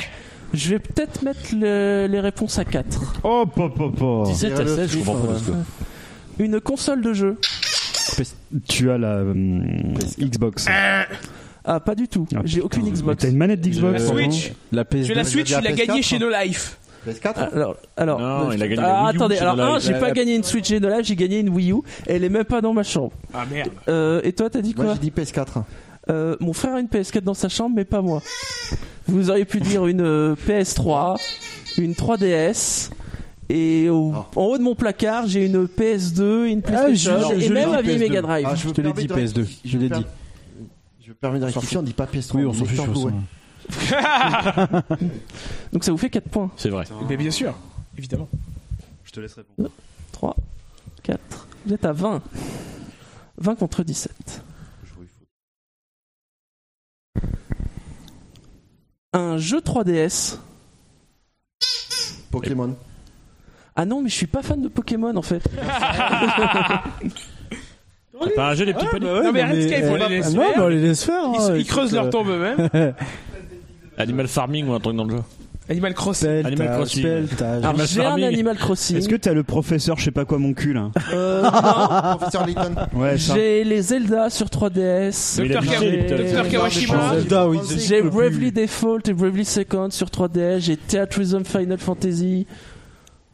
S3: Je vais peut-être mettre le- les réponses à 4.
S5: Oh, pop, pop, pop.
S8: 17 à 16, je comprends pas parce que-
S3: Une console de jeu
S5: Tu as la hum, Xbox.
S3: Ah, pas du tout.
S5: Ah,
S3: J'ai aucune
S5: Mais
S3: Xbox.
S5: T'as une manette d'Xbox
S4: Euh,
S5: pardon
S6: Switch
S7: La
S6: Tu as
S7: PS2.
S6: la Switch, tu l'as gagnée chez No Life.
S4: PS4
S3: Ah, Alors, alors
S8: hein. Non, il a gagné la
S3: ah,
S8: Wii U,
S3: attendez,
S8: chez Euh,
S3: alors
S8: Nolai.
S3: un, j'ai pas gagné une Switch et de là, j'ai gagné une Wii U. Elle est même pas dans ma chambre.
S6: Ah merde.
S3: Euh, et toi, t'as dit
S4: Moi
S3: quoi
S4: j'ai dit PS4.
S3: Euh, Mon frère a une PS4 dans sa chambre, mais pas moi. Vous auriez pu dire une euh, PS3, une 3DS. Et au-
S4: Ah.
S3: en haut de mon placard, j'ai une PS2, une PlayStation
S7: je-
S3: et
S7: je
S3: même un
S7: l'ai dit,
S3: vieille
S7: PS2.
S3: Mega Drive.
S4: Ah, je
S7: je
S4: me
S7: te l'ai
S4: permets
S7: dit,
S4: de
S7: PS2,
S4: rectifier.
S7: je l'ai
S4: me
S7: dit.
S4: permets- Je me permets de
S7: s'en
S4: rectifier, on dit pas PS3.
S7: Oui, on
S4: dit
S7: s'en fiche.
S4: Turbo, ouais.
S3: Donc ça vous fait 4 points.
S8: C'est vrai.
S6: Mais Eh ben, bien sûr, évidemment.
S3: 3, 4. Vous êtes à 20. 20 contre 17. Un jeu 3DS.
S4: Pokémon.
S3: Ah non, mais je suis pas fan de Pokémon en fait.
S8: T'as pas un jeu des petits
S3: bah
S8: ponis
S6: Non, mais arrête, Skype, on les laisse
S7: euh, Eh, Non,
S6: faire.
S7: mais on les laisse faire.
S6: Ils,
S7: hein,
S6: ils
S7: écoute,
S6: creusent leur
S7: euh,
S6: tombe eux-mêmes.
S8: Animal Farming ou un truc dans le jeu
S6: Animal Crossing.
S7: pelletage,
S8: Animal Crossing.
S7: pelletage.
S3: Alors
S8: Animal
S3: j'ai un
S8: Farming.
S3: Animal Crossing.
S5: Est-ce que t'as le professeur, je sais pas quoi, mon cul là
S3: Euh, non,
S4: Professeur Layton.
S5: Ouais, ça.
S3: j'ai les Zelda sur 3DS.
S8: Oui, il a
S6: Docteur
S8: bien
S6: Cam-
S8: fait, les petits-
S6: Docteur Kawashima.
S7: Zelda, oui,
S3: J'ai Bravely Default et Bravely Second sur 3DS. J'ai Theatrism Final Fantasy.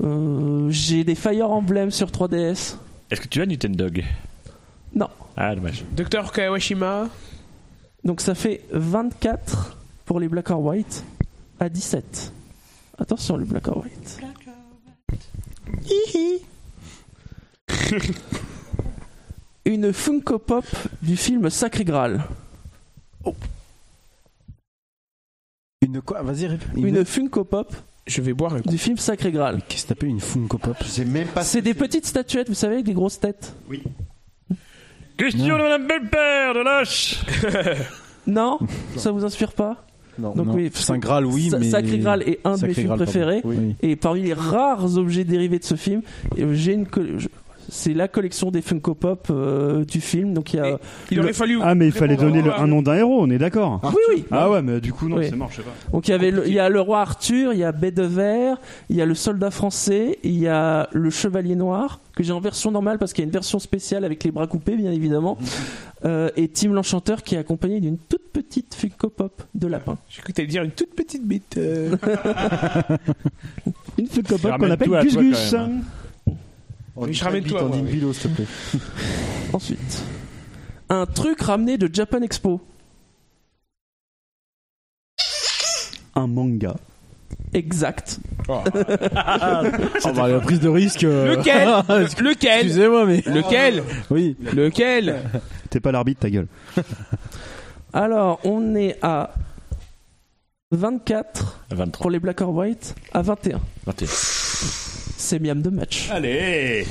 S3: Euh, j'ai des Fire Emblem sur 3DS.
S8: Est-ce que tu as Nintendog
S3: Non.
S8: Ah, dommage.
S6: Docteur Kawashima.
S3: Donc ça fait 24 pour les Black or White à 17. Attention les Black or White. Hihi. Une Funko Pop du film Sacré Graal.
S7: Oh. Une quoi Vas-y, répète.
S3: Une Funko Pop
S6: Je vais boire un coup.
S3: du film Sacré Graal.
S7: Qu'est-ce que t'appelles une Funko Pop
S4: Je sais même pas.
S3: C'est des petites statuettes, vous savez, avec des grosses têtes.
S8: Question de Madame Belle-Père de Lâche
S3: Non, ça vous inspire pas
S7: Non,
S3: Donc oui,
S7: Saint Graal, oui,
S3: Sa-
S7: mais.
S3: Sacré Graal est un de mes
S7: Sacré
S3: films
S7: Graal, pardon.
S3: préférés.
S7: Oui.
S3: Et parmi les rares objets dérivés de ce film, euh, j'ai une coll- je- c'est la collection des Funko Pop euh, du film. Donc il y a.
S6: Et Il aurait fallu.
S5: Ah, mais il fallait donner le- un nom d'un héros, on est d'accord.
S3: Oui, oui.
S5: Ah ouais, mais du coup, non,
S3: Oui.
S5: c'est mort, je sais pas.
S3: Donc il y avait, le, il y a le roi Arthur, il y a Baie de Verre, il y a le soldat français, il y a le chevalier noir que j'ai en version normale parce qu'il y a une version spéciale avec les bras coupés, bien évidemment, Euh, et Tim l'enchanteur qui est accompagné d'une toute petite Funko Pop de lapin.
S6: J'ai cru que t'allais dire une toute petite bite. euh.
S5: Une Funko Pop qu'on
S8: Ramène-toi
S5: appelle
S8: à toi,
S5: Gus Gus.
S8: quand même,
S6: Oui, je ramène toi,
S4: En
S6: moi, oui.
S4: Impilo, s'il te plaît.
S3: Ensuite, un truc ramené de Japan Expo.
S5: Un manga.
S3: Exact.
S7: Ah, bah, la prise de risque. euh,
S6: Lequel Lequel
S7: Excusez-moi, mais.
S6: Lequel
S7: Oui.
S6: Lequel
S5: T'es pas l'arbitre, ta gueule.
S3: Alors, on est à 24
S8: 23.
S3: pour les Black or White, à 21.
S8: 21.
S3: C'est miam de match.
S8: Allez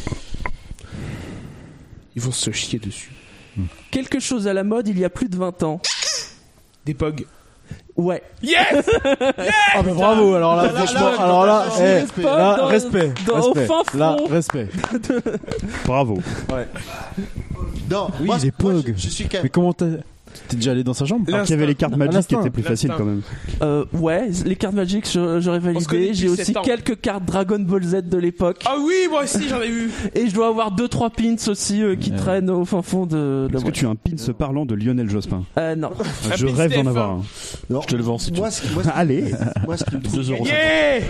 S6: Ils vont se chier dessus.
S3: Quelque chose à la mode il y a plus de 20 ans.
S6: Des pogs.
S3: Ouais.
S6: Yes
S7: Ah, bah, bravo, alors là, franchement. alors là,
S4: là,
S7: eh,
S4: respect.
S7: là,
S3: Dans-
S7: respect.
S3: dans- au
S7: respect.
S3: fin fond.
S7: Là, respect.
S5: Bravo.
S4: Non,
S7: Oui,
S4: moi,
S7: il est
S4: moi,
S7: pog.
S4: Je, je suis calme.
S7: Mais comment t'as. T'es déjà allé dans sa chambre
S5: Alors qu'il y avait les cartes magiques qui
S7: l'instinct.
S5: étaient plus faciles
S6: L'instinct.
S5: quand même.
S3: Euh, ouais, les cartes magiques, je- j'aurais
S6: On se connaît
S3: validé.
S6: depuis
S3: J'ai aussi
S6: sept ans.
S3: quelques cartes Dragon Ball Z de l'époque.
S6: Ah oui, moi aussi j'en ai vu.
S3: Et je dois avoir 2-3 pins aussi euh, qui traînent au fin fond de, de la
S5: Est-ce que
S3: boîte.
S5: tu as un pins parlant de Lionel Jospin
S3: Euh, non.
S6: Un
S5: Je
S6: pins
S5: rêve d'en
S6: TF1.
S5: avoir un.
S4: Non,
S8: Je te le vends si tu veux.
S4: moi, ce qui- moi, ce qui-
S5: Allez
S4: moi, ce qui me trouve-
S8: 2 euros.
S6: Yeah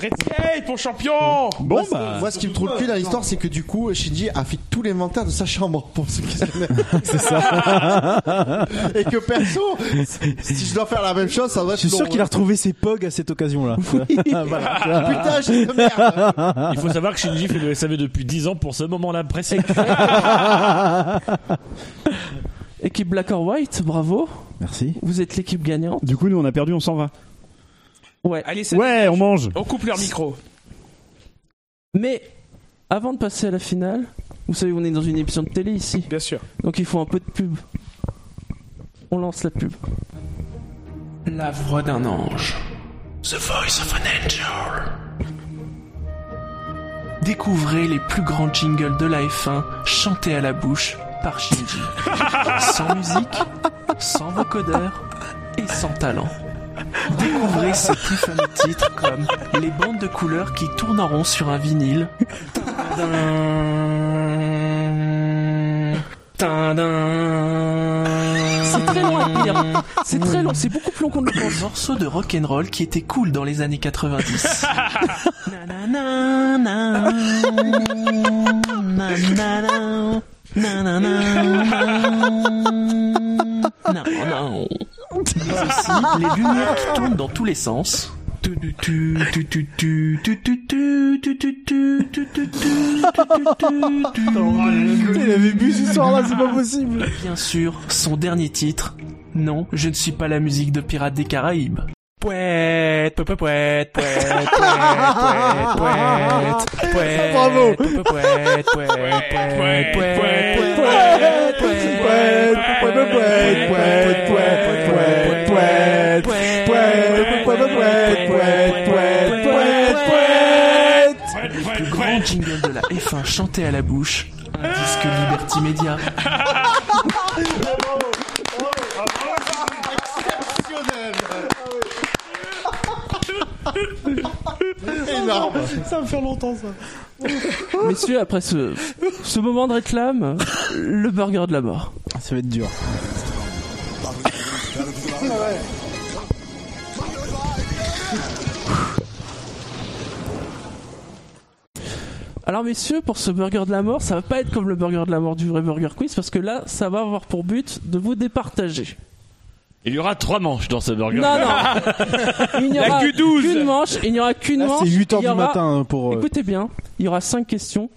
S6: Red Skate, ton champion
S5: Bon
S4: moi,
S5: bah
S4: moi, ce qui me trouve le cul dans l'histoire, c'est que du coup, Shinji a fait tout l'inventaire de sa chambre pour ce questionnaire. c'est ça. Et que perso, si je dois faire la même chose, ça va être
S7: Je suis sûr
S4: long.
S7: qu'il a retrouvé ses pogs à cette occasion-là. voilà.
S4: Putain, j'ai de merde.
S8: Il faut savoir que Shinji fait le SAV depuis 10 ans pour ce moment-là précis.
S3: Équipe Black or White, bravo.
S7: Merci.
S3: Vous êtes l'équipe gagnante.
S5: du coup nous on a perdu, on s'en va.
S3: Ouais.
S6: Allez, ça
S5: Ouais, on mange.
S6: On coupe leur micro.
S3: Mais avant de passer à la finale, vous savez, on est dans une émission de télé ici.
S6: Bien sûr.
S3: Donc il faut un peu de pub. On lance la pub.
S10: La voix d'un ange. The voice of an angel. Découvrez les plus grands jingles de la F1 chantés à la bouche par Shinji. sans musique, sans vocodeur et sans talent. Découvrez ses plus fameux titres comme Les bandes de couleurs qui tournent en rond sur un vinyle. Tadam. Tadam.
S3: C'est très long à dire. C'est très long, c'est beaucoup plus long qu'on ne le pense.
S10: Un morceau de rock'n'roll qui était cool dans les années 90. Nanana, nanana, nanana, nanana. Mais aussi les lumières qui tournent dans tous les sens. Tu, tu, tu, tu, tu, tu, tu, tu, tu, tu, tu, tu, tu, tu, tu, tu, tu, tu, tu.
S7: Putain, il avait bu ce soir-là, c'est pas possible.
S10: Bien sûr, son dernier titre. Non, je ne suis pas la musique de Pirates des Caraïbes. Pouette, pouette, pouette, pouette, pouette, pouette, pouette,
S7: Bravo.
S10: pouette, pouette, pouette, pouette, pouette, pouette,
S7: Pouette,
S10: pouette,
S7: pouette, pouette, pouette, pouette, pouette, pouette,
S10: pouette,
S7: pouette, pouette, pouette, pouette, pouette, pouette, pouette.
S10: Le grand jingle de la F1 chanté à la bouche. Un disque Liberty Media.
S4: Exceptionnel. Ah Énorme.
S3: Messieurs, après ce, ce moment de réclame, le burger de la mort.
S7: Ah, Ça va être dur.
S3: Alors messieurs, pour ce burger de la mort, ça va pas être comme le burger de la mort du vrai burger quiz parce que là, ça va avoir pour but de vous départager.
S8: Il y aura trois manches dans ce burger.
S3: Non, non. Il n'y aura qu'une manche. Il n'y aura qu'une
S7: Là,
S3: manche.
S7: Ah, c'est 8 heures
S3: il y
S7: du
S3: aura-
S7: matin pour. euh,
S3: Écoutez bien, il y aura cinq questions.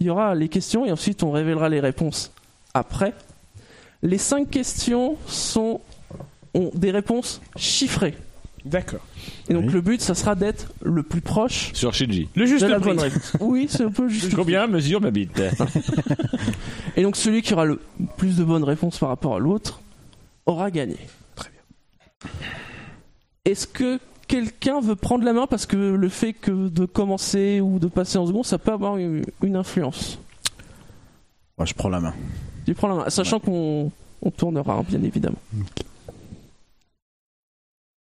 S3: Il y aura les questions et ensuite on révélera les réponses après. Les cinq questions sont ont des réponses chiffrées.
S6: D'accord.
S3: Et donc le but, ça sera d'être le plus proche
S8: Sur Shinji.
S6: Le juste
S3: de la
S6: prix.
S3: bonne réponse. Oui, c'est un peu juste.
S8: Combien mesure ma bite
S3: Et donc celui qui aura le plus de bonnes réponses par rapport à l'autre aura gagné. Très bien. Est-ce que quelqu'un veut prendre la main parce que le fait que de commencer ou de passer en second, ça peut avoir une, une influence
S7: Moi, Ah, je prends la main.
S3: Tu prends la main, sachant qu'on on tournera, hein, bien évidemment.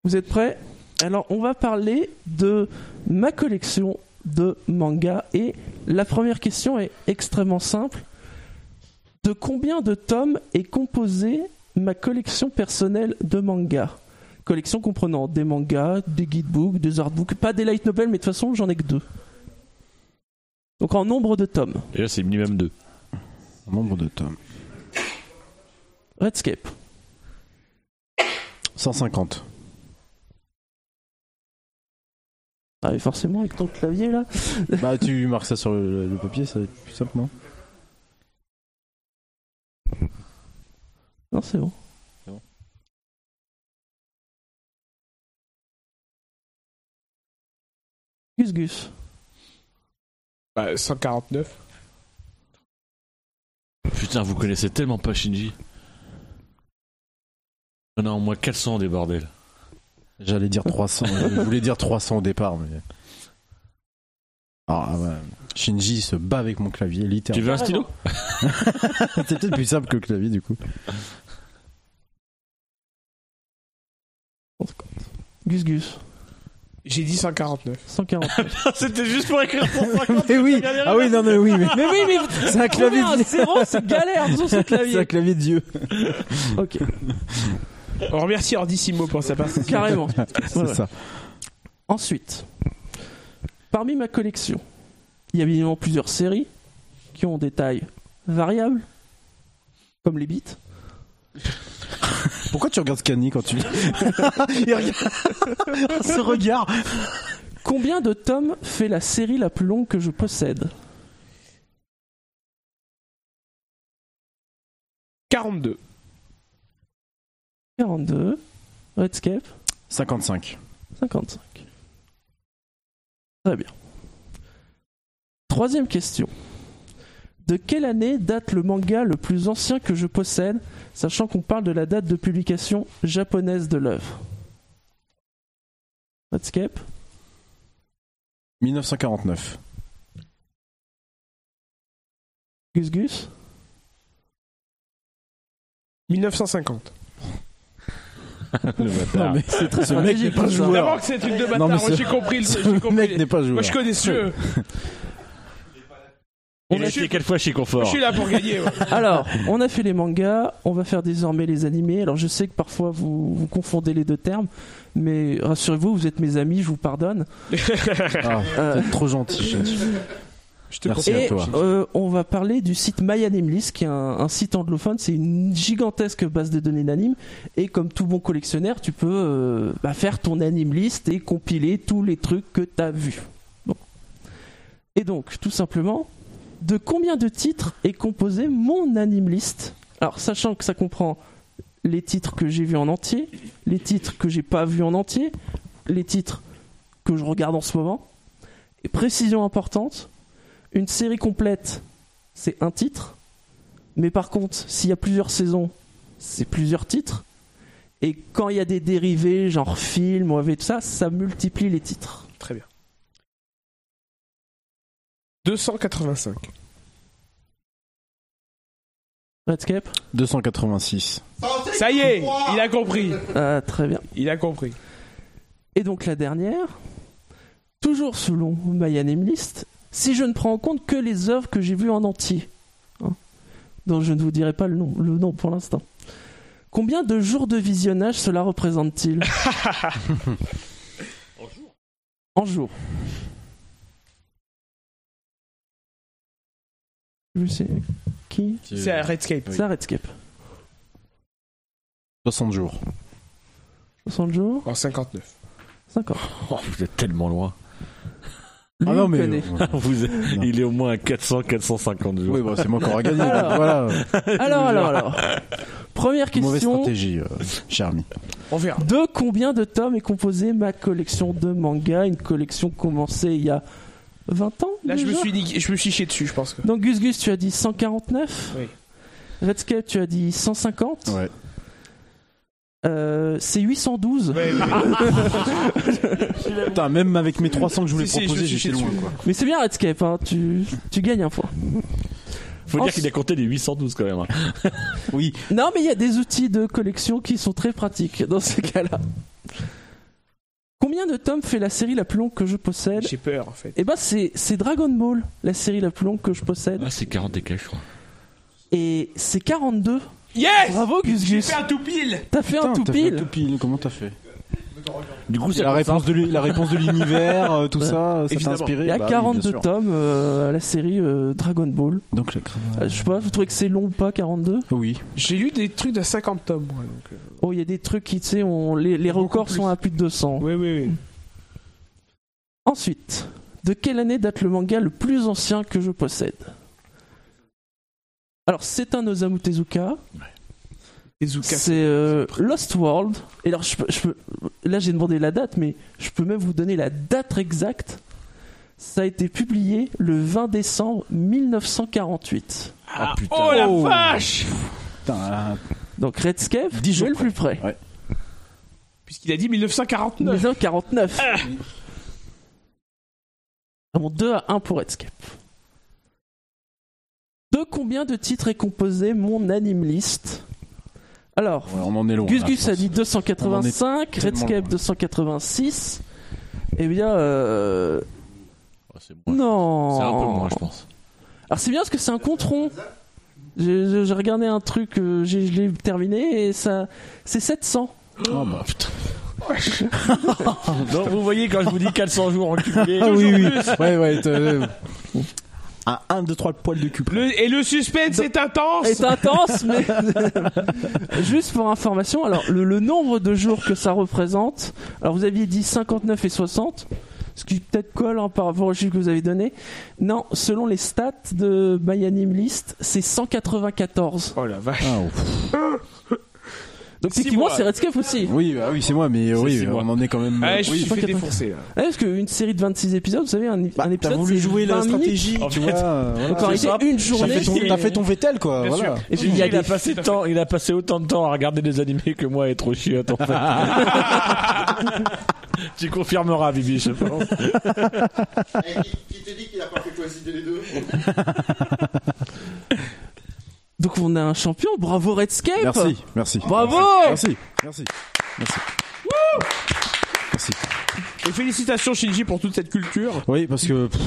S3: Vous êtes prêts Alors, on va parler de ma collection de mangas. Et la première question est extrêmement simple. De combien de tomes est composée ma collection personnelle de mangas Collection comprenant des mangas, des guidebooks, des artbooks, pas des light novels, mais de toute façon, j'en ai que deux. Donc en nombre de tomes.
S8: Déjà, c'est minimum 2.
S7: Nombre de tomes.
S3: Redscape.
S7: 150.
S3: Ah, et forcément, avec ton clavier là.
S7: bah, tu marques ça sur le, le papier, ça va être plus simple, non
S3: Non, c'est bon. Gus Gus.
S6: Bah, 149.
S8: Putain, vous connaissez tellement pas Shinji. On a au moins 400 des bordels.
S7: J'allais dire 300. je voulais dire 300 au départ, mais. Ah ouais. Shinji se bat avec mon clavier,
S8: Tu
S7: littéralement.
S8: veux un stylo
S7: C'est peut-être plus simple que le clavier, du coup.
S3: Gus Gus.
S6: J'ai dit 149.
S3: 140.
S8: C'était juste pour écrire pour 50.
S7: Mais oui Ah oui, non, mais oui, mais.
S3: mais oui, mais vous
S7: C'est un
S3: trouvez
S7: clavier
S3: un
S7: de
S3: zéro, c'est galère sur ce
S7: C'est un
S3: clavier.
S7: clavier de Dieu.
S3: Ok,
S6: On remercie Ordissimo pour sa partie.
S3: carrément.
S7: C'est
S3: Voilà.
S7: ça.
S3: Ensuite, parmi ma collection, il y a évidemment plusieurs séries qui ont des tailles variables, comme les bits.
S7: Pourquoi tu regardes Scanny quand tu. Il regarde... Ce regard
S3: Combien de tomes fait la série la plus longue que je possède
S6: 42.
S3: 42. Redscape.
S7: 55.
S3: 55. Très bien. Troisième question. De quelle année date le manga le plus ancien que je possède, sachant qu'on parle de la date de publication japonaise de l'œuvre Redscape
S7: 1949.
S3: Gus Gus
S6: 1950.
S7: Non, mais c'est très Ah. Ce mec n'est pas
S3: ça.
S7: joueur.
S6: D'abord que c'est une de bâtard.
S7: Non, mais
S6: Moi,
S7: ce-
S6: j'ai compris. le- J'ai
S7: Ce
S6: compris.
S7: mec n'est pas joueur.
S6: Moi, je connais ce jeu.
S8: Il
S6: Moi,
S8: a
S6: je, suis-
S8: été 4 fois chez
S6: je
S8: Confort.
S6: suis là pour gagner. ouais.
S3: Alors, on a fait les mangas, on va faire désormais les animés. Alors, je sais que parfois vous, vous confondez les deux termes, mais rassurez-vous, vous êtes mes amis, je vous pardonne.
S7: Ah,
S3: Euh,
S7: trop gentil, Shinji.
S6: Je te
S7: Merci
S6: conseille.
S7: à
S3: Et
S7: toi.
S3: euh, on va parler du site MyAnimeList, qui est un, un site anglophone. C'est une gigantesque base de données d'animes. Et comme tout bon collectionneur, tu peux euh, bah, faire ton anime list et compiler tous les trucs que tu as vus. Bon. Et donc, tout simplement, de combien de titres est composé mon anime list Alors, sachant que ça comprend les titres que j'ai vus en entier, les titres que j'ai pas vus en entier, les titres que je regarde en ce moment. Et précision importante, une série complète, c'est un titre. Mais par contre, s'il y a plusieurs saisons, c'est plusieurs titres. Et quand il y a des dérivés, genre film ou avec ça, ça multiplie les titres.
S6: Très bien. 285.
S3: Redscape
S7: 286.
S6: Ça y est, il a compris.
S3: Ah, Très bien.
S6: Il a compris.
S3: Et donc la dernière, toujours selon My Anime List, si je ne prends en compte que les œuvres que j'ai vues en entier, hein, dont je ne vous dirai pas le nom, le nom pour l'instant, combien de jours de visionnage cela représente-t-il En jours. Je sais qui
S6: C'est à Redscape.
S3: C'est un Redscape.
S7: 60 jours.
S3: 60 jours
S6: En 59.
S3: 50.
S8: Oh, vous êtes tellement loin.
S3: Lui,
S7: Ah non,
S3: il
S7: mais-
S3: connaît.
S8: Vous êtes- il est au moins à 400-450 jours.
S7: Oui, bon, c'est moi qui aurais gagné. donc
S3: Alors.
S7: voilà, euh,
S3: Alors, alors, alors. Première
S7: mauvaise
S3: question.
S7: stratégie, euh, cher ami.
S6: On verra.
S3: De combien de tomes est composée ma collection de mangas Une collection commencée il y a 20 ans
S6: Là, je me
S3: déjà
S6: suis dit, je me suis chié dessus, je pense que.
S3: Donc Gus Gus, tu as dit 149
S6: Oui.
S3: Redscape, tu as dit 150
S7: Ouais.
S3: Euh, C'est 812
S7: Putain, même avec mes 300 que je voulais
S6: Si, si,
S7: proposer,
S6: je suis
S7: j'étais
S6: chié
S7: loin.
S6: dessus.
S7: Quoi.
S3: Mais c'est bien Redscape, hein, tu, tu gagnes un point.
S8: Faut
S3: En-
S8: dire qu'il a compté les 812 quand même. hein.
S7: Oui,
S3: Non mais il y a des outils de collection qui sont très pratiques dans ce cas-là. Combien de tomes fait la série la plus longue que je possède
S6: J'ai peur, en fait.
S3: Eh ben c'est c'est Dragon Ball, la série la plus longue que je possède.
S8: Ah, c'est 40 et quelques, je crois.
S3: Et c'est 42.
S6: Yes
S3: Bravo Gus
S6: J'ai
S3: Gus
S6: fait un tout pile
S3: T'as fait un
S7: putain,
S3: tout
S7: t'as fait
S3: pile
S7: tout pile. Comment t'as fait
S8: Du coup, c'est
S7: la réponse, de, l'u- la réponse de l'univers, euh, tout
S3: Ouais.
S7: ça, ça t'a
S6: Évidemment.
S7: inspiré
S3: Il y a
S7: Bah oui, bien
S3: 42
S7: sûr.
S3: tomes euh, à la série euh, Dragon Ball.
S7: Donc, le-
S3: Euh, je sais pas, vous trouvez que c'est long ou pas 42
S7: oui.
S6: J'ai lu des trucs de 50 tomes, moi. Donc,
S3: Oh, il y a des trucs qui, tu sais, on- les, les
S6: Beaucoup
S3: records
S6: plus.
S3: sont à plus de 200.
S6: Oui, oui, oui.
S3: Ensuite, de quelle année date le manga le plus ancien que je possède Alors, c'est un Osamu Tezuka.
S6: Les Oukas.
S3: C'est euh, Lost World. Et alors, je peux, je peux- là, j'ai demandé la date, mais je peux même vous donner la date exacte. Ça a été publié le 20 décembre 1948.
S7: Ah, putain.
S6: Oh la vache
S7: Putain, là,
S3: Donc Redscape,
S7: Dix
S3: tu
S7: jours
S3: es le plus près.
S6: Puisqu'il a dit 1949.
S3: 1949. Bon, 2 à 1 pour Redscape. De combien de titres est composé mon anime list Alors,
S7: ouais, on en est loin.
S3: Gus
S7: là,
S3: Gus
S7: je
S3: a
S7: pense.
S3: dit 285,
S7: tellement
S3: Redscape
S7: loin.
S3: 286. Eh bien, euh,
S8: Oh, c'est moins.
S3: non.
S8: C'est un peu moins, je pense.
S3: Alors c'est bien parce que c'est un compte rond. J'ai j'ai- j'ai regardé un truc, euh, j'ai- je l'ai terminé et ça, c'est 700.
S7: Ah, bah, putain.
S8: Donc, vous voyez, quand je vous dis 400 jours en cumulé,
S7: Ah oui, oui. Ouais, ouais. t'as- Un, un, deux, trois poils de cul.
S6: Le- et le suspense est intense
S3: C'est intense, mais juste pour information, alors le, le nombre de jours que ça représente. Alors vous aviez dit 59 et 60, ce qui peut-être colle hein, par rapport au chiffre que vous avez donné. Non, selon les stats de MyAnimeList, c'est 194.
S6: Oh la vache.
S7: Ah, ouf.
S3: Donc
S6: Six
S3: techniquement,
S6: mois.
S3: c'est Redscape aussi.
S7: oui, bah, oui c'est moi, mais euh,
S8: C'est-
S7: oui,
S8: c'est
S7: on
S8: moi.
S7: en est quand même. euh,
S6: Ouais, je me
S7: oui.
S6: suis fait
S3: 54.
S6: défoncer hein. là.
S3: Ouais, Eh, parce qu'une série de 26 épisodes, vous savez, un,
S7: Bah,
S3: un
S7: t'as
S3: épisode,
S7: voulu
S3: c'est
S7: jouer la
S3: 20 minutes.
S7: stratégie,
S8: En
S7: tu
S8: fait,
S7: vois. euh, voilà.
S3: Donc en réalité, une
S7: T'as
S3: journée.
S7: fait, ton,
S3: c'est-
S7: t'as fait ton Vettel, quoi.
S6: Bien
S7: voilà.
S6: sûr.
S3: Et puis il y a
S8: il, a
S3: des
S8: passé tant, il a passé autant de temps à regarder des animés que moi à être au chiottes en fait. tu confirmeras, Bibi, je pense.
S4: Qui te dit qu'il a pas fait coïncider les deux
S3: Donc on a un champion, bravo Redscape
S7: Merci, merci.
S3: Bravo
S7: Merci, merci, merci. Merci.
S6: Et félicitations Shinji pour toute cette culture.
S7: Oui, parce que pff,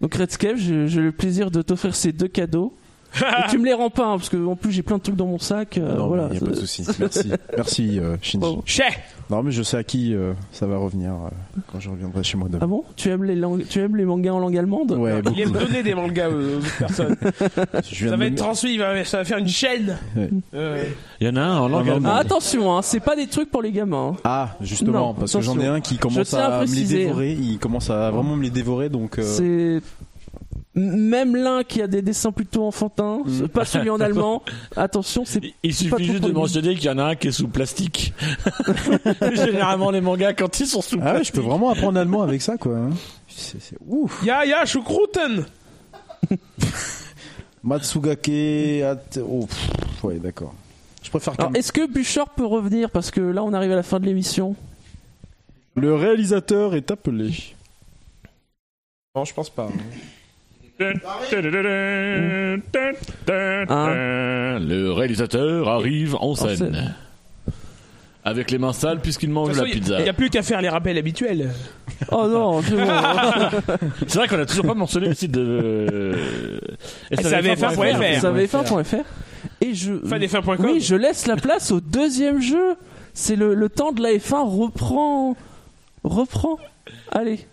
S3: Donc Redscape, j'ai j'ai le plaisir de t'offrir ces deux cadeaux. Et tu me les rends pas, hein, parce que en plus j'ai plein de trucs dans mon sac. euh,
S7: non,
S3: voilà.
S7: mais y a pas de souci. Merci, merci euh, Shinji.
S3: Bravo.
S6: Chez
S7: Non, mais je sais à qui euh, ça va revenir euh, quand je reviendrai chez moi
S3: Ah
S7: demain.
S3: bon tu aimes, les langues, tu aimes les mangas en langue allemande
S7: Ouais,
S6: Il aime
S7: beaucoup.
S6: donner des mangas euh, aux autres personnes.
S7: Je viens
S6: Ça
S7: de
S6: va
S7: me-
S6: être transmis, il va- ça va faire une chaîne.
S7: Ouais.
S6: Euh,
S8: Il y en a un
S7: Ah,
S8: en langue
S7: non,
S3: Ah,
S8: allemande.
S3: attention, hein, c'est pas des trucs pour les gamins. hein.
S7: Ah, justement,
S3: Non,
S7: parce que j'en ai
S3: attention.
S7: un qui
S3: Je
S7: commence
S3: tiens à
S7: à, me les
S3: préciser.
S7: dévorer. Il commence à vraiment me les dévorer, donc. euh,
S3: C'est. M- Même l'un qui a des dessins plutôt enfantins,
S7: Mm.
S3: c'est pas celui en allemand. Attention, c'est.
S8: Il- Il
S3: Pas
S8: suffit juste
S3: trop
S8: de
S3: pour lui.
S8: mentionner qu'il y en a un qui est sous plastique. Généralement, les mangas, quand ils sont
S7: Ah
S8: sous
S7: ouais,
S8: plastique.
S7: je peux vraiment apprendre l'allemand avec ça, quoi. hein. C'est c'est ouf.
S6: Ya ya Schukruten
S7: Matsugake, at... oh, pff, ouais, d'accord. Je préfère quand
S3: Alors,
S7: même-
S3: est-ce que Bouchard peut revenir Parce que là, on arrive à la fin de l'émission.
S7: Le réalisateur est appelé.
S6: Non, je pense pas.
S3: Hein.
S8: Le réalisateur arrive en
S3: scène.
S8: scène. Avec les mains sales puisqu'il mange la pizza.
S6: Il n'y a plus qu'à faire les rappels habituels.
S3: Oh non, c'est bon.
S8: C'est vrai qu'on a toujours pas mentionné le site de euh, Ah,
S6: SAVFR.fr.
S3: Ça va FR.fr. Et je.
S6: Fanf1.com
S3: Oui, je laisse la place au deuxième jeu. C'est le, le temps de la F1 reprend. Reprend. Allez.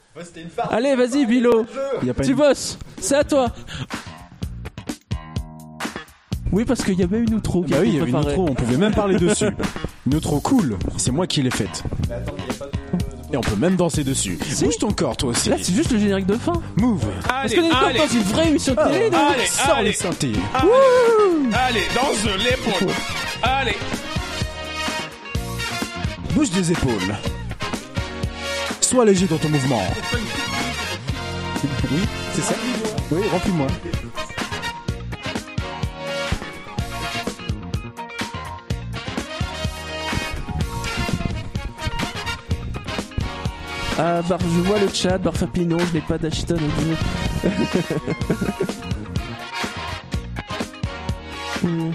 S3: Allez, vas-y, Bilo.
S7: Il y a pas
S3: Tu
S7: une...
S3: bosses. C'est à toi. Oui, parce qu'il y a même une outro. qui
S7: Bah
S3: a
S7: oui, il
S3: été
S7: Bah y avait une
S3: préparée.
S7: intro, on pouvait même parler dessus. mais trop cool. C'est moi qui l'ai faite. Et on peut même danser dessus. Bouge ton corps, toi aussi.
S3: Là, c'est juste le générique de fin.
S7: Move.
S3: Parce que les corps,
S6: allez,
S3: dans une vraie émission de télé, donc-
S6: allez,
S7: Sors les
S6: allez,
S7: synthés.
S6: allez, dans l'épaule. Allez,
S7: Bouge des épaules. Sois léger dans ton mouvement. Oui, c'est ça. Oui, remplis-moi.
S3: Ah, bah, je vois le chat, Barfa Pinon, je n'ai pas d'Ashton. au milieu. Hmm.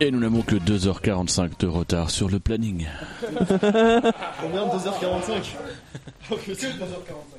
S8: Et nous n'avons que 2h45 de retard sur le planning.
S4: Combien de 2h45 Oh, que c'est 2h45